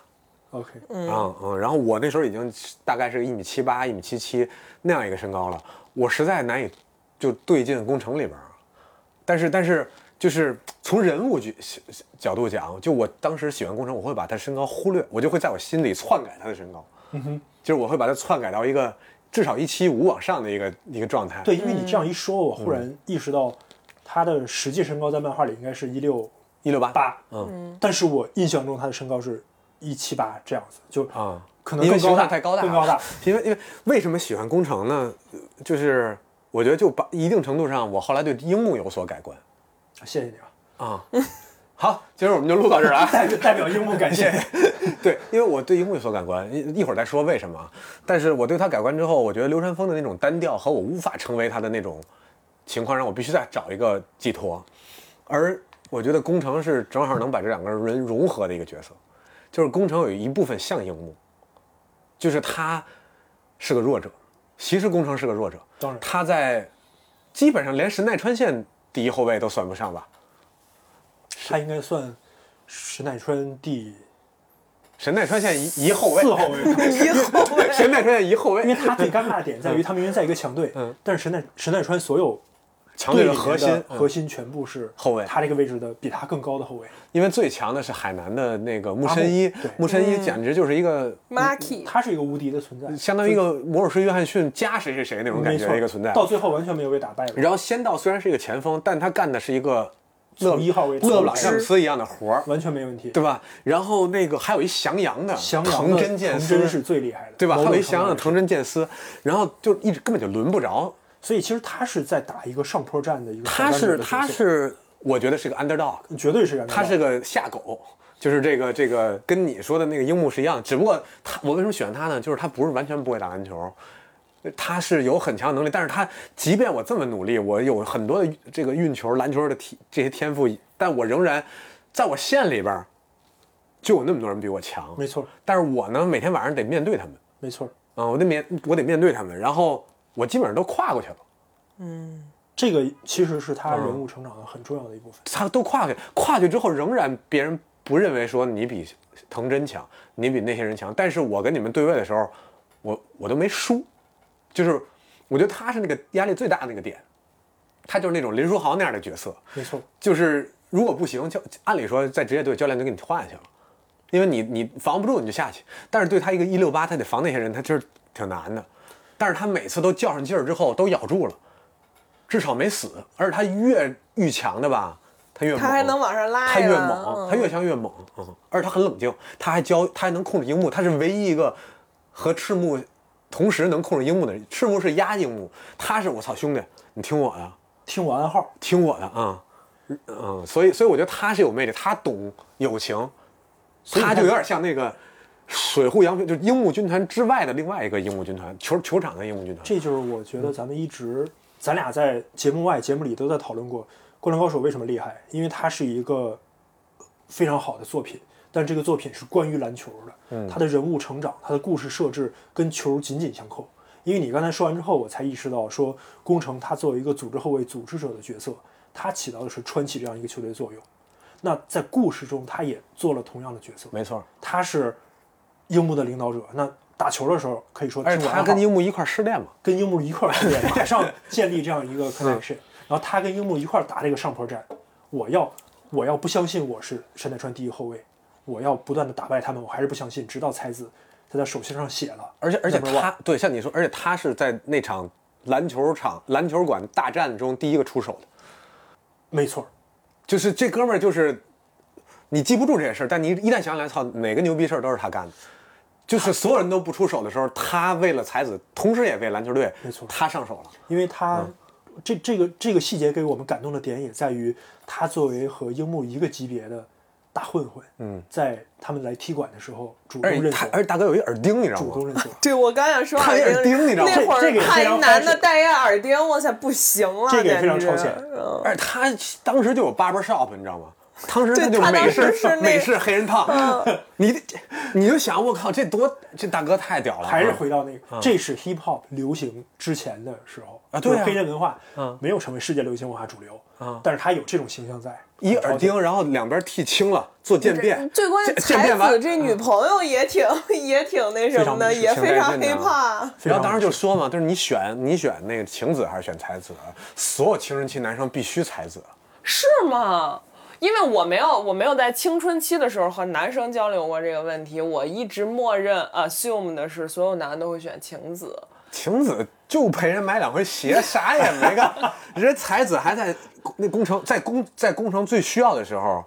C: OK，
B: 嗯嗯，然后我那时候已经大概是一米七八、一米七七那样一个身高了，我实在难以就对进工程里边儿。但是但是就是从人物角角度讲，就我当时喜欢工程，我会把他身高忽略，我就会在我心里篡改他的身高，
C: 嗯
B: 就是我会把他篡改到一个至少一七五往上的一个一个状态。嗯
C: 对，因为你这样一说，我忽然意识到他的实际身高在漫画里应该是一六
B: 一六八
C: 八，
B: 嗯，
C: 但是我印象中他的身高是一七八这样子，就
B: 啊，
C: 可能
B: 因为
C: 更
B: 形
C: 高大，
B: 象太高大，
C: 更高大。。
B: 因为因为为什么喜欢工程呢？就是我觉得就把一定程度上，我后来对樱木有所改观
C: 谢谢你啊，
B: 啊。好，今儿我们就录到这儿啊。
C: 代代表樱木感谢。
B: 对，因为我对樱木有所改观，一一会儿再说为什么啊。但是我对他改观之后，我觉得流川枫的那种单调和我无法成为他的那种情况，让我必须再找一个寄托。而我觉得宫城是正好能把这两个人融合的一个角色，就是宫城有一部分像樱木，就是他是个弱者，其实宫城是个弱者，
C: 当然
B: 他在基本上连神奈川县第一后卫都算不上吧，
C: 他应该算石奈川第
B: 神奈川县一一后卫，
C: 四后卫，
A: 以后
B: 神奈川县一后卫，
C: 因为他最尴尬的点在于他明明在一个强队，
B: 嗯
C: 但是神奈神奈川所有
B: 强队
C: 里
B: 的
C: 面
B: 核心嗯
C: 核心全部是
B: 后卫
C: 他这个位置的比他更高的后卫，
B: 因为最强的是海南的那个木申一
C: 阿木对，
B: 木申一简直就是一个
A: Marky，
C: 他是一个无敌的存在，
B: 相当于一个摩尔斯约翰逊加谁谁谁那种感
C: 没
B: 觉
C: 错
B: 的一个存在。
C: 到最后完全没有被打败了。
B: 然后仙道虽然是一个前锋，但他干的是一个勒
C: 从一号位
B: 勒布朗
C: 投
A: 掷
B: 詹姆斯一样的活儿，
C: 完全没问题。
B: 对吧？然后那个还有一翔阳的
C: 翔阳
B: 藤
C: 的
B: 真健
C: 藤
B: 司
C: 真是最厉害的，
B: 对吧？还
C: 某种
B: 有一
C: 程度
B: 翔阳的
C: 上
B: 藤真健司，然后就一直根本就轮不着。
C: 所以其实他是在打一个上坡战的一个
B: 他
C: 挑战者
B: 是
C: 的角色
B: 他是，我觉得是个 underdog，
C: 绝对是这样的
B: 他是个下狗，就是这个这个跟你说的那个樱木是一样，只不过他我为什么喜欢他呢？就是他不是完全不会打篮球，他是有很强的能力，但是他即便我这么努力，我有很多的这个运球、篮球的体这些天赋，但我仍然在我县里边儿就有那么多人比我强，
C: 没错
B: 但是我呢每天晚上得面对他们
C: 没错。
B: 啊、我得面我得面对他们，然后我基本上都跨过去了。
C: 这个其实是他
B: 嗯
C: 人物成长的很重要的一部分。
B: 他都跨去，跨去之后仍然别人不认为说你比藤真强，你比那些人强。但是我跟你们对位的时候，我我都没输，就是我觉得他是那个压力最大的那个点，他就是那种林书豪那样的角色，
C: 没错，
B: 就是如果不行，教按理说在职业队教练就给你换下去了，因为你你防不住你就下去。但是对他一个一六八，他得防那些人，他就是挺难的。但是他每次都较上劲儿之后都咬住了，至少没死。而且他越愈强的吧，他越猛
A: 他还能往上拉呀，
B: 他越猛，他
A: 嗯
B: 越强越猛，嗯，而且他很冷静，他还教，他还能控制樱木，他是唯一一个和赤木同时能控制樱木的人。赤木是压樱木，他是我操兄弟，你听我的，
C: 听我暗号，
B: 听我的啊，嗯嗯，所以所以我觉得他是有魅力，他懂友情，
C: 以
B: 他
C: 他
B: 就有点像那个水户洋平，就是樱木军团之外的另外一个樱木军团，球球场的樱木军团。
C: 这就是我觉
B: 嗯
C: 得咱们一直，咱俩在节目外、节目里都在讨论过《灌篮高手》为什么厉害，因为它是一个非常好的作品，但这个作品是关于篮球的，
B: 嗯
C: 它的人物成长、它的故事设置跟球紧紧相扣。因为你刚才说完之后，我才意识到说，宫城他作为一个组织后卫、组织者的角色，他起到的是川崎这样一个球队的作用。那在故事中，他也做了同样的角色，
B: 没错，
C: 他是樱木的领导者。那打球的时候，可以说
B: 而且
C: 听我
B: 他
C: 的号
B: 跟樱木一块儿失恋嘛，
C: 跟樱木一块儿训 练，马上建立这样一个 connection，然后
B: 嗯
C: 他跟樱木一块儿打这个上坡战，我要我要不相信我是山田川第一后卫，我要不断的打败他们，我还是不相信，直到才子在他手心上写了，
B: 而且而且
C: Number one
B: 他对像你说，而且他是在那场篮球场篮球馆大战中第一个出手的，
C: 没错儿，
B: 就是这哥们儿就是你记不住这些事儿，但你一旦想起来，操，哪个牛逼事儿都是他干的。就是所有人都不出手的时候，他为了才子，同时也为篮球队，
C: 没错
B: 他上手了。
C: 因为他、
B: 嗯
C: 这这个这个细节给我们感动的点也在于，他作为和樱木一个级别的大混混，嗯，在他们来踢馆的时候主
B: 而
C: 动
B: 且
C: 认
B: 他
C: 错，，
B: 而且大哥有一耳钉，你知道
C: 主动
B: 吗？
C: 认错。
A: 对，我刚想说
B: 看耳钉你知道吗
A: 那会
C: 这这
A: 儿
C: 个也非
A: 看
C: 常
A: 一男的
C: 超前
A: 戴一耳钉，我操，不行啊了，
C: 这个也
A: 简
C: 非常
A: 直
C: 超前
A: 嗯
B: 而且他当时就有 barber shop，你知道吗？当时他
A: 对
B: 就
A: 他
B: 美
A: 当时
B: 式
A: 是那嗯
B: 美式黑人烫， 你得你就想我靠，这多这大哥太屌了啊，
C: 还是回到那个，这是 hip hop 流行之前的时候
B: 啊对啊啊
C: 就是黑人文化没有成为世界流行文化主流但是它有这种形象在，
B: 一耳钉，然后两边剃青了，做渐变。
A: 最关键，
B: 渐渐
A: 才
B: 变完
A: 子这女朋友也挺也挺那什么的，
C: 非
A: 也
C: 常
A: 非常
B: 挺带
A: hip
B: 劲的
A: hop。
C: 非
B: 然
C: 常
B: 后当时就说嘛，就是你选你选那个晴子还是选才子啊？所有青春期男生必须才子。啊
A: 是吗？因为我没有，我没有在青春期的时候和男生交流过这个呃问题，我一直默认 assume 的是所有男的都会选晴子。
B: 晴子就陪人买两回鞋，啥也没干。 人家才子还在那工程在工在工程最需要的时候，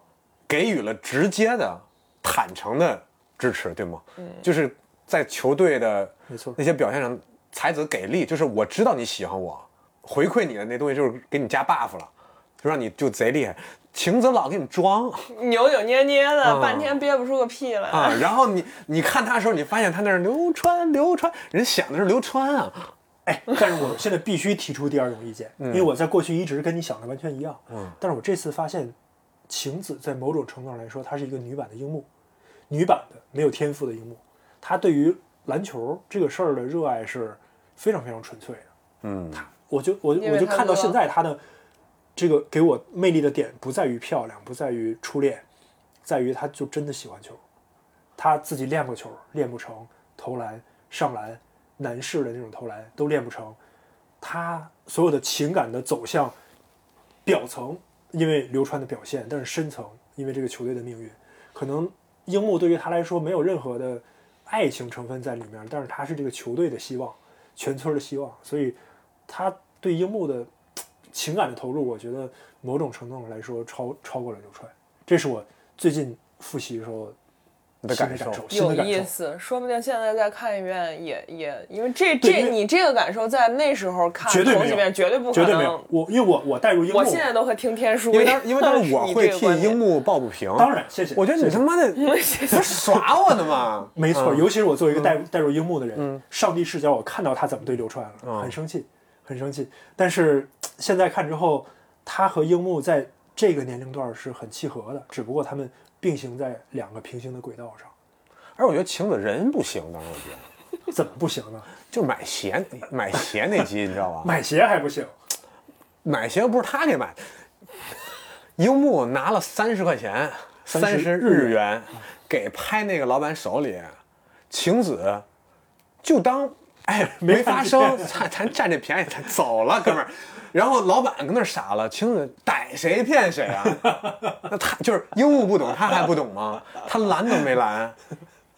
B: 给予了直接的、坦诚的支持，对吗？嗯，就是在球队的
C: 没错
B: 那些表现上，才子给力，就是我知道你喜欢我，回馈你的那东西就是给你加 buff 了，就让你就贼厉害。晴子老给你装，
A: 扭扭捏捏
C: 啊
A: 的，半天憋不出个屁来。
B: 啊，然后你你看他的时候，你发现他那儿流川流川，人想的是流川啊，
C: 哎，但是我现在必须提出第二种意见，
B: 嗯
C: 因为我在过去一直跟你想的完全一样。嗯，但是我这次发现，晴子在某种程度上来说，她是一个女版的樱木，女版的没有天赋的樱木，她对于篮球这个事儿的热爱是非常非常纯粹的。
B: 嗯，
C: 我就我就
A: 因为
C: 我就
A: 她
C: 看到
A: 热
C: 现在她的这个给我魅力的点不在于漂亮，不在于初恋，在于她就真的喜欢球，她自己练过球，练不成投篮、上篮，男士的那种投篮都练不成，她所有的情感的走向，表层因为流川的表现，但是深层因为这个球队的命运，可能樱木对于他来说没有任何的爱情成分在里面，但是他是这个球队的希望，全村的希望，所以他对樱木的情感的投入，我觉得某种程度上来说超超过了流川，这是我最近复习的时候
B: 你的
C: 新
B: 感
C: 的
B: 受
C: 感受，新
A: 有
C: 的感
A: 意
C: 受。
A: 思，说不定现在再看一遍也也，因为这
C: 对
A: 这
C: 因为
A: 你这个感受在那时候看
C: 绝对
A: 头
C: 没
A: 几
C: 有
A: 遍绝对不可
C: 绝对没
A: 能
C: 有。我，因为我我带入樱木，
A: 我现在都会听天书，
B: 因为当因为当时我
A: 你
B: 会
A: 这个
B: 替
A: 观点
B: 樱木抱不平，
C: 当然谢谢
B: 我觉得你
C: 谢谢
B: 他妈的不是耍我呢吗？
C: 没错，
B: 嗯
C: 尤其是我作为一个带入带入樱木的人，上帝视角，我看到他怎么对流川了，
B: 嗯
C: 很生气，很生气。但是现在看之后，他和樱木在这个年龄段是很契合的，只不过他们并行在两个平行的轨道上，
B: 而我觉得晴子人不行，当时我觉得
C: 怎么不行呢？
B: 就买鞋买鞋那集，你知道吧？
C: 买鞋还 不行，
B: 买鞋不是他给买的，樱木拿了三十块钱，三
C: 30
B: 十日元给拍那个老板手里，晴子就当哎没发生，咱咱占这便宜，咱走了，哥们儿。然后老板跟那儿傻了，晴子逮谁骗谁啊？ 那他就是樱木不懂，他还不懂吗？他拦都没拦，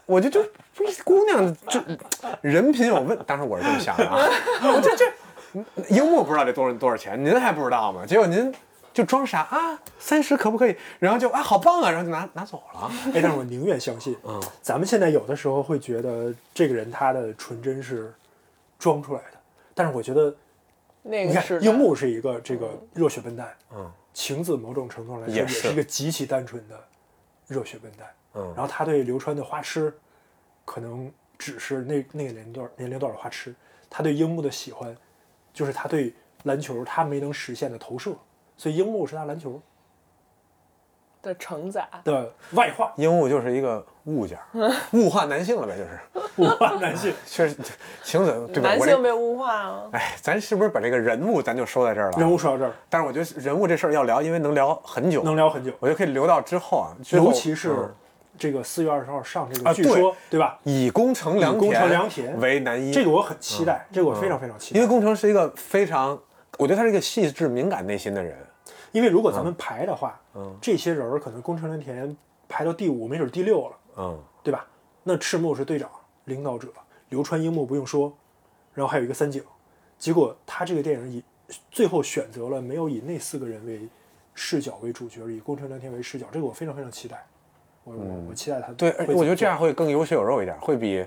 B: 我就就不是姑娘就人品有问，当时我是这么想的啊，我这这樱木不知道这多少多少钱，您还不知道吗？结果您就装傻啊，三十可不可以？然后就啊好棒啊，然后就拿拿走了。
C: 哎，但是我宁愿相信，嗯，咱们现在有的时候会觉得这个人他的纯真是装出来的，但是我觉得
A: 那
C: 你
A: 个是
C: 看，樱木是一个这个热血笨蛋，嗯，晴子某种程度上来说
B: 也
C: 也
B: 是
C: 是一个极其单纯的热血笨蛋，嗯，然后他对流川的花痴，可能只是那那个年龄段年龄段的花痴，他对樱木的喜欢，就是他对篮球他没能实现的投射，所以樱木是他篮球
A: 的承载，
C: 的外 化，
B: 樱木就是一个物件儿，物化男性了呗，就是
C: 物化男性。
B: 确实晴子对吧？
A: 男
B: 我这
A: 性被物化啊了。
B: 哎，咱是不是把这个人物咱就说在这儿
C: 人
B: 了？
C: 物说到这儿，
B: 但是我觉得人物这事儿要聊，因为能聊很久，
C: 能聊很久，
B: 我就可以留到之后啊，之后
C: 尤其是
B: 嗯
C: 这个四月二十号上这
B: 啊
C: 个，据
B: 对
C: 说对吧？
B: 以宫城良
C: 以宫城良田
B: 为男一，
C: 这个我很期待，这个我非常非常期待
B: 因为。宫城是一个非常，我觉得他是一个细致敏感内心的人。
C: 因为如果咱们排的话，这些人儿可能宫城良田排到第五，没准第六了，
B: 嗯，
C: 对吧？那赤木是队长、领导者，流川樱木不用说，然后还有一个三井。结果他这个电影以最后选择了没有以那四个人为视角为主角，以宫城良田为视角，这个我非常非常期待。我我我期待他
B: 对，
C: 会
B: 而
C: 怎么
B: 我觉得这
C: 做
B: 样会更有血有肉一点，会比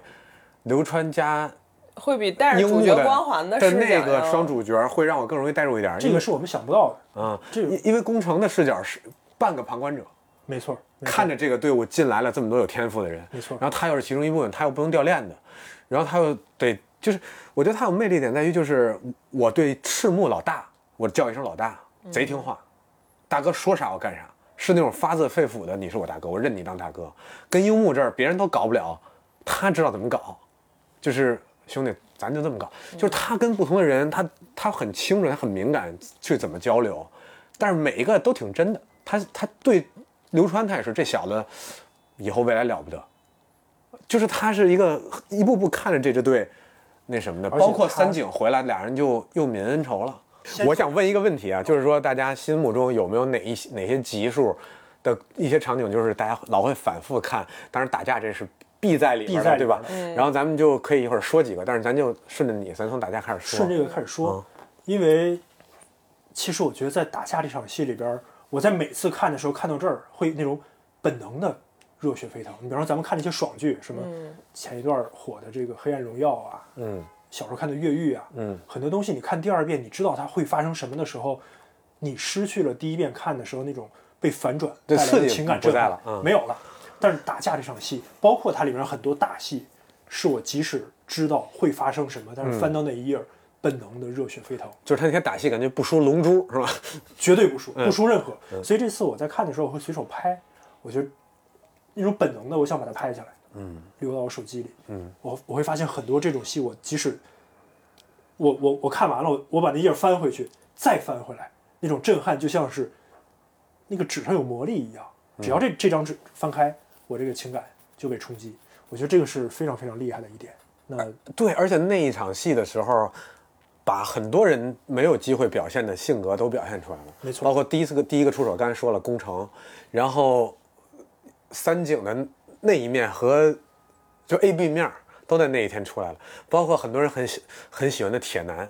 B: 流川加
A: 会比带着
B: 樱
A: 主
B: 木
A: 角
B: 的
A: 光环
B: 的
A: 视角
B: 那个
A: 要
B: 双主角会让我更容易代入一点。
C: 这个是我们想不到的，
B: 啊，
C: 这个
B: 因因为宫城的视角是半个旁观者，
C: 没错，没错
B: 看着这个队伍进来了这么多有天赋的人，
C: 没错
B: 然后他又是其中一部分，他又不能掉链子，然后他又得就是，我觉得他有魅力点在于就是我对赤木老大，我叫一声老大，贼听话，大哥说啥我干啥，是那种发自肺腑的，你是我大哥，我认你当大哥。跟樱木这儿别人都搞不了，他知道怎么搞，就是兄弟，咱就这么搞。
C: 嗯
B: 就是他跟不同的人，他他很清楚，他很敏感去怎么交流，但是每一个都挺真的。他他对流川他也是，这小子以后未来了不得，就是他是一个一步步看着这支队那什么的，
C: 而且
B: 包括
C: 他
B: 三井回来，俩人就又泯恩仇了。
C: 先哦
B: 我想问一个问题啊，就是说大家心目中有没有哪一哪些集数的一些场景，就是大家老会反复看，当然打架这是。弊在里边
C: 弊在
B: 了，
C: 里
B: 对吧？
A: 边
B: 然后咱们就可以一会儿说几个，但是咱就顺着你，咱从打架开始说。嗯
C: 顺这个开始说，因为其实我觉得在打架这场戏里边儿，我在每次看的时候看到这儿，会那种本能的热血沸腾。你比方说咱们看那些爽剧，什么前一段火的这个《黑暗荣耀》啊，
B: 嗯，
C: 小时候看的《越狱》啊，
B: 嗯，
C: 很多东西你看第二遍，你知道它会发生什么的时候，你失去了第一遍看的时候那种被反转
B: 对
C: 带来的
B: 刺激
C: 情感
B: 不
C: 震
B: 在
C: 撼
B: 了嗯
C: 没有了。但是打架这场戏，包括它里面很多大戏，是我即使知道会发生什么，但
B: 嗯
C: 是翻到那一页儿，本能的热血沸腾，
B: 就是他那天打戏感觉不输《龙珠》是吧？
C: 绝对不输，不输任何。所以这次我在看的时候，我会随手拍，我觉得那种本能的，我想把它拍下来，嗯，留到我手机里，嗯，我我会发现很多这种戏，我即使我我我看完了，我我把那页翻回去，再翻回来，那种震撼就像是那个纸上有魔力一样，只要这这张纸翻开，我这个情感就被冲击。我觉得这个是非常非常厉害的一点。那
B: 对，而且那一场戏的时候，把很多人没有机会表现的性格都表现出来了，
C: 没错
B: 包括第一次个第一个出手，刚才说了宫城，然后三井的那一面和就 A B 面儿都在那一天出来了，包括很多人很喜很喜欢的铁男，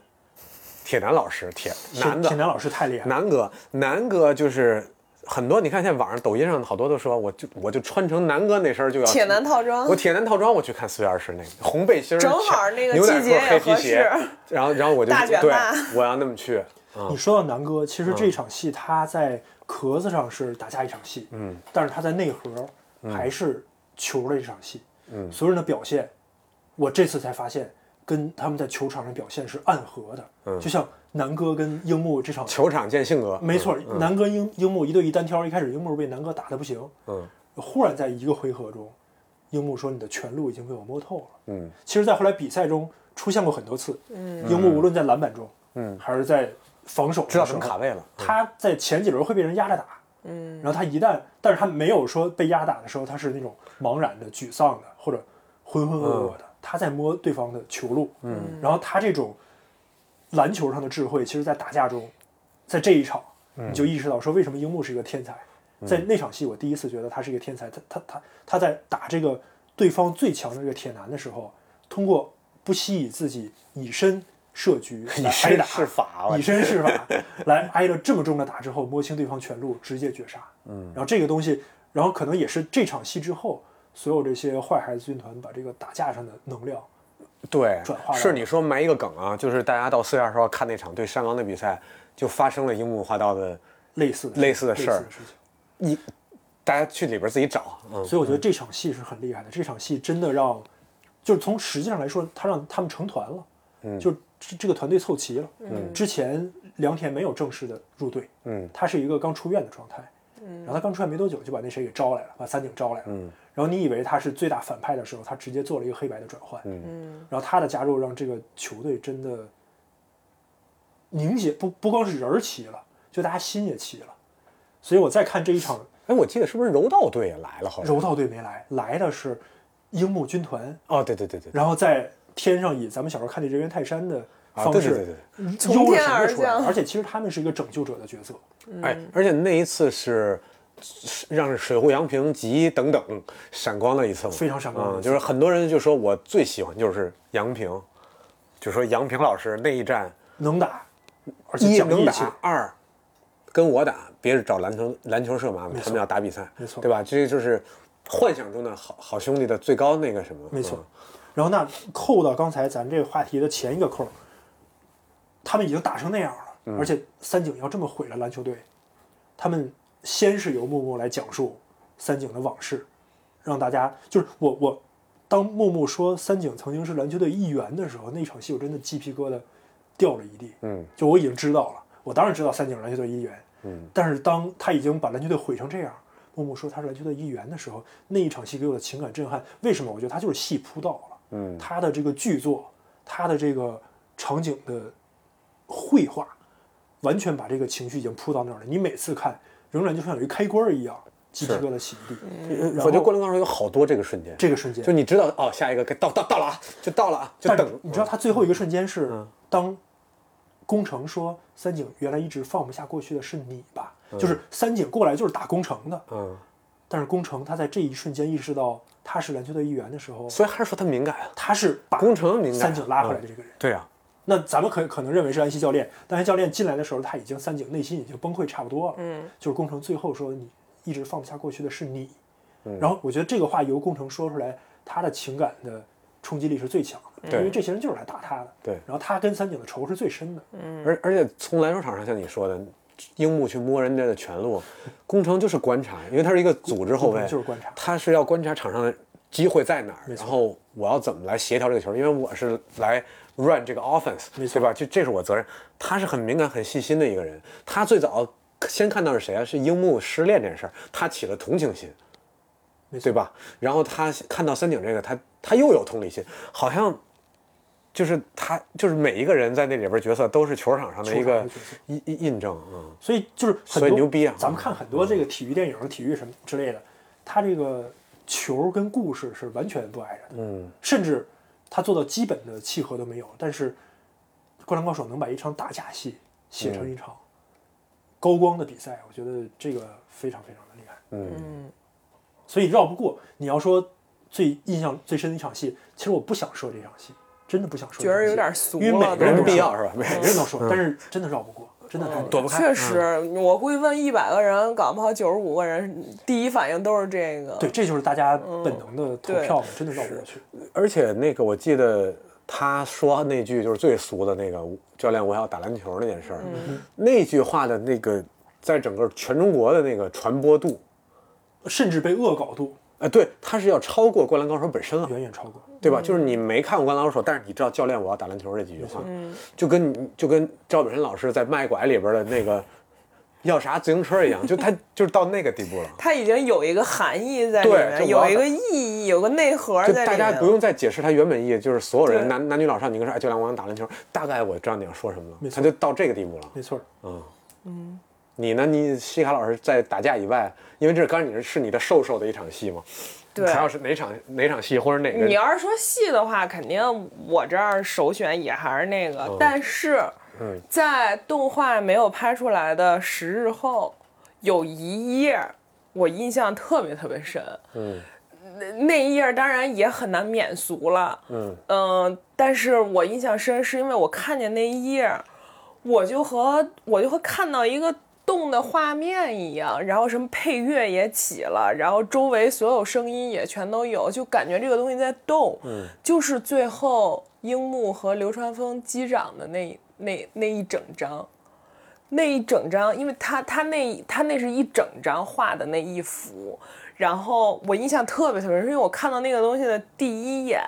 B: 铁男老师，铁男的
C: 铁男老师太厉害了，
B: 南哥，南哥就是很多，你看现在网上、抖音上好多都说，我就我就穿成南哥那身儿就要
A: 铁男套装
B: 我铁男套装我去看四月二十那个红背心儿，
A: 正好
B: 浅
A: 那个
B: 牛仔
A: 季节
B: 裤、黑
A: 也
B: 皮
A: 合
B: 鞋
A: 适，
B: 然后然后我就
A: 大卷
B: 对
A: 发，
B: 我要那么去，
C: 你说到南哥，其实这场戏他在壳子上是打架一场戏，嗯，但是他在内核还是球的一场戏，嗯，所有人的表现，我这次才发现跟他们在球场上表现是暗合的，嗯，就像南哥跟樱木这场，
B: 球场见性格，
C: 没错，南哥樱樱木一对一单挑，一开始樱木是被南哥打的不行，
B: 嗯，
C: 忽然在一个回合中，樱木说你的全路已经被我摸透了，
B: 嗯，
C: 其实，在后来比赛中出现过很多次，嗯，樱木无论在篮板中，嗯，还是在防守，
B: 知道什么卡位了，
C: 他在前几轮会被人压着打，嗯，然后他一旦，但是他没有说被压打的时候，他是那种茫然的、沮丧的或者浑浑噩噩的，他在摸对方的球路，嗯，然后他这种篮球上的智慧，其实在打架中，在这一场你就意识到说为什么樱木是一个天才，在那场戏我第一次觉得他是一个天才，他他他他在打这个对方最强的这个铁男的时候，通过不惜以自己以身。设局
B: 哎
C: 来挨打，
B: 法啊
C: 以身试法，来挨了这么重的打之后，摸清对方全路，直接绝杀。嗯，然后这个东西，然后可能也是这场戏之后，所有这些坏孩子军团把这个打架上的能量，
B: 对
C: 转化，了
B: 是你说埋一个梗啊，就是大家到四月二十号看那场对山王的比赛，就发生了樱木花道的
C: 类似的
B: 类似的
C: 类似
B: 事儿
C: 的事情。
B: 一，大家去里边自己找，嗯，
C: 所以我觉得这场戏是很厉害的，这场戏真的让，就是从实际上来说，他让他们成团了，嗯，就这这个团队凑齐了，嗯，之前良田没有正式的入队，
B: 嗯，
C: 他是一个刚出院的状态，嗯，然后他刚出院没多久就把那谁给招来了，把三井招来了，嗯，然后你以为他是最大反派的时候，他直接做了一个黑白的转换，嗯，然后他的加入让这个球队真的凝结，不不光是人儿齐了，就大家心也齐了，所以我再看这一场。
B: 哎，我记得是不是柔道队也来了？好像
C: 柔道队没来，来的是樱木军团，
B: 哦，对对对对，对
C: 然后在天上以咱们小时候看那人猿泰山的
B: 啊
C: 方
B: 对对对
C: 式嗯
B: 对。
A: 从
C: 悠着
A: 天
C: 绳
A: 而
C: 子出来，
A: 降
C: 而且其实他们是一个拯救者的角色，
B: 哎，而且那一次是是让水户洋平及等等闪光的一次嘛，
C: 非常闪光的一
B: 嗯，
C: 次
B: 就是很多人就说我最喜欢就是杨平，就说杨平老师那一战，
C: 能打，而且
B: 一
C: 讲
B: 能
C: 义气，
B: 打，二跟我打，别找篮球篮球社麻烦，他们要打比赛，
C: 没错
B: 对吧？这就是幻想中的好好兄弟的最高那个什么，
C: 没错。然后那扣到刚才咱这个话题的前一个扣儿，他们已经打成那样了，而且三井要这么毁了篮球队，他们先是由木木来讲述三井的往事，让大家就是我我当木木说三井曾经是篮球队一员的时候，那场戏我真的鸡皮疙瘩掉了一地。
B: 嗯，
C: 就我已经知道了，我当然知道三井是篮球队一员。嗯，但是当他已经把篮球队毁成这样，木木说他是篮球队一员的时候，那一场戏给我的情感震撼，为什么？我觉得他就是戏扑到了。嗯，他的这个剧作，他的这个场景的绘画，完全把这个情绪已经扑到那儿了。你每次看，仍然就像有一开关儿一样，鸡皮疙瘩起一地。
B: 嗯。我觉得灌篮高手有好多这个瞬间，
C: 呃这个瞬间
B: 就，你知道哦，下一个该到到到了啊，就到了啊，就
C: 但
B: 等。
C: 你知道他最后一个瞬间是当工程说三井原来一直放不下过去的是你吧？就是三井过来就是打工程的，
B: 嗯，
C: 但是宫城他在这一瞬间意识到他是篮球队一员的时候，
B: 所以还是说他敏感啊，
C: 他是把
B: 工程敏感，
C: 三井拉回来的这个人。
B: 对啊，
C: 那咱们可可能认为是安西教练，但安西教练进来的时候，他已经三井内心已经崩溃差不多了。嗯，就是工程最后说你一直放不下过去的是你。
B: 嗯
C: 然后我觉得这个话由工程说出来，他的情感的冲击力是最强的，
B: 对
C: 因为这些人就是来打他的。
B: 对
C: 然后他跟三井的仇是最深的。
B: 而而且从篮球场上，像你说的，樱木去摸人家的全路，工程就是观察，因为他是一个组织后卫，
C: 嗯就是观察
B: 他是要观察场上的机会在哪儿，然后我要怎么来协调这个球，因为我是来 run 这个 offense，对吧？就这是我责任。他是很敏感、很细心的一个人。他最早先看到是谁啊？是樱木失恋这件事儿，他起了同情心。
C: 没错
B: 对吧？然后他看到三井这个，他他又有同理心，好像就是他就是每一个人在那里边角色都是球场上的一
C: 球场
B: 个
C: 的角色
B: 印印印证啊、
C: 所以就是很
B: 所
C: 多
B: 以牛逼啊
C: 咱们看很多这个体育电影、体育什么之类的，它这个球跟故事是完全不挨着的，嗯，甚至它做到基本的契合都没有。但是《灌篮高手》能把一场打架戏写成一场高光的比赛，我觉得这个非常非常的厉害。
A: 嗯，
C: 所以绕不过。你要说最印象最深的一场戏，其实我不想说这场戏，真的不想说这
A: 觉
C: 场戏，
A: 得有点俗
C: 因为每
A: 了
C: 个
A: 都
C: 人
B: 没
C: 都
B: 必
C: 说
B: 要是吧？没
C: 每个人都说，但是真的绕不过，真的太
A: 哦
C: 厉害
B: 躲不
A: 嗯
B: 开。嗯
A: 确实，我估计问一百个人，搞不好九十五个人第一反应都是这个。
C: 对，，这就是大家本能
A: 嗯
C: 的投票嘛，真的绕不过去。
B: 而且那个我记得他说那句就是最俗的那个教练，我要打篮球那件事儿，
A: 嗯
B: 那句话的那个在整个全中国的那个传播度，
C: 甚至被恶搞度
B: 呃，对，他是要超过《灌篮高手》本身啊。
A: 嗯
C: 远远超过。
B: 对吧？就是你没看过《灌篮高手》，但是你知道教练我要打篮球这几句话，
A: 嗯
B: 就跟你就跟赵本山老师在《卖拐》里边的那个要啥自行车一样， 就他就是到那个地步了。
A: 它已经有一个含义在里
B: 对
A: 面，
B: 就我要
A: 有一个意义，有个内核
B: 就
A: 在里
B: 大
A: 面。
B: 家不用再解释他原本意义，就是所有人
A: 对
B: 男男女老少，你跟说哎，教练我想打篮球，大概我知道你要说什么了，
C: 错
B: 他就到这个地步了。
C: 没错，
B: 你呢？你西卡老师在打架以外，因为这刚才你是是你的瘦瘦的一场戏嘛，
A: 对
B: 还要是哪场哪场戏或者哪个
A: 你要是说戏的话，肯定我这儿首选也还是那个，
B: 嗯
A: 但是在动画没有拍出来的十日后，有一页我印象特别特别深。
B: 嗯
A: 那，那一页当然也很难免俗了。
B: 嗯
A: 嗯，但是我印象深是因为我看见那一页，我就和我就和看到一个动的画面一样，然后什么配乐也起了，然后周围所有声音也全都有，就感觉这个东西在动。嗯，就是最后樱木和流川枫击掌的那那那一整张。那一整张，因为他他那他那是一整张画的那一幅，然后我印象特别特别深，因为我看到那个东西的第一眼，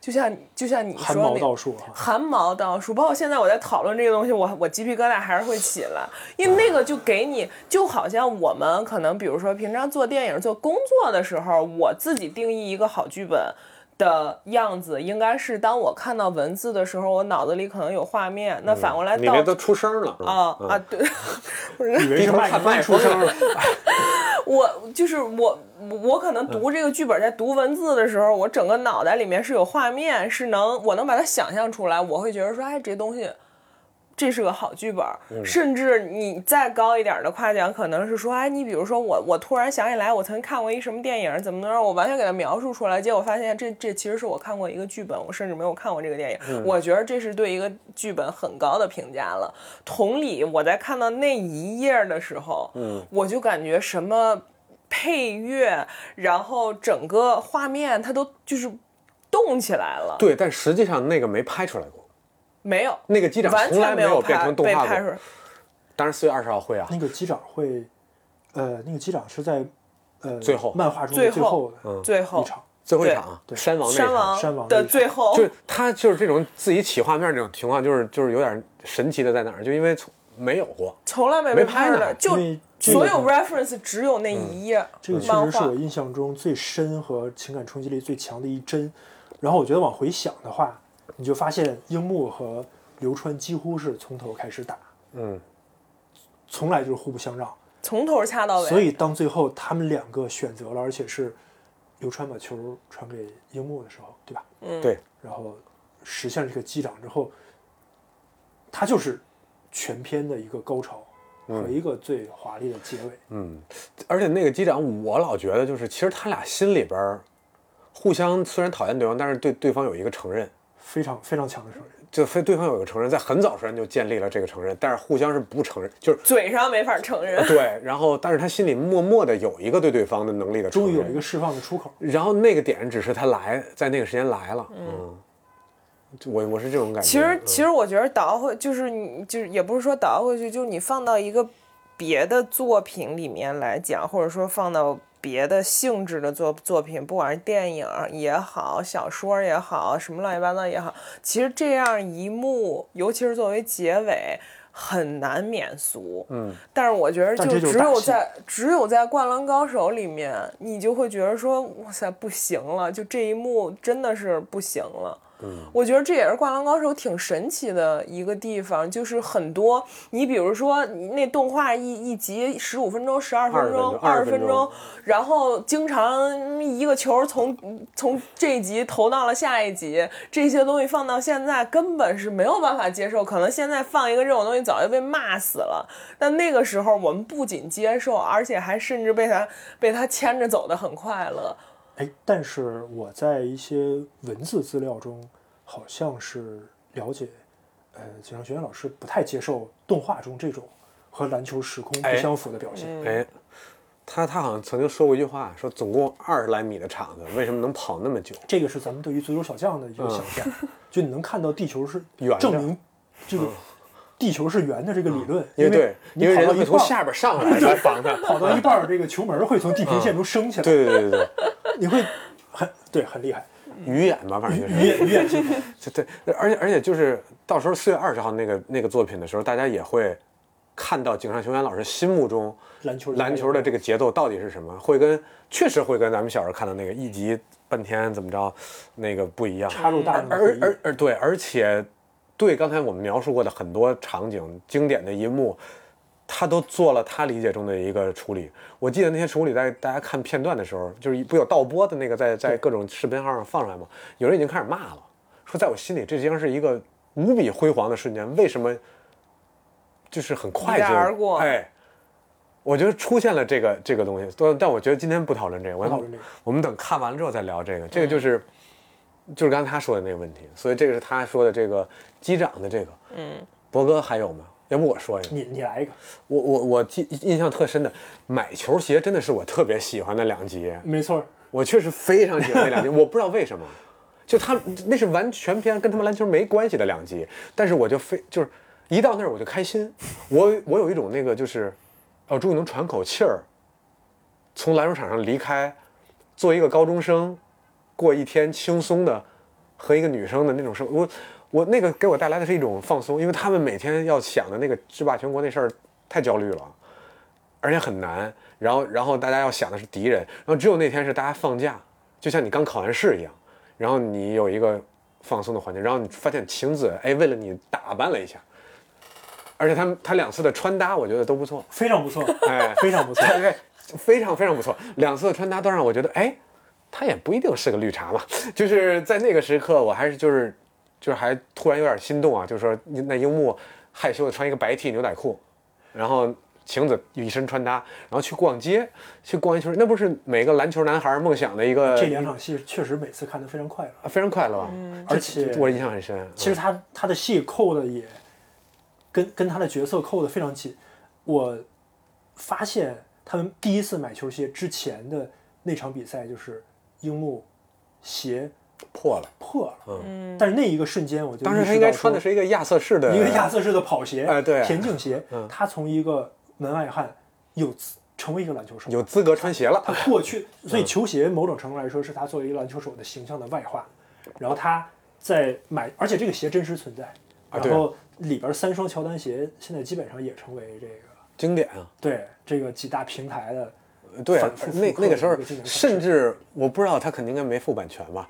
A: 就像就像你
C: 汗
A: 说
C: 毛
A: 那
C: 倒竖啊 哈。
A: 汗毛倒竖，包括现在我在讨论这个东西，我我鸡皮疙瘩还是会起来，因为那个就给你，就好像我们可能比如说平常做电影、做工作的时候，我自己定义一个好剧本。的样子应该是，当我看到文字的时候，我脑子里可能有画面。那反过来
B: 你
A: 倒
B: 这都出声了
A: 啊啊，对，不是
C: 以为是麦麦出声了，
A: 我就是我，我我可能读这个剧本，在读文字的时候，我整个脑袋里面是有画面，是能我能把它想象出来，我会觉得说，哎，这东西。这是个好剧本，甚至你再高一点的夸奖，可能是说，哎，你比如说我，我突然想起来，我曾看过一什么电影，怎么能让我完全给它描述出来？结果发现这这其实是我看过一个剧本，我甚至没有看过这个电影。我觉得这是对一个剧本很高的评价了。同理，我在看到那一页的时候，
B: 嗯
A: 我就感觉什么配乐，然后整个画面它都就是动起来了，
B: 对，但实际上那个没拍出来过，
A: 没有，
B: 那个机长
A: 完
B: 从来
A: 全
B: 没
A: 有
B: 变
A: 拍
B: 成动
A: 被
B: 画
A: 拍出
B: 过。
A: 来。
B: 当然四月二十号会啊，
C: 那个机长会，呃，那个机长是在，呃，
B: 最后
C: 漫画中
A: 最
C: 的
A: 后嗯
C: 最后
A: 最后
C: 的一场，
B: 最后一
A: 对
B: 场啊山王那
A: 山
B: 场
C: 山王
A: 王
C: 那
A: 的
C: 一
A: 最后，
B: 就是他就是这种自己起画面这种情况，就是就是有点神奇的在哪儿，就因为从没有过，
A: 从来没被
B: 没拍
A: 出
B: 呢
A: 来，就
C: 因为这个嗯
A: 所有 reference 只有那一页
C: 这个确
A: 漫
C: 实是
A: 画
C: 我。印象中最深和情感冲击力最强的一帧。然后我觉得往回想的话，你就发现樱木和流川几乎是从头开始打，
B: 嗯，
C: 从来就是互不相让。
A: 从头掐到尾，
C: 所以当最后他们两个选择了，而且是流川把球传给樱木的时候，对吧？
A: 嗯
B: 对，
C: 然后实现了这个击掌之后，他就是全篇的一个高潮。和一个最华丽的结尾。
B: 而且那个机长，我老觉得就是，其实他俩心里边儿互相虽然讨厌对方，但是对对方有一个承认，
C: 非常非常强的声音，
B: 就非对方有一个承认，在很早时间就建立了这个承认，但是互相是不承认，就是
A: 嘴上没法承认。
B: 对，然后但是他心里默默的有一个对对方的能力的承
C: 终于
B: 认，
C: 有一个释放的出口。
B: 然后那个点只是他来，在那个时间来了，嗯，就我我是这种感觉。
A: 其实
B: 嗯，
A: 其实我觉得倒回就是你，就是也不是说倒回去，就是你放到一个别的作品里面来讲，或者说放到别的性质的作作品，不管是电影也好，小说也好，什么乱七八糟也好，其实这样一幕，尤其是作为结尾。很难免俗，嗯，但是我觉得
C: 但
A: 就
C: 这就是
A: 只
C: 大
A: 有
C: 戏
A: 在只有在《灌篮高手》里面，你就会觉得说，哇塞，不行了，就这一幕真的是不行了。我觉得这也是《灌篮高手》挺神奇的一个地方，就是很多你比如说你那动画一一集十五分钟、十二分钟、
B: 20
A: 二十分
B: 分钟
A: 钟，然后经常一个球从从这一集投到了下一集，这些东西放到现在根本是没有办法接受，可能现在放一个这种东西早就被骂死了，但那个时候我们不仅接受，而且还甚至被他被他牵着走的很快乐。
C: 哎，但是我在一些文字资料中，好像是了解，呃，景阳学院老师不太接受动画中这种和篮球时空不
B: 哎
C: 相符的表现。
B: 哎，他他好像曾经说过一句话，说总共二十来米的场子，为什么能跑那么久？
C: 这个是咱们对于足球小将的一个想象，就你能看到地球是
B: 嗯圆的嗯
C: 证明这个地球是圆的这个理论，
B: 因为对，因
C: 因
B: 为
C: 你跑
B: 人
C: 到
B: 会
C: 一
B: 从
C: 半儿
B: 下边上来来防他。
C: 跑到一半儿，这个球门会从地平线中升起来，
B: 对对对对
C: 你会很对很厉害，
B: 对，鱼眼吧，反正就是
C: 鱼眼鱼眼睛
B: 对对，而且而且就是到时候四月二十号那个那个作品的时候，大家也会看到井上雄彦老师心目中
C: 篮球
B: 篮球的这个节奏到底是什么，会跟确实会跟咱们小时候看到那个一集半天怎么着那个不一样。
C: 插入大脑的
B: 而
C: 回忆
B: 而而对，而且对刚才我们描述过的很多场景、经典的一幕，他都做了他理解中的一个处理。我记得那些处理在大家看片段的时候，就是不有倒播的那个在在各种视频号上放出来吗？有人已经开始骂了，说在我心里这将是一个无比辉煌的瞬间，为什么就是很快
A: 一
B: 就
A: 带而过
B: 哎。我觉得出现了这个这个东西，但但我觉得今天不讨论这个，我们
C: 不讨论这个
B: 我们等看完了之后再聊这个。这个就是、就是刚才他说的那个问题，所以这个是他说的这个机长的这个，嗯，博哥还有吗？要不我说一个，
C: 你你来一个，
B: 我我我记印象特深的买球鞋真的是我特别喜欢的两集，
C: 没错儿，
B: 我确实非常喜欢那两集，我不知道为什么，就他那是完全篇跟他们篮球没关系的两集，但是我就非就是一到那儿我就开心，我我有一种那个就是，哦，终于能喘口气儿，从篮球场上离开，做一个高中生，过一天轻松的和一个女生的那种生活，我我那个给我带来的是一种放松，因为他们每天要想的那个制霸全国那事儿太焦虑了。而且很难。然后，然后大家要想的是敌人，然后只有那天是大家放假，就像你刚考完试一样，然后你有一个放松的环境，然后你发现晴子哎为了你打扮了一下，而且他他两次的穿搭我觉得都不错，
C: 非常不错，
B: 哎，
C: 非常不 错，
B: 对，非常非常不错。两次的穿搭都让我觉得，哎，他也不一定是个绿茶嘛。就是在那个时刻，我还是就是就是还突然有点心动啊，就是说那樱木害羞的穿一个白 T 牛仔裤，然后晴子一身穿搭，然后去逛街，去逛一圈，那不是每个篮球男孩梦想的一个
C: 这两场戏确实每次看得非常快乐，
B: 啊非常快乐啊，
C: 而且
B: 我印象很深。啊
C: 其实他他的戏扣的也跟跟他的角色扣的非常紧。我发现他们第一次买球鞋之前的那场比赛，就是樱木鞋
B: 破了，
C: 破了，嗯，但是那一个瞬间我就
B: 当
C: 意
B: 时
C: 识
B: 他应该
C: 到说
B: 穿的是一个亚瑟士的
C: 一个亚瑟士的跑鞋，
B: 哎对
C: 田径鞋，他从一个门外汉有资成为一个篮球手，
B: 有资格穿鞋了
C: 他，过去，
B: 嗯
C: 所以球鞋某种程度来说是他作为一个篮球手的形象的外化。然后他在买，而且这个鞋真实存在。
B: 啊
C: 然
B: 对
C: 后里边三双乔丹鞋现在基本上也成为这个
B: 经典啊。
C: 对这个几大平台的
B: 对啊
C: 反复，复
B: 那
C: 刻
B: 那个
C: 的
B: 时候
C: 一个经典款式
B: 甚至我不知道他肯定应该没付版权吧，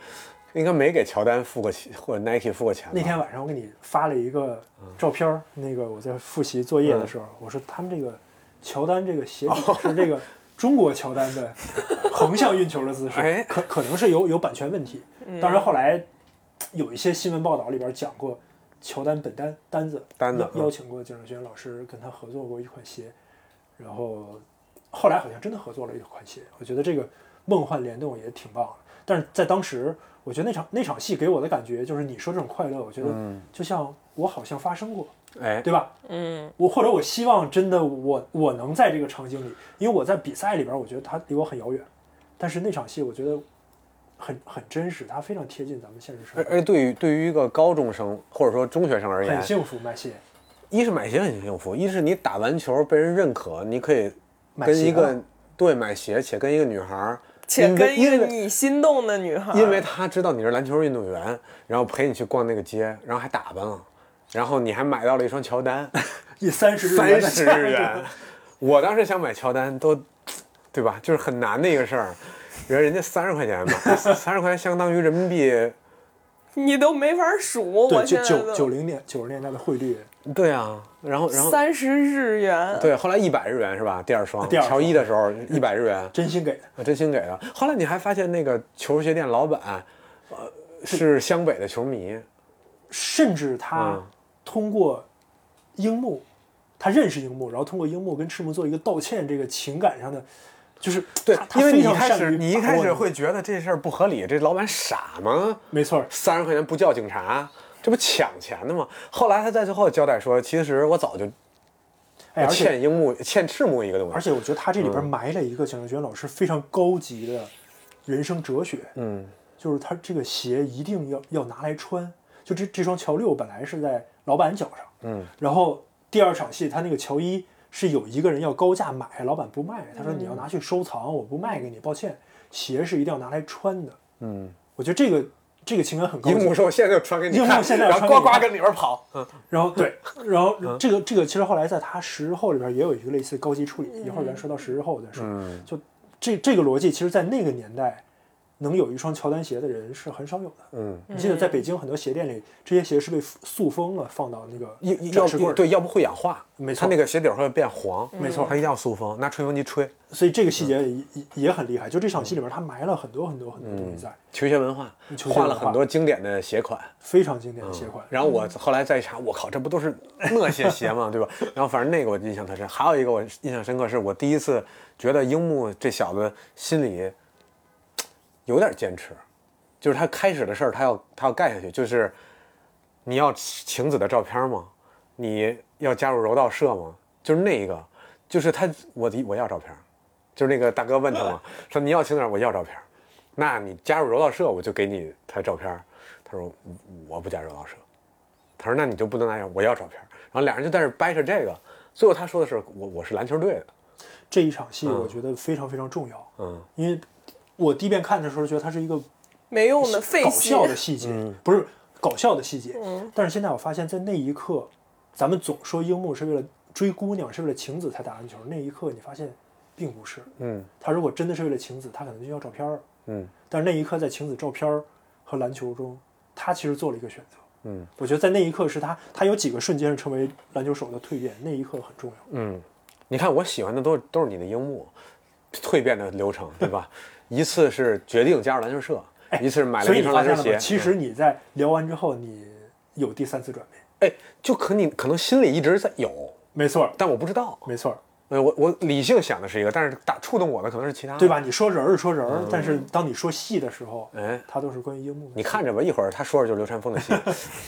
B: 应该没给乔丹付过钱或者 Nike 付过钱吧。
C: 那天晚上我给你发了一个
B: 嗯
C: 照片儿，那个我在复习作业的时候，我说他们这个乔丹这个鞋底
B: 哦
C: 是这个中国乔丹 的横向运球的姿势，
B: 哎
C: 可可能是有有版权问题。当然后来有一些新闻报道里边讲过，乔丹本单单子
B: 单子
C: 邀
B: 嗯
C: 邀请过景仁轩老师跟他合作过一款鞋，然后后来好像真的合作了一款鞋，我觉得这个梦幻联动也挺棒的。但是在当时，我觉得那场那场戏给我的感觉就是你说这种快乐，我觉得
B: 嗯
C: 就像我好像发生过，
B: 哎，
C: 对吧？
A: 嗯，
C: 我或者我希望真的我我能在这个场景里，因为我在比赛里边，我觉得它离我很遥远，但是那场戏我觉得很很真实，它非常贴近咱们现实生
B: 而
C: 活，
B: 而对于对于一个高中生或者说中学生而言
C: 很，幸福，麦谢。
B: 一是买鞋很幸福，一是你打完球被人认可，你可以
C: 买
B: 跟
C: 鞋
B: 一个
C: 了
B: 对买鞋，且跟一个女孩儿，
A: 且
B: 因为
A: 跟一
B: 因
A: 个
B: 为
A: 你心动的女孩，
B: 因为她知道你是篮球运动员，然后陪你去逛那个街，然后还打扮了，然后你还买到了一双乔丹，
C: 以三十
B: 三十日元，我当时想买乔丹都，对吧？就是很难的一个事儿，人人家三十块钱买， 三十块钱相当于人民币。
A: 你都没法数。我
C: 对，
A: 现
C: 九
A: 在
B: 啊
C: 九九
A: 都
C: 零年九十年代的汇率，
B: 对啊，然后然后
A: 三十日元，
B: 对，后来一百日元是吧？第二双
C: 第二双
B: 乔一的时候一百日元，
C: 真心给的。
B: 啊，真心给的。后来你还发现那个球鞋店老板，呃，是湘北的球迷，
C: 甚至他
B: 嗯
C: 通过樱木，他认识樱木，然后通过樱木跟赤木做一个道歉，这个情感上的，就是
B: 对
C: 他，他
B: 因为你一
C: 非常
B: 开
C: 善
B: 始
C: 于
B: 你一
C: 把握
B: 开始
C: 那个
B: 会觉得这事儿不合理，这老板傻吗？
C: 没错儿，
B: 三十块钱不叫警察，这不抢钱的吗？后来他在最后交代说，其实我早就
C: 哎，
B: 我
C: 而且
B: 欠樱木、欠赤木一个东
C: 而
B: 西。
C: 且我觉得他这里边
B: 嗯
C: 埋了一个蒋秀娟老师非常高级的人生哲学，
B: 嗯，
C: 就是他这个鞋一定要要拿来穿。就这这双乔六本来是在老板脚上，
B: 嗯，
C: 然后第二场戏他那个乔一是有一个人要高价买，老板不卖，他说你
B: 嗯
C: 要拿去收藏，我不卖给你，抱歉，鞋是一定要拿来穿的。
B: 嗯，
C: 我觉得这个这个情感很高
B: 樱
C: 级
B: 木。说：“我现在就传给你
C: 樱木
B: 看。”
C: 现在就
B: 然后
C: 传给
B: 呱
C: 你
B: 呱
C: 看
B: 跟里边跑。嗯，
C: 然后对，嗯然后这个这个其实后来在他十日后里边也有一个类似高级处理，一会儿咱说到十日后再说。就这这个逻辑，其实，在那个年代，能有一双乔丹鞋的人是很少有的。
B: 嗯，
C: 你记得在北京很多鞋店里，这些鞋是被塑封了，放到那个
B: 要
C: 展示柜
B: 要
C: 儿。
B: 对，要不会氧化，
C: 没错
B: 它那个鞋底儿会变黄，
C: 没错
B: 它一定要塑封，拿吹风机吹。
C: 所以这个细节也也也很厉害。就这场戏里边，他埋了很多很多很多东西在，
B: 球鞋文化
C: 球鞋文化
B: 画了很多经典的鞋款，
C: 非常经典的鞋款。
B: 嗯然后我后来再一查，我靠，这不都是那些鞋吗？对吧？然后反正那个我印象特深，还有一个我印象深刻，是我第一次觉得樱木这小子心里有点坚持，就是他开始的事儿，他要他要干下去，就是你要晴子的照片吗？你要加入柔道社吗？就是那一个，就是他，我的我要照片，就是那个大哥问他嘛，说你要晴子，我要照片，那你加入柔道社，我就给你他照片。他说我我不加柔道社，他说那你就不能那样，我要照片。然后俩人就在这儿掰扯这个，最后他说的是我我是篮球队的，
C: 这一场戏我觉得非常非常重要，
B: 嗯，
C: 因为我第一遍看的时候觉得它是一个
A: 没用的废
C: 搞
A: 戏。
C: 笑的细节，
B: 嗯
C: 不是搞笑的细节。但是现在我发现，在那一刻，咱们总说樱木是为了追姑娘，是为了晴子才打篮球。那一刻，你发现并不是。
B: 嗯
C: 他如果真的是为了晴子，他可能就要照片儿。
B: 嗯
C: 但是那一刻，在晴子照片儿和篮球中，他其实做了一个选择。
B: 嗯
C: 我觉得在那一刻是他，他有几个瞬间是成为篮球手的蜕变，那一刻很重要。
B: 嗯，你看我喜欢的都都是你的樱木蜕变的流程，对吧？一次是决定加入篮球社，一次是买
C: 哎所
B: 了
C: 以
B: 一
C: 你
B: 双
C: 发
B: 篮
C: 现
B: 球鞋嗯
C: 了吗？，其实你在聊完之后，你有第三次转变。
B: 哎，就可你可能心里一直在有，
C: 没错儿，
B: 但我不知道。
C: 没错儿。
B: 呃，我我理性想的是一个，但是打触动我的可能是其他的
C: 对？吧？你说人儿是说人儿，但是当你说戏的时候，
B: 嗯哎，
C: 它都是关于樱木的。
B: 你看着吧，一会儿他说着就是流川枫的戏。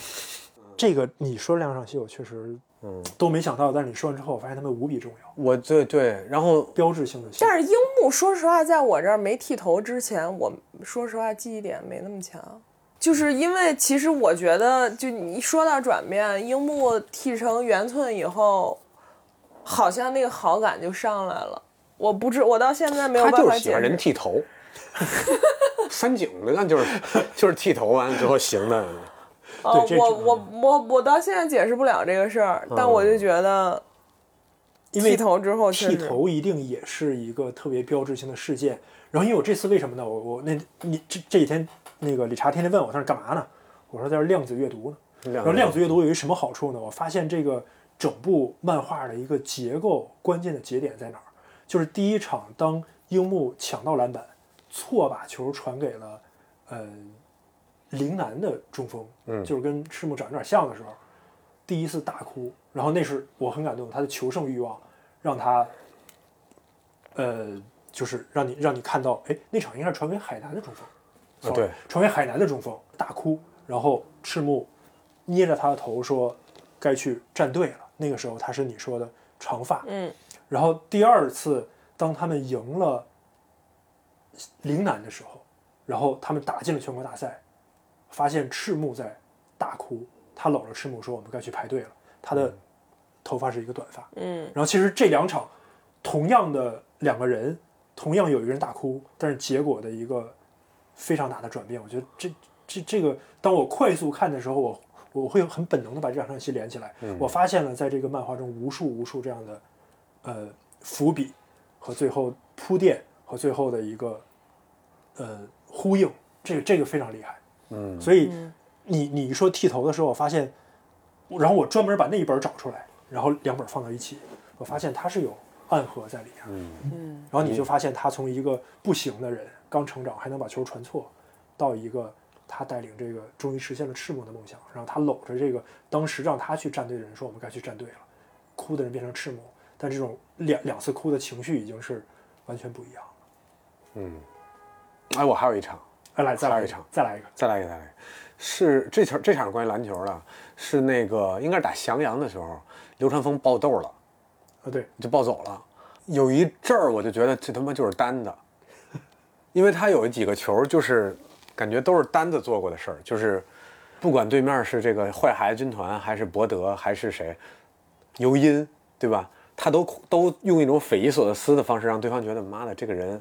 C: 这个，你说两场戏，我确实
B: 嗯，
C: 都没想到，但是你说完之后，我发现他们无比重要，
B: 我对对，然后
C: 标志性的戏
A: 但。是樱木，说实话，在我这儿没剃头之前，我说实话记忆点没那么强，就是因为其实我觉得，就你一说到转变，樱木剃成圆寸以后，好像那个好感就上来了。我不知，我到现在没有
B: 他
A: 办
B: 就
A: 法
B: 是喜
A: 解
B: 欢人
A: 释。
B: 剃头。三井的那就是就是剃头完了之后行的，
A: 呃
C: 对这
A: 我
C: 这嗯
A: 我我我到现在解释不了这个事儿，但我就觉得
C: 因为
A: 剃头之后确
C: 剃
A: 实
C: 头一定也是一个特别标志性的事件。然后因为我这次为什么呢？我我那你这这几天那个理查天天问我，他说干嘛呢？我说在这量子阅读呢。然后量子阅读有一什么好处呢？我发现这个整部漫画的一个结构关键的节点在哪儿？就是第一场当樱木抢到篮板，错把球传给了呃陵南的中锋，
B: 嗯
C: 就是跟赤木长得有点像的时候，第一次大哭，然后那是我很感动，他的求胜欲望让他，呃，就是让你让你看到，哎，那场应该是传为海南的中锋，
B: 啊对，
C: 传为海南的中锋大哭，然后赤木捏着他的头说该去站队了。那个时候他是你说的长发，
A: 嗯，
C: 然后第二次当他们赢了陵南的时候，然后他们打进了全国大赛，发现赤木在大哭，他搂着赤木说：“我们该去排队了。”他的头发是一个短发，
A: 嗯，
C: 然后其实这两场同样的两个人，同样有一个人大哭，但是结果的一个非常大的转变，我觉得这这这个，当我快速看的时候，我我会很本能的把这两场戏连起来，我发现了在这个漫画中无数无数这样的呃伏笔和最后铺垫和最后的一个呃呼应，这个这个非常厉害，嗯，所以你你一说剃头的时候，我发现。然后我专门把那一本找出来，然后两本放到一起，我发现它是有暗合在里面。嗯，然后你就发现他从一个不行的人，刚成长还能把球传错，到一个他带领这个终于实现了赤木的梦想，然后他搂着这个当时让他去站队的人说：“我们该去站队了。”哭的人变成赤木，但这种两两次哭的情绪已经是完全不一样了。
B: 哎，我还有一场，
C: 哎，来再
B: 还
C: 来
B: 有一场
C: 再来一个。
B: 再来一个，再来一个，是这球这场关于篮球的，是那个应该是打翔阳的时候，流川枫爆豆了，
C: 啊，对，
B: 就暴走了。有一阵儿我就觉得这他妈就是单的，因为他有几个球就是感觉都是单子做过的事儿，就是不管对面是这个坏孩子军团，还是博德，还是谁，尤因，对吧？他都都用一种匪夷所思的方式让对方觉得妈的这个人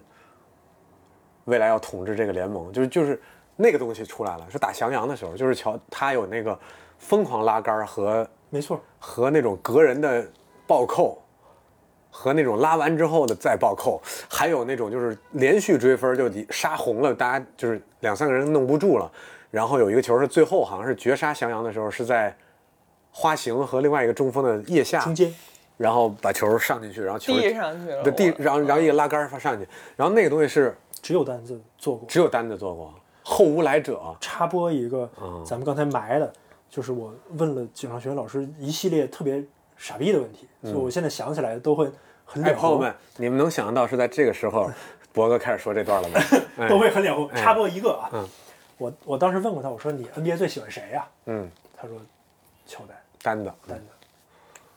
B: 未来要统治这个联盟，就是就是那个东西出来了。是打翔阳的时候，就是乔他有那个疯狂拉杆儿和
C: 没错，
B: 和那种隔人的暴扣，和那种拉完之后的再暴扣，还有那种就是连续追分就得杀红了，大家就是两三个人弄不住了。然后有一个球是最后好像是绝杀翔阳的时候，是在花形和另外一个中锋的腋下
C: 中间
B: 然后把球上进去，然后球
A: 递上去了
B: 对递
A: 我，
B: 然后然后一个拉杆儿上去，然后那个东西是
C: 只有单字做过。
B: 只有单子做过，后无来者，
C: 插播一个，
B: 嗯
C: 咱们刚才埋的，就是我问了井上学老师一系列特别傻逼的问题，所以我现在想起来都会
B: 嗯
C: 很
B: 哎，
C: 脸
B: 朋友
C: 红，
B: 们，你们能想象到是在这个时候，博哥开始说这段了 吗？哎
C: 都会很脸红。插播一个啊，我我当时问过他，我说你 NBA 最喜欢谁呀、
B: 嗯，
C: 他说乔丹。
B: 单子，
C: 单的。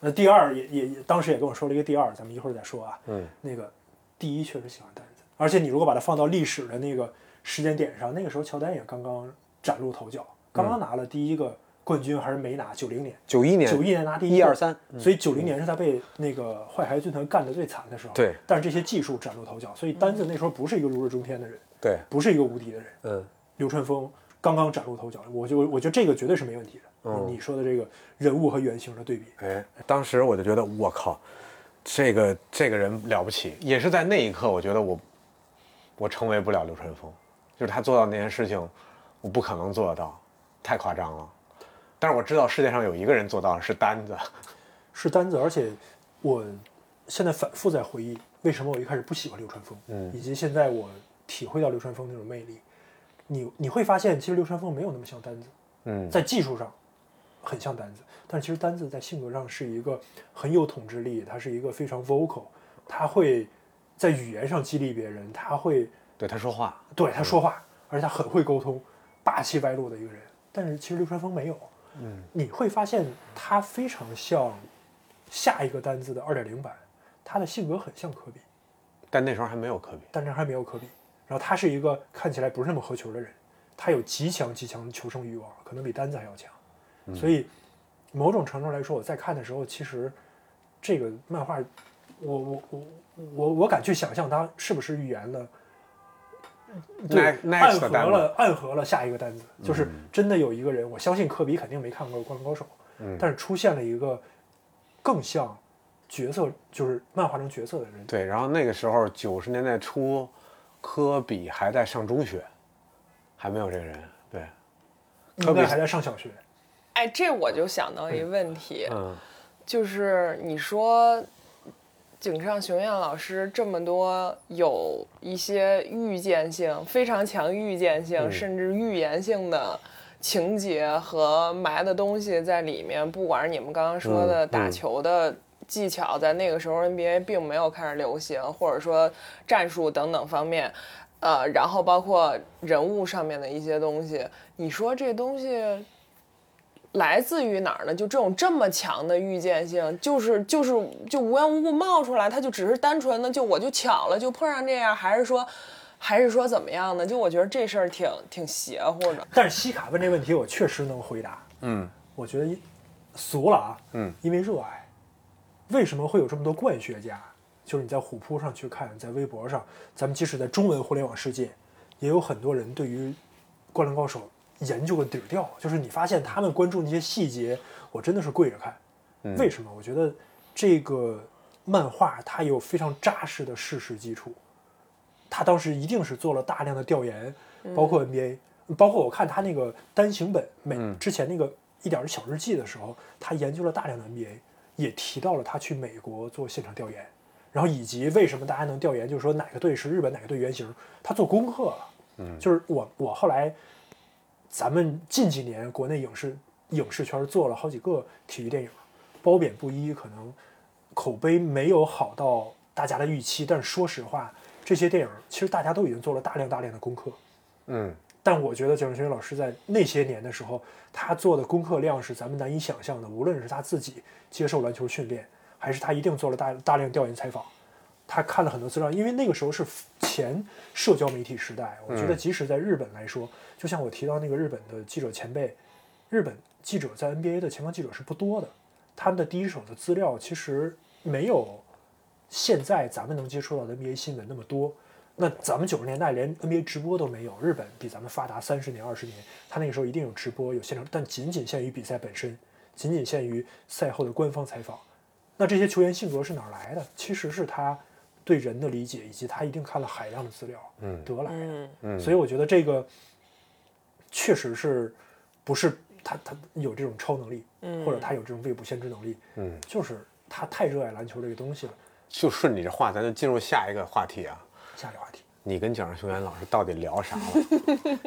C: 那第二也也也当时也跟我说了一个第二，咱们一会儿再说啊。嗯，那个第一确实喜欢单子，而且你如果把它放到历史的那个时间点上，那个时候乔丹也刚刚崭露头角，刚
B: 嗯
C: 刚拿了第一个冠军还是没拿，九零年，
B: 九一年，
C: 九一年拿第
B: 一
C: 个
B: 二三，嗯
C: 所以九零年是他被那个坏孩子军团干得最惨的时候。
B: 对，
C: 但是这些技术崭露头角，所以单子那时候不是一个如日中天的人，
B: 对，
C: 不是一个无敌的人。
B: 嗯，
C: 流川枫刚刚崭露头角，我就我觉得这个绝对是没问题的。
B: 嗯
C: 你说的这个人物和原型的对比，
B: 哎，当时我就觉得我靠，这个这个人了不起，也是在那一刻，我觉得我我成为不了流川枫，就是他做到那些事情，我不可能做得到，太夸张了。但是我知道世界上有一个人做到了，是单子，
C: 是单子，而且我现在反复在回忆，为什么我一开始不喜欢流川枫，嗯，以及现在我体会到流川枫那种魅力。你你会发现，其实流川枫没有那么像单子，
B: 嗯，
C: 在技术上很像单子，但是其实单子在性格上是一个很有统治力，他是一个非常 vocal，他会在语言上激励别人，他会
B: 对他说话，
C: 对他说话，而且他很会沟通，霸气外露的一个人。但是其实流川枫没有，嗯，你会发现他非常像下一个单字的二点零版，他的性格很像科比，
B: 但那时候还没有科比，
C: 但是还没有科比。然后他是一个看起来不是那么合群的人，他有极强极强的求生欲望，可能比单子还要强。
B: 嗯
C: 所以某种程度来说，我在看的时候，其实这个漫画，我我我我我敢去想象它是不是预言了。对
B: Next- next
C: 暗合
B: 的嗯单
C: 了，暗合了下一个单子，就是真的有一个人，我相信科比肯定没看过《灌篮高手》，
B: 嗯
C: 但是出现了一个更像角色，就是漫画中角色的人，
B: 对，然后那个时候九十年代初，科比还在上中学，还没有这个人，对，
C: 应
B: 科比
C: 该还在上小学。
A: 哎，这我就想到一问题，
B: 嗯，
A: 就是你说井上雄彦老师这么多有
B: 嗯
A: 一些预见性非常强预见性，甚至预言性的情节和埋的东西在里面。不管是你们刚刚说的打球的技巧，在那个时候 NBA 并没有开始流行，或者说战术等等方面，呃，然后包括人物上面的一些东西，你说这东西。来自于哪儿呢？就这种这么强的预见性，就是就是就无缘无故冒出来，它就只是单纯的就我就巧了，就碰上这样，还是说，还是说怎么样呢？就我觉得这事儿挺挺邪乎的。
C: 但是西卡问这问题，我确实能回答。
B: 嗯，
C: 我觉得俗了啊，
B: 嗯，
C: 因为热爱。为什么会有这么多惯学家？就是你在虎扑上去看，在微博上，咱们即使在中文互联网世界，也有很多人对于《灌篮高手》研究个底儿掉。就是你发现他们关注那些细节，我真的是跪着看。为什么？我觉得这个漫画它有非常扎实的事实基础，他当时一定是做了大量的调研，包括 NBA，、包括我看他那个单行本每之前那个一点儿小日记的时候，他研究了大量的 NBA，也提到了他去美国做现场调研，然后以及为什么大家能调研，就是说哪个队是日本哪个队原型，他做功课了。嗯，就是我我后来咱们近几年国内影视影视圈做了好几个体育电影，褒贬不一，可能口碑没有好到大家的预期。但是说实话，这些电影其实大家都已经做了大量大量的功课。
B: 嗯
C: 但我觉得蒋勋老师在那些年的时候，他做的功课量是咱们难以想象的。无论是他自己接受篮球训练，还是他一定做了大大量调研采访，他看了很多资料。因为那个时候是前社交媒体时代，我觉得即使在日本来说，就像我提到那个日本的记者前辈，日本记者在 NBA 的前方记者是不多的，他们的第一手的资料其实没有现在咱们能接触到的 NBA 新闻那么多。那咱们九十年代连 NBA 直播都没有，日本比咱们发达三十年、二十年，他那个时候一定有直播、有现场，但仅仅限于比赛本身，仅仅限于赛后的官方采访。那这些球员性格是哪儿来的？其实是他对人的理解，以及他一定看了海量的资料，嗯，得来的。
A: 嗯，
C: 所以我觉得这个确实是不是他他有这种超能力，或者他有这种未卜先知能力，
B: 嗯，
C: 就是他太热爱篮球这个东西了。
B: 就顺你这话，咱就进入下一个话题啊。
C: 下一个话题，
B: 你跟蒋秀元老师到底聊啥了？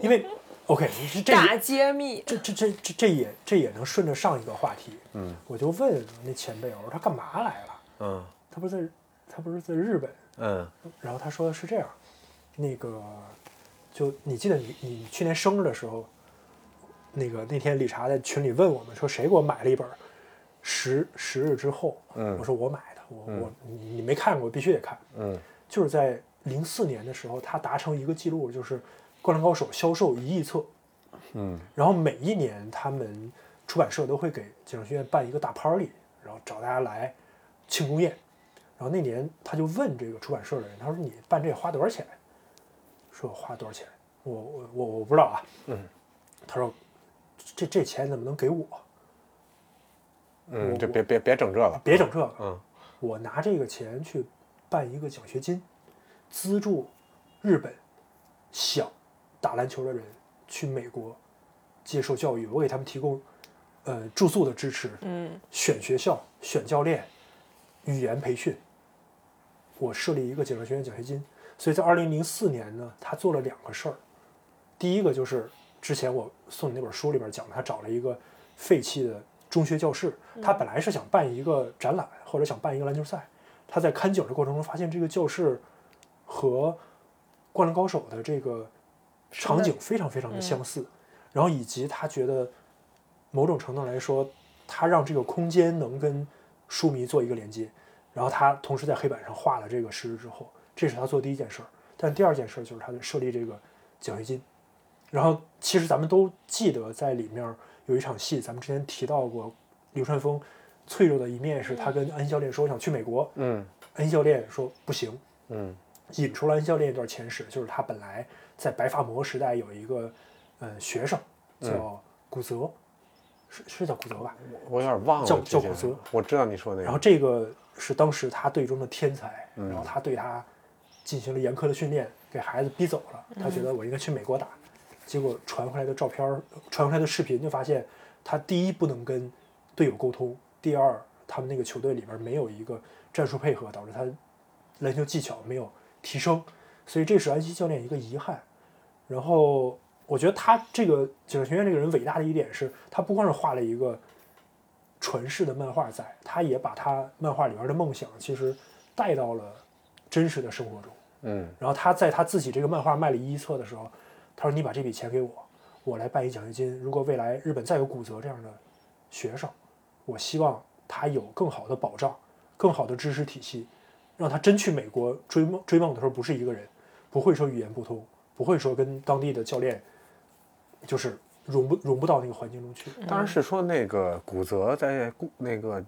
C: 因为 OK，这这
A: 大揭秘，
C: 这这这这这也这也能顺着上一个话题，嗯，我就问那前辈，我说他干嘛来了？
B: 嗯
C: 他不是在他不是在日本？
B: 嗯
C: 然后他说是这样，那个就你记得你你去年生日的时候，那个那天理查在群里问我们说谁给我买了一本《十十日之后》，
B: 嗯
C: 我说我买的，我、我你你没看过，我必须得看，
B: 嗯
C: 就是在零四年的时候，他达成一个记录，就是《灌篮高手》销售一亿册。
B: 嗯，
C: 然后每一年他们出版社都会给景学院办一个大 party，然后找大家来庆功宴。然后那年他就问这个出版社的人，他说：“你办这花多少钱？”说：“我花多少钱？我我我我不知道啊。”嗯，他说：“这这钱怎么能给我？
B: 嗯，就别别别整这个，
C: 啊别整这个，
B: 嗯
C: 我拿这个钱去办一个奖学金，资助日本小打篮球的人去美国接受教育，我给他们提供呃住宿的支持，
A: 嗯，
C: 选学校、选教练、语言培训。我设立一个警察学院奖学金，所以在二零零四年呢，他做了两个事儿。第一个就是之前我送你那本书里边讲的，他找了一个废弃的中学教室，他本来是想办一个展览或者想办一个篮球赛，他在看景的过程中发现这个教室和《灌篮高手》的这个场景非常非常的相似，然后以及他觉得某种程度来说，他让这个空间能跟书迷做一个连接，然后他同时在黑板上画了这个十日之后，这是他做第一件事儿。但第二件事儿就是他设立这个奖学金，然后其实咱们都记得在里面有一场戏，咱们之前提到过，流川枫脆弱的一面是他跟安西教练说我想去美国，
B: 嗯
C: 安西教练说不行，
B: 嗯
C: 引出了安西教练一段前史，就是他本来在白发魔时代有一个呃学生
B: 嗯
C: 叫古泽，是是叫古泽吧？
B: 我我有点忘了
C: 叫
B: 之前
C: 叫古泽
B: 我知道你说那个，
C: 然后这个是当时他队中的天才，然后他对他进行了严苛的训练，给孩子逼走了。他觉得我应该去美国打，结果传回来的照片儿、传回来的视频就发现，他第一不能跟队友沟通，第二他们那个球队里边没有一个战术配合，导致他篮球技巧没有提升，所以这是安西教练一个遗憾。然后我觉得他这个景学院这个人伟大的一点是，他不光是画了一个纯式的漫画在，他也把他漫画里边的梦想其实带到了真实的生活中。
B: 嗯
C: 然后他在他自己这个漫画卖了一册的时候，他说：“你把这笔钱给我，我来办一奖学金。如果未来日本再有骨折这样的学生，我希望他有更好的保障，更好的知识体系，让他真去美国追梦追梦的时候不是一个人，不会说语言不通，不会说跟当地的教练就是融不融不到那个环境中去。
B: 当然是说那个骨折在故那个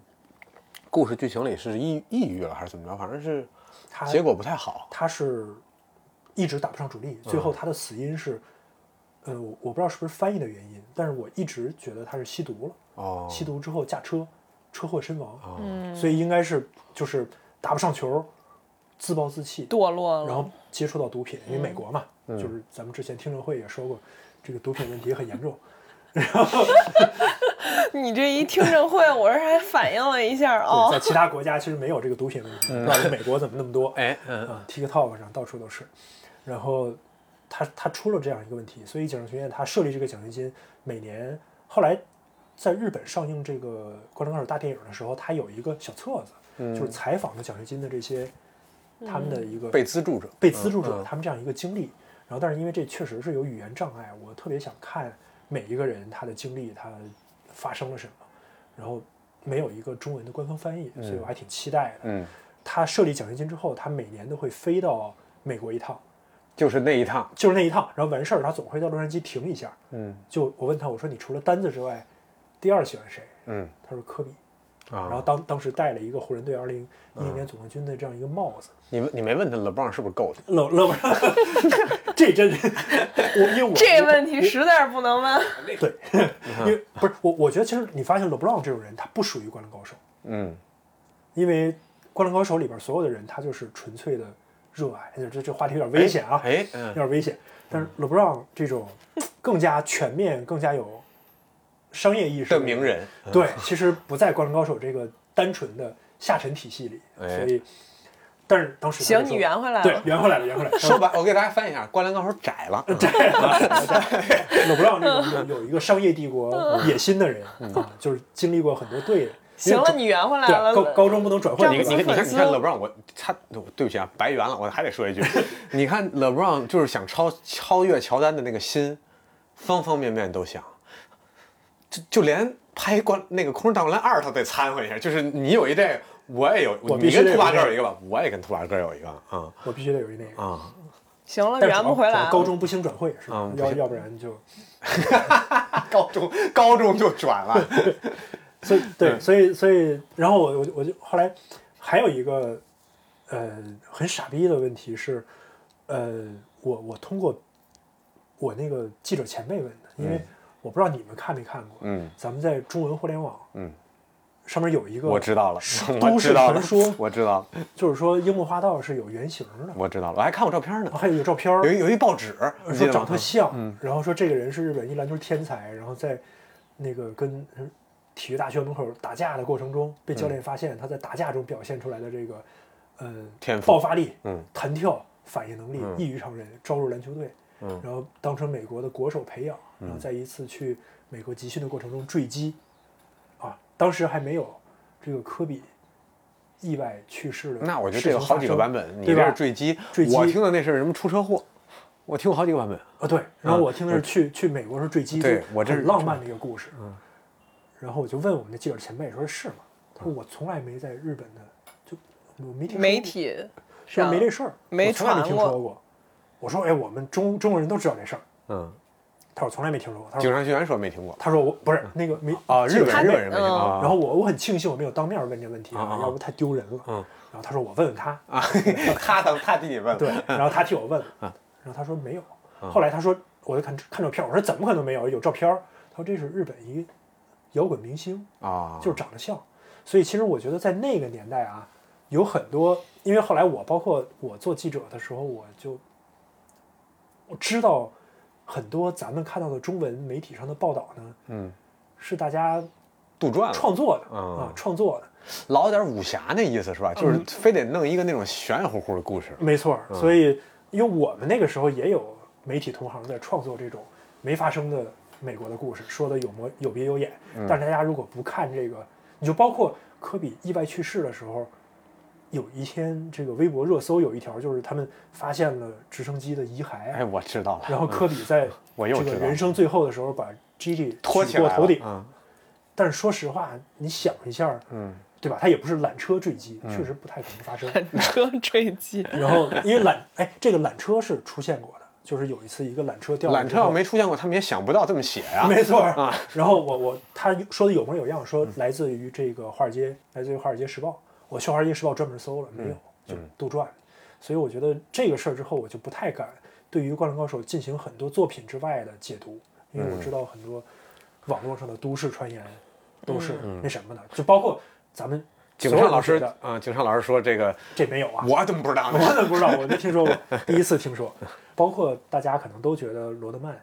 B: 故事剧情里是抑抑郁了还是怎么着，反正是
C: 他
B: 结果不太好。
C: 他是一直打不上主力，最后他的死因是，呃，我我不知道是不是翻译的原因，但是我一直觉得他是吸毒了，
B: 哦，
C: 吸毒之后驾车，车祸身亡，所以应该是就是打不上球，自暴自弃，
A: 堕落了，
C: 然后接触到毒品，因为美国嘛，就是咱们之前听证会也说过，这个毒品问题很严重，
A: 你这一听证会，我这还反应了一下
C: 对
A: 哦
C: 在。其他国家其实没有这个毒品问题，不知道美国怎么那么多，
B: 哎嗯
C: 啊，TikTok 上到处都是。然后他他出了这样一个问题，所以奖学院他设立这个奖学金，每年后来在日本上映这个《灌篮高手》大电影的时候，他有一个小册子，就是采访的奖学金的这些他们的一个
B: 被资助者
C: 被资助者
B: 嗯
C: 他们这样一个经历。然后，但是因为这确实是有语言障碍，我特别想看每一个人他的经历，他发生了什么。然后没有一个中文的官方翻译，所以我还挺期待的。
B: 嗯，
C: 他设立奖学金之后，他每年都会飞到美国一趟，
B: 就是那一趟，
C: 就是那一趟，然后完事儿他总会到洛杉矶停一下。
B: 嗯
C: 就我问他，我说你除了单子之外，第二喜欢谁？
B: 嗯
C: 他说科比。然后
B: 啊，嗯
C: 当当时戴了一个湖人队二零一零年总冠军的这样一个帽子。
B: 你问你没问他 LeBron 是不是 GOAT？
C: 冷冷不上，这真是 我因为我
A: 这问题实在是不能问。
C: 对，因为不是我，我觉得其实你发现 LeBron 这种人，他不属于灌篮高手，
B: 嗯
C: 因为灌篮高手里边所有的人，他就是纯粹的热爱。这这这话题有点危险啊，
B: 哎
C: 有
B: 嗯
C: 点危险。但是 LeBron 这种更加全面、更加有商业意识
B: 的名，人，
C: 对，其实不在灌篮高手这个单纯的下沉体系里，
B: 哎
C: 所以，但是当时他
A: 行，
C: 就
A: 你
C: 说
A: 圆回来
C: 对
A: 了。
C: 圆回来了，圆回来了。
B: 说白，我给大家翻译一下，《灌篮高手》窄了，
C: 勒布朗这种有有一个商业帝国野心的人啊，就是经历过很多队的。
A: 行
C: 因为
A: 了，
C: 高
A: 你圆回来
C: 对高
A: 了。
C: 高中不能转会，
A: 这
B: 你
A: 样
B: 你
A: 子
B: 看你
A: 粉
B: 看你
A: 丝
B: 看 LeBron，我他我对不起啊，白圆了，我还得说一句， 你看 LeBron 就是想超超越乔丹的那个心，方方面面都想，就就连拍灌那个《空手道灌篮二》他得掺和一下，就是你有一这个，我也有，
C: 我必
B: 你
C: 须
B: 跟
C: 得
B: 兔八
C: 有
B: 哥有一个吧，我也跟兔八哥有一个啊
C: 我必须得有一那个。
B: 啊，
A: 行了，
C: 但是
A: 圆不
C: 主要
A: 回来了。
C: 高中不兴转会是吧
B: 嗯？不
C: 要
B: 行
C: 要不然就
B: 啊高中高中就转了，
C: 所以对，所以所以然后我我就我就后来还有一个呃很傻逼的问题是，呃，我我通过我那个记者前辈问的，因为我不知道你们看没看过，
B: 嗯，
C: 咱们在中文互联网
B: 嗯
C: 上面有一 个
B: 我知道了，我
C: 都
B: 知
C: 市
B: 道了
C: 传说，
B: 我知道了，
C: 就是说樱木花道是有原型的，
B: 我知道了，我还看过照片呢
C: 然后，还有一个照片儿
B: 有一有一报纸，你记
C: 说
B: 得
C: 长
B: 吗
C: 特像，
B: 嗯
C: 然后说这个人是日本一篮球天才，然后在那个跟呃体育大学门口打架的过程中，被教练发现他在打架中表现出来的这个呃
B: 天赋
C: 爆发力、
B: 嗯
C: 弹跳、反应能力异于常人，招入篮球队，
B: 嗯
C: 然后当成美国的国手培养，然后在一次去美国集训的过程中坠机，啊，当时还没有这个科比。意外去世的，
B: 那我觉得这有好几个版本，你
C: 对
B: 这
C: 吧？
B: 是坠机，
C: 坠机
B: 我听的那是什么出车祸，我听过好几个版本。
C: 啊，对。然后我听的是去、去美国是坠
B: 嗯
C: 机，
B: 对
C: 就
B: 我这
C: 很
B: 是嗯
C: 浪漫的一个故事。然后我就问我们的记者前辈说：“是吗？”他
B: 嗯
C: 说：“我从来没在日本的，就我没听说
A: 媒
C: 过
A: 体
C: 说
A: 上
C: 没这事儿，
A: 没
C: 我从来没
A: 传
C: 听
A: 过
C: 说过。”我说：“哎，我们中中国人都知道这事儿。
B: 嗯，”
C: 他说：“我从来没听说过。”他
B: 井
C: 说
B: 上学员说没听过：“
C: 他说我不是那个没
B: 啊，
C: 记
B: 日
C: 者
B: 本
C: 前
B: 日
C: 辈
B: 本人没听过。
C: 然
B: 啊
C: 后我我很庆幸我没有当面问这问题
B: 啊
C: 啊
B: 啊，
C: 要不太丢人了。
B: 嗯
C: 然后他说：“我问问他。”
B: 啊， 嗯他他他替你问了，
C: 对，然后他替我问，然后他说没有，
B: 嗯
C: 后来他说我就看看照片，我说怎么可能没有？有照片儿，他说这是日本一摇滚明星，
B: 啊，
C: 就是长得像，所以其实我觉得在那个年代啊，有很多，因为后来我包括我做记者的时候，我就我知道很多咱们看到的中文媒体上的报道呢，
B: 嗯，
C: 是大家
B: 杜撰了，
C: 创作的
B: 嗯
C: 啊，创作的，
B: 老有点武侠那意思是吧？就是非得弄一个那种玄玄乎乎的故事。
C: 没错儿，所以因为我们那个时候也有媒体同行在创作这种没发生的美国的故事，说的有模有鼻有眼。
B: 嗯
C: 但是大家如果不看这个，你就包括科比意外去世的时候，有一天这个微博热搜有一条就是他们发现了直升机的遗
B: 哎，
C: 骸，
B: 我知道了。
C: 然后科比在
B: 我又
C: 这
B: 知
C: 个
B: 道
C: 人生最后的时候把 Gigi
B: 拖
C: 举
B: 起
C: 过
B: 来
C: 头顶。
B: 嗯
C: 但是说实话，你想一下，
B: 嗯，
C: 对吧？他也不是缆车坠机，确实不太可能 发生。
A: 车 坠机，
C: 然后因为缆，哎，这个缆车是出现过的，就是有一次一个缆车掉了
B: 缆
C: 之
B: 车要
C: 后
B: 没出现过，他们也想不到这么写呀、
C: 没错儿
B: 啊。
C: 然后我我他说的有模有样，说来自于这个华尔街，来自于华尔街时报。我去华尔街时报专门搜了，没
B: 嗯
C: 有，就杜撰。所以我觉得这个事儿之后，我就不太敢对于《灌篮高手》进行很多作品之外的解读，因为
B: 嗯
C: 我知道很多网络上的都市传言都是那什么的，就包括咱们
B: 嗯井
C: 所有
B: 上
C: 人
B: 老
C: 都觉
B: 师
C: 得
B: 啊、井上老师说这个
C: 这没有啊，
B: 我怎么不知 道呢？
C: 我怎么不知道？我没听说过，第一次听说。包括大家可能都觉得罗德曼，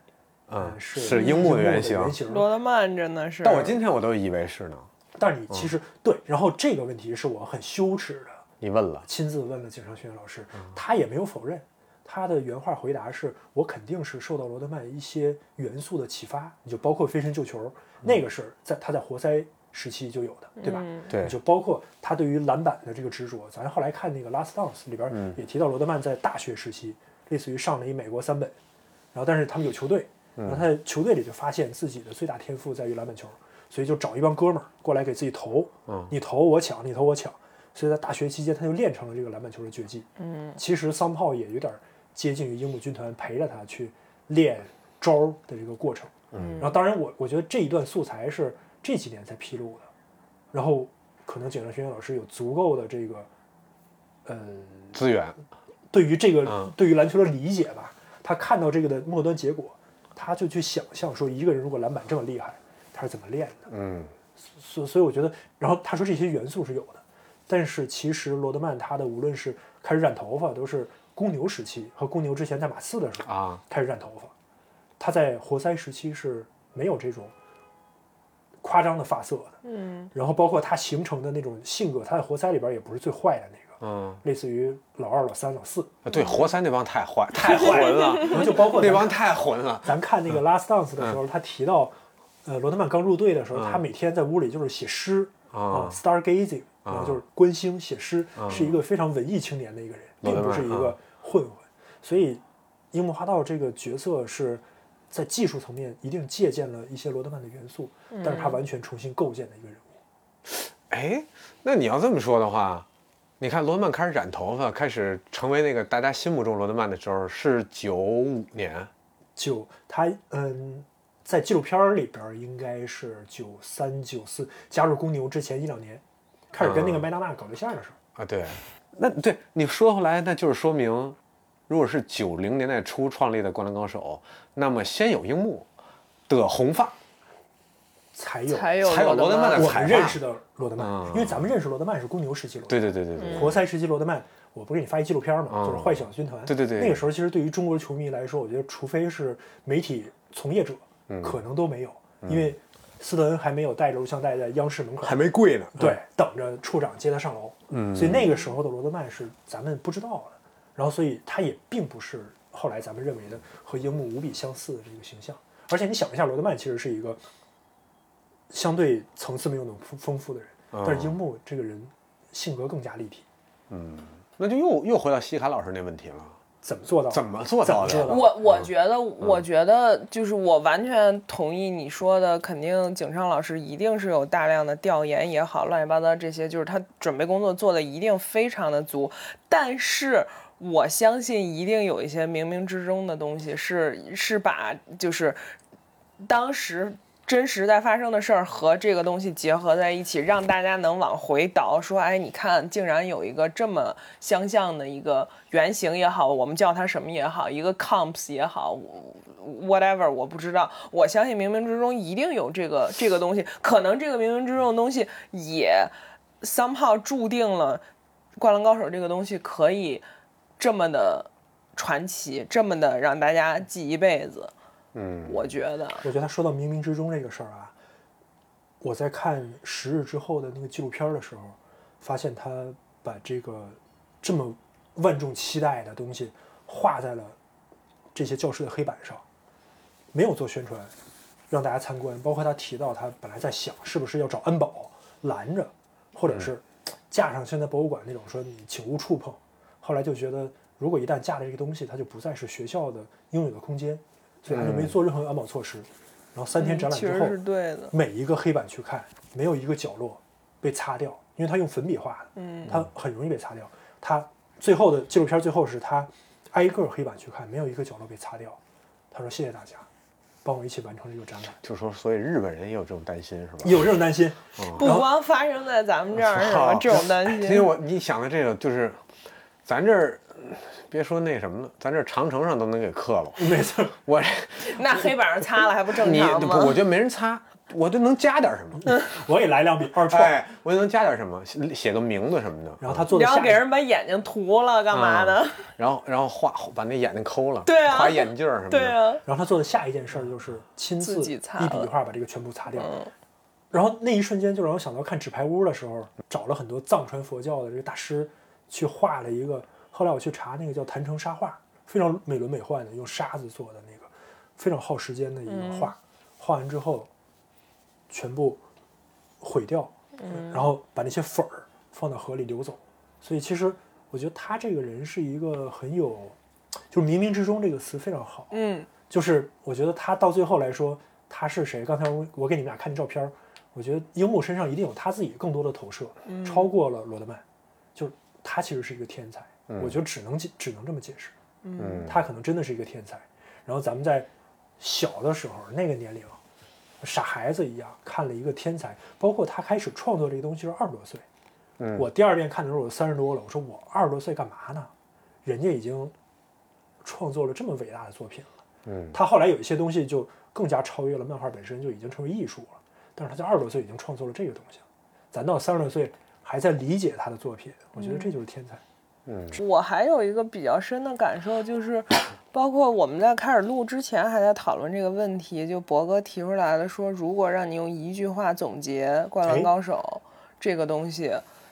B: 嗯
C: 呃是
B: 是
C: 樱
B: 樱木的
C: 的
B: 原型
C: 型，
A: 罗德曼真的是。
B: 但我今天我都以为是呢。
C: 但是你
B: 嗯
C: 其实对，然后这个问题是我很羞耻的，
B: 你问了，
C: 亲自问了井上学院老师，
B: 嗯
C: 他也没有否认。他的原话回答是：“我肯定是受到罗德曼一些元素的启发，你就包括飞身救
B: 嗯
C: 球，那个是在他在活塞时期就有的，对吧？
A: 嗯
B: 对
C: 就包括他对于篮板的这个执着。咱后来看那个《Last Dance》里边也提到罗德曼在大学时期，类似于上了一美国三本，然后但是他们有球队，然后他在球队里就发现自己的最大天赋在于篮板球，所以就找一帮哥们儿过来给自己投，你投我抢，你投我抢，所以在大学期间他就练成了这个篮板球的绝技。嗯，其实桑炮也有点接近于樱木军团陪着他去练招儿的这个过程。嗯，然后当然我我觉得这一段素材是这几年才披露的，然后可能井上学院老师有足够的这个，呃，
B: 资源
C: 对于这个、
B: 嗯
C: 对于篮球的理解吧，他看到这个的末端结果，他就去想象说一个人如果篮板这么厉害，他是怎么练的？
B: 嗯，
C: 所所以我觉得，然后他说这些元素是有的，但是其实罗德曼他的无论是开始染头发，都是公牛时期和公牛之前在马刺的时候
B: 啊，
C: 开始染头发，他在活塞时期是没有这种夸张的发色的。
A: 嗯，
C: 然后包括他形成的那种性格，他在活塞里边也不是最坏的那个，
B: 嗯，
C: 类似于老二、老三、老四，
B: 啊对，活塞那帮太坏， 太混了，
C: 然后就包 括
B: 那
C: 咱
B: 帮太混 了。
C: 咱看
B: 嗯
C: 那个《Last Dance》的时候，他提到，呃，罗德曼刚入队的时候，
B: 嗯
C: 他每天在屋里就是写诗
B: 啊
C: ，stargazing，然后就是观星写诗，是一个非常文艺青年的一个人，
B: 嗯罗德
C: 并
B: 曼嗯
C: 不是一个混混。所以，樱木花道这个角色是在技术层面一定借鉴了一些罗德曼的元素，但是他完全重新构建的一个人物。
B: 哎，那你要这么说的话，你看罗德曼开始染头发，开始成为那个大家心目中罗德曼的时候是九五年，
C: 九，他嗯，在纪录片儿里边儿应该是九三九四加入公牛之前一两年，开始跟
B: 嗯
C: 那个麦当娜搞对象的时候。
B: 啊，对， 那对你说回来，那就是说明，如果是九零年代初创立的《灌篮高手》，那么先有樱木的红发，
C: 才有
A: 才有
B: 才有罗德曼的
C: 我
B: 彩
C: 们
B: 发
C: 认识的罗德曼，
B: 嗯
C: 因为咱们认识罗德曼是公牛时期罗德
B: 对
C: 曼，
B: 对对对对，
C: 活塞时期罗德曼，我不是给你发一纪录片嘛，
B: 嗯
C: 就是坏小军团，
B: 对对对
C: 那个时候其实对于中国球迷来说，我觉得除非是媒体从业者，
B: 嗯
C: 可能都没有，因为斯特恩还没有带着录像带在央视门口，
B: 还没跪呢，嗯
C: 对，等着处长接他上楼。嗯，所以那个时候的罗德曼是咱们不知道的，然后所以他也并不是后来咱们认为的和樱木无比相似的这个形象。而且你想一下，罗德曼其实是一个相对层次没有那么丰丰富的人，
B: 嗯
C: 但是樱木这个人性格更加立体，
B: 那就又又回到西卡老师那问题了，
C: 怎么做到的？
B: 怎么做到
C: 怎么做
B: 的？
C: 到
A: 我我觉得，我觉得就是我完全同意你说的，肯定景昌老师一定是有大量的调研也好，乱七八糟这些，就是他准备工作做的一定非常的足，但是。我相信一定有一些冥冥之中的东西是是把就是当时真实在发生的事儿和这个东西结合在一起，让大家能往回倒，说，哎，你看，竟然有一个这么相像的一个原型也好，我们叫它什么也好，一个 comps 也好我，whatever，我不知道。我相信冥冥之中一定有这个这个东西，可能这个冥冥之中的东西也 somehow 注定了《灌篮高手》这个东西可以这么的传奇，这么的让大家记一辈子。嗯，我觉得。
C: 我觉得他说到冥冥之中这个事儿啊，我在看《十日之后》的那个纪录片儿的时候，发现他把这个这么万众期待的东西画在了这些教室的黑板上，没有做宣传，让大家参观。包括他提到他本来在想是不是要找安保拦着，或者是架上现在博物馆那种说你请勿触碰。后来就觉得，如果一旦架了这个东西，它就不再是学校的应有的空间，所以他就没做任何安保措施。然后三天展览
A: 其嗯
C: 之
A: 实
C: 后，
A: 是对的。
C: 每一个黑板去看，没有一个角落被擦掉，因为他用粉笔画的，
A: 嗯，
C: 它很容易被擦掉。他最后的纪录片最后是他挨个黑板去看，没有一个角落被擦掉。他说：“谢谢大家，帮我一起完成这个展览。
B: 就说，所以日本人也有这种担心，是吧”？
C: 有这种担心，
A: 不光发生在咱们这
C: 啊
A: 儿，是吧？这种担
B: 其实
A: 心，
B: 我你想的这个就是，咱这儿嗯别说那什么了，咱这儿长城上都能给刻了。
C: 没错，
B: 我
A: 那黑板上擦了还不正
B: 你
A: 常
B: 不，我
A: 吗？嗯
B: 觉得没人擦，我就能加点什么，
C: 我也来两笔二创。
B: 哎，我就能加点什么，写写个名字什么的。
C: 然后他做的
A: 然后
C: 下啊嗯
A: 给人把眼睛涂了，干嘛的？
B: 然后然后画把那眼睛抠了，
A: 对啊
B: 画眼镜儿什么的。
A: 对啊，
C: 然后他做的下一件事儿就是亲自
A: 自己
C: 一
A: 擦了嗯
C: 笔一画把这个全部擦掉。然后那一瞬间就让我想到看《纸牌屋》的时候，找了很多藏传佛教的这个大师去画了一个。后来我去查那个叫坛城沙画，非常美轮美奂的，用沙子做的那个，非常耗时间的一个
A: 嗯
C: 画。画完之后，全部毁掉，
A: 嗯
C: 然后把那些粉儿放到河里流走。所以其实我觉得他这个人是一个很有，就是冥冥之中这个词非常好。
A: 嗯，
C: 就是我觉得他到最后来说，他是谁？刚才我我给你们俩看照片儿，我觉得樱木身上一定有他自己更多的投射，超过了罗德曼，就是他其实是一个天才，我觉得只能解只能这么解释，
B: 嗯，
C: 他可能真的是一个天才。然后咱们在小的时候那个年龄，傻孩子一样看了一个天才，包括他开始创作这个东西是二十多岁，
B: 嗯
C: 我第二遍看的时候我三十多了，我说我二十多岁干嘛呢？人家已经创作了这么伟大的作品了。
B: 嗯
C: 他后来有一些东西就更加超越了漫画本身，就已经成为艺术了。但是他在二十多岁已经创作了这个东西了，咱到三十多岁还在理解他的作品，我觉得这就是天才。
A: 我还有一个比较深的感受就是，包括我们在开始录之前还在讨论这个问题，就博哥提出来了说，如果让你用一句话总结《灌篮
C: 哎
A: 高手》这个东西，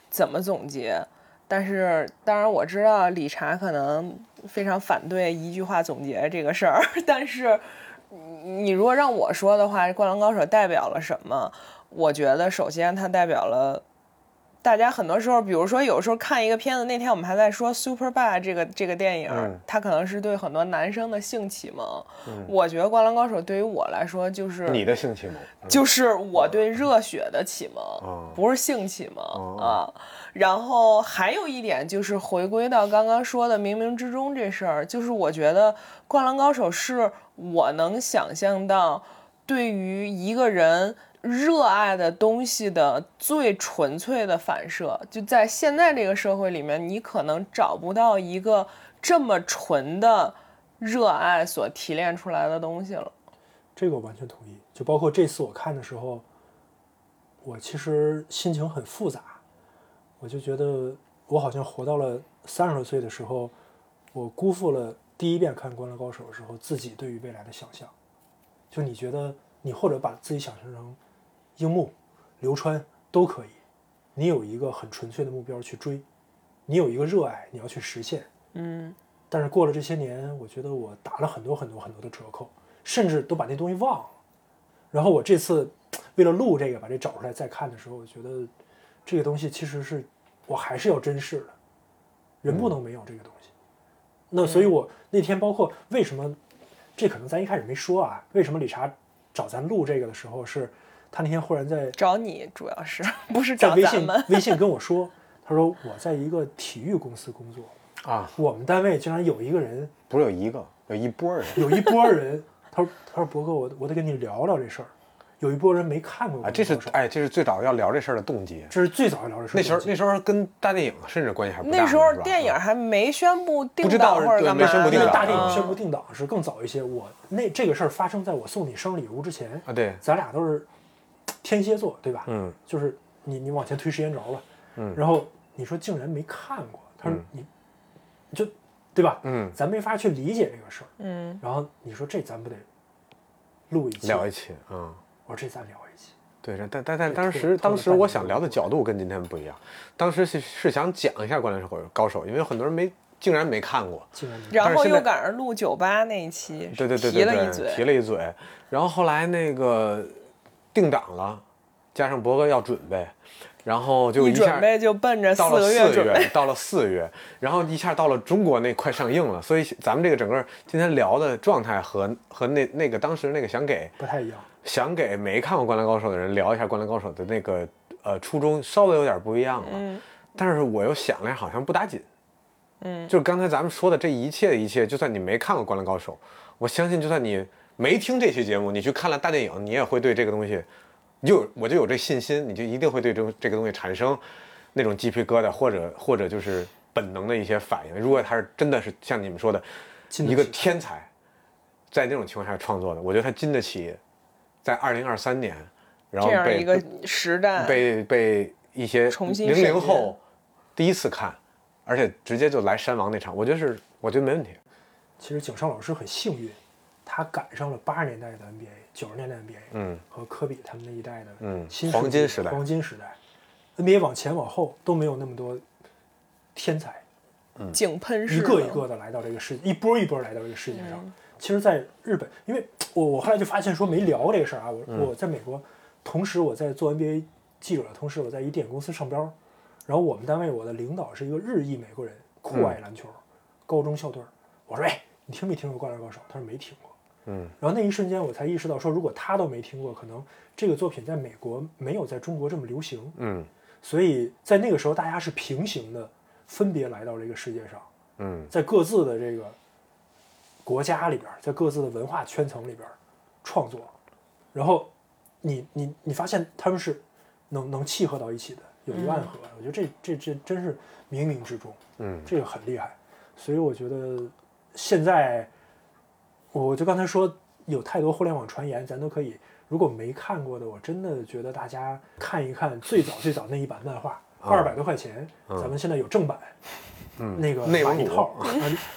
A: 怎么总结？但是当然我知道理查可能非常反对一句话总结这个事儿， 但是你如果让我说的话，《灌篮高手》代表了什么？我觉得首先它代表了。大家很多时候，比如说有时候看一个片子，那天我们还在说《Super Bad》这个这个电影，
B: 嗯
A: 它可能是对很多男生的性启蒙。我觉得《灌篮高手》对于我来说就是
B: 你的性启蒙，
A: 就是我对热血的启蒙，
B: 哦
A: 不是性启蒙、
C: 哦
A: 啊。然后还有一点就是回归到刚刚说的冥冥之中这事儿，就是我觉得《灌篮高手》是我能想象到对于一个人。热爱的东西的最纯粹的反射，就在现在这个社会里面，你可能找不到一个这么纯的热爱所提炼出来的东西了。
C: 这个我完全同意。就包括这次我看的时候，我其实心情很复杂，我就觉得我好像活到了三十多岁的时候，我辜负了第一遍看《灌篮高手》的时候自己对于未来的想象。就你觉得你或者把自己想象成樱木、流川都可以，你有一个很纯粹的目标去追，你有一个热爱你要去实现，
A: 嗯，
C: 但是过了这些年，我觉得我打了很多很多很多的折扣，甚至都把那东西忘了。然后我这次为了录这个，把这找出来再看的时候，我觉得这个东西其实是我还是要珍视的，人
A: 嗯
C: 不能没有这个东西。那所以我那天包括为什么，这可能咱一开始没说啊，为什么理查找咱录这个的时候是，他那天忽然在
A: 找你主要是 不是
C: 在
A: 找
C: 微
A: 咱
C: 信
A: 们？
C: 微信跟我说，他说我在一个体育公司工作，
B: 啊，
C: 我们单位竟然有一个人
B: 不是有一个，有一波人
C: 有一波人，他说他说博哥，我我得跟你聊聊这事儿。有一波人没看过
B: 啊，这是
C: 灌篮高手
B: 哎，这是最早要聊这事儿的动机。
C: 这是最早聊这事
B: 那
C: 儿的
B: 时候
C: 东西。
B: 那时候跟大电影甚至关系还不大呢，
A: 那时候
B: 是吧
A: 电影还没宣布定
B: 不知
A: 档
B: 道
A: 或者
B: 是对
A: 干嘛
B: 没宣布定
A: 呢
B: 档
C: 大电影宣
A: 嗯
C: 布定档是更早一些。我那这个事儿发生在我送你生日礼物之前
B: 啊，对，
C: 咱俩都是天蝎座，对吧？
B: 嗯，
C: 就是你你往前推时间轴了，
B: 嗯
C: 然后你说竟然没看过，他说
B: 嗯
C: 你，你就对吧？
B: 嗯，
C: 咱没法去理解这个事儿。
A: 嗯，
C: 然后你说这咱不得录一期？
B: 聊一期啊。嗯
C: 我说这咱聊一期。
B: 对，但但但
C: 对
B: 当
C: 拖
B: 时
C: 拖
B: 当
C: 了
B: 时
C: 半
B: 我
C: 年
B: 想聊的角度跟今天不一样，当时是是想讲一下《灌篮高手》，因为有很多人没竟然没看过。
C: 竟然没
A: 然
B: 但是
A: 后
B: 现在
A: 又赶上录酒吧那一期，
B: 对对对
A: 提
B: 对
A: 了一
B: 对，提
A: 嘴，
B: 了一嘴。然后后来那个定档了，加上博哥要准备，然后就
A: 一
B: 一下
A: 准备就奔着
B: 到
A: 四
B: 了
A: 个
B: 四
A: 月准备。
B: 月，到了四月，然后一下到了中国那快上映了，所以咱们这个整个今天聊的状态和和那那个当时那个想给
C: 不太一样。
B: 想给没看过《灌篮高手》的人聊一下《灌篮高手》的那个呃初衷，稍微有点不一样了。但是我又想了，好像不打紧。嗯，就是刚才咱们说的这一切的一切，就算你没看过《灌篮高手》，我相信就算你没听这期节目，你去看了大电影，你也会对这个东西，你就我就有这信心，你就一定会对这种这个东西产生那种鸡皮疙瘩，或者或者就是本能的一些反应。如果他是真的是像你们说的，
C: 经得
B: 一个
C: 起
B: 天才，在那种情况下创作的，我觉得他经得起在二零二三年，然后
A: 这样
B: 被
A: 一个时代，
B: 被被一些
A: 重新
B: 零
A: 审
B: 零
A: 阅
B: 后第一次看，而且直接就来山王那场，我觉得是我觉得没问题。
C: 其实井上老师很幸运，他赶上了八十年代的 NBA、九十年代的 NBA，
B: 嗯，
C: 和科比他们那一代的
B: 嗯
C: 新
B: 黄金时代
C: 黄金时代，NBA 往前往后都没有那么多天才，
A: 井喷式
C: 一
A: 的
C: 个一个的来到这个世，一波一波地来到这个世界上。其实，在日本，因为我我后来就发现说没聊这个事儿啊，我、
B: 嗯
C: 我在美国，同时我在做 NBA 记者的同时，我在一电影公司上班儿，然后我们单位我的领导是一个日裔美国人，酷
B: 嗯
C: 爱篮球，高中校队儿。我说，哎，你听没听过《灌篮高手》？他说没听过。
B: 嗯，
C: 然后那一瞬间我才意识到，说如果他都没听过，可能这个作品在美国没有在中国这么流行。
B: 嗯
C: 所以在那个时候，大家是平行的，分别来到这个世界上。
B: 嗯
C: 在各自的这个国家里边儿，在各自的文化圈层里边儿创作，然后你你你发现他们是能能契合到一起的，有一万合，我觉得这这这真是冥冥之中，
B: 嗯，
C: 这个很厉害。所以我觉得现在，我就刚才说有太多互联网传言，咱都可以。如果没看过的，我真的觉得大家看一看最早最早那一版漫画，二百多块钱，咱们现在有正版，
B: 嗯
C: 那个
B: 内
C: 买
B: 蒙
C: 一
B: 古
C: 套， 啊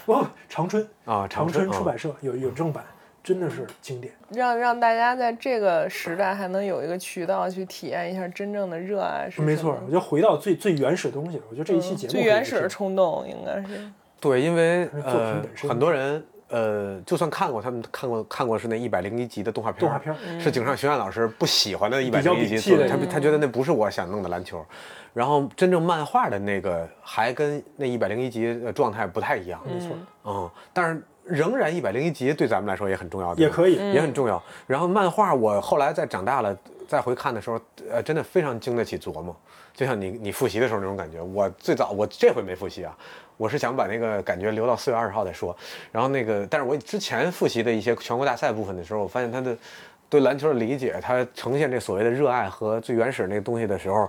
C: 不，长春
B: 啊，
C: 长
B: 春
C: 春出
B: 啊
C: 版社有有正版，真的是经典。
A: 让让大家在这个时代还能有一个渠道去体验一下真正的热爱是什么
C: 嗯没错，我就回到最最原始的东西，我觉得这一期
A: 嗯
C: 节目
A: 最
C: 可以
A: 原
C: 去
A: 始的冲动应该是
B: 对，因为
C: 但是作品
B: 呃
C: 本，身
B: 很多人呃，就算看过，他们看过看过是那一百零一集的动画片，
C: 动画片
A: 嗯
C: 儿，
B: 是井上学院老师不喜欢的一百
C: 比较
B: 零一集
C: 鄙弃
B: 作品，
C: 的
B: 他
C: 一
B: 他觉得那不是我想弄的篮球。然后真正漫画的那个还跟那一百零一集的状态不太一样，
C: 没错，
B: 嗯，但是仍然一百零一集对咱们来说也很重要的，
C: 也可
A: 嗯
C: 以。
B: 也很重要。然后漫画我后来在长大了再回看的时候，呃，真的非常经得起琢磨，就像你你复习的时候那种感觉。我最早我这回没复习啊，我是想把那个感觉留到四月二十号再说。然后那个，但是我之前复习的一些全国大赛部分的时候，我发现他的对篮球的理解，他呈现这所谓的热爱和最原始那个东西的时候，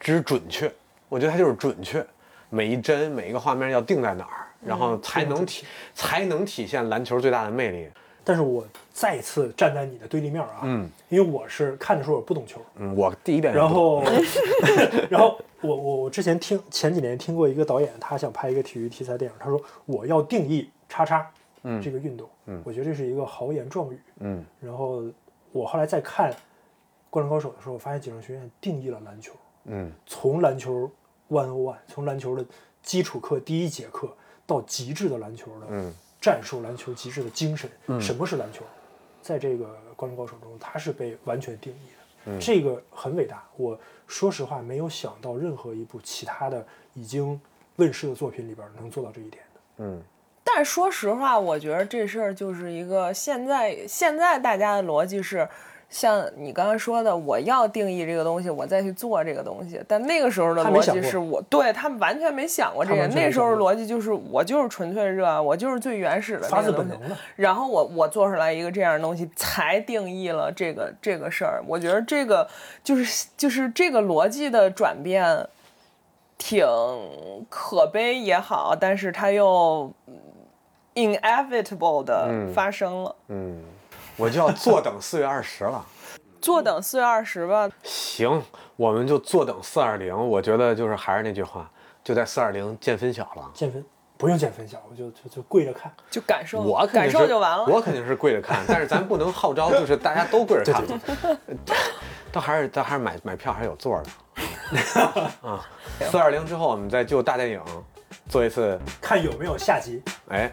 B: 之准确，我觉得他就是准确。每一帧、每一个画面要定在哪儿，然后才能体、才能体现篮球最大的魅力。
C: 但是我再次站在你的对立面啊，嗯，因为我是看的时候我不懂球，
B: 嗯，我第一遍也
C: 然
B: 不
C: 后，然后我我我之前听前几年听过一个导演，他想拍一个体育题材电影，他说我要定义叉叉，嗯，这个运动，嗯，我觉得这是一个豪言壮语，
B: 嗯。
C: 然后我后来在看《灌篮高手》的时候，我发现井上学院定义了篮球，
B: 嗯
C: 从篮球 one o one，从篮球的基础课第一节课到极致的篮球的
B: 嗯
C: 战术，篮球极致的精神，什么是篮球？在这个《灌篮高手》中，它是被完全定义的，这个很伟大。我说实话，没有想到任何一部其他的已经问世的作品里边能做到这一点的。
B: 嗯
A: 但说实话，我觉得这事儿就是一个现在现在大家的逻辑是，像你刚刚说的，我要定义这个东西，我再去做这个东西。但那个时候的
C: 他没
A: 逻
C: 想
A: 辑
C: 过
A: 是我对他们完全没想过这
C: 他
A: 个，
C: 完全没
A: 那时候的
C: 想过
A: 逻辑就是我就是纯粹热啊爱，我就是最原始的
C: 发
A: 那
C: 自
A: 个东
C: 本
A: 西。
C: 能的，
A: 然后我我做出来一个这样的东西，才定义了这个这个事儿。我觉得这个就是就是这个逻辑的转变，挺可悲也好，但是它又嗯 inevitable 的发生了。
B: 嗯，我就要坐等四月二十了。
A: 坐等四月二十吧，
B: 行，我们就坐等四二零。我觉得就是还是那句话，就在四二零见分晓了。
C: 见分不用见分晓，我就就就跪着看。
A: 就感受
B: 我肯
A: 感
B: 定是
A: 受就完了。
B: 我肯定是跪着看，但是咱不能号召就是大家都跪 着看。倒还是倒还是 买买票还是有座儿的。啊，四二零之后我们再就大电影
C: 做一次，
B: 看有没有下集。
C: 哎，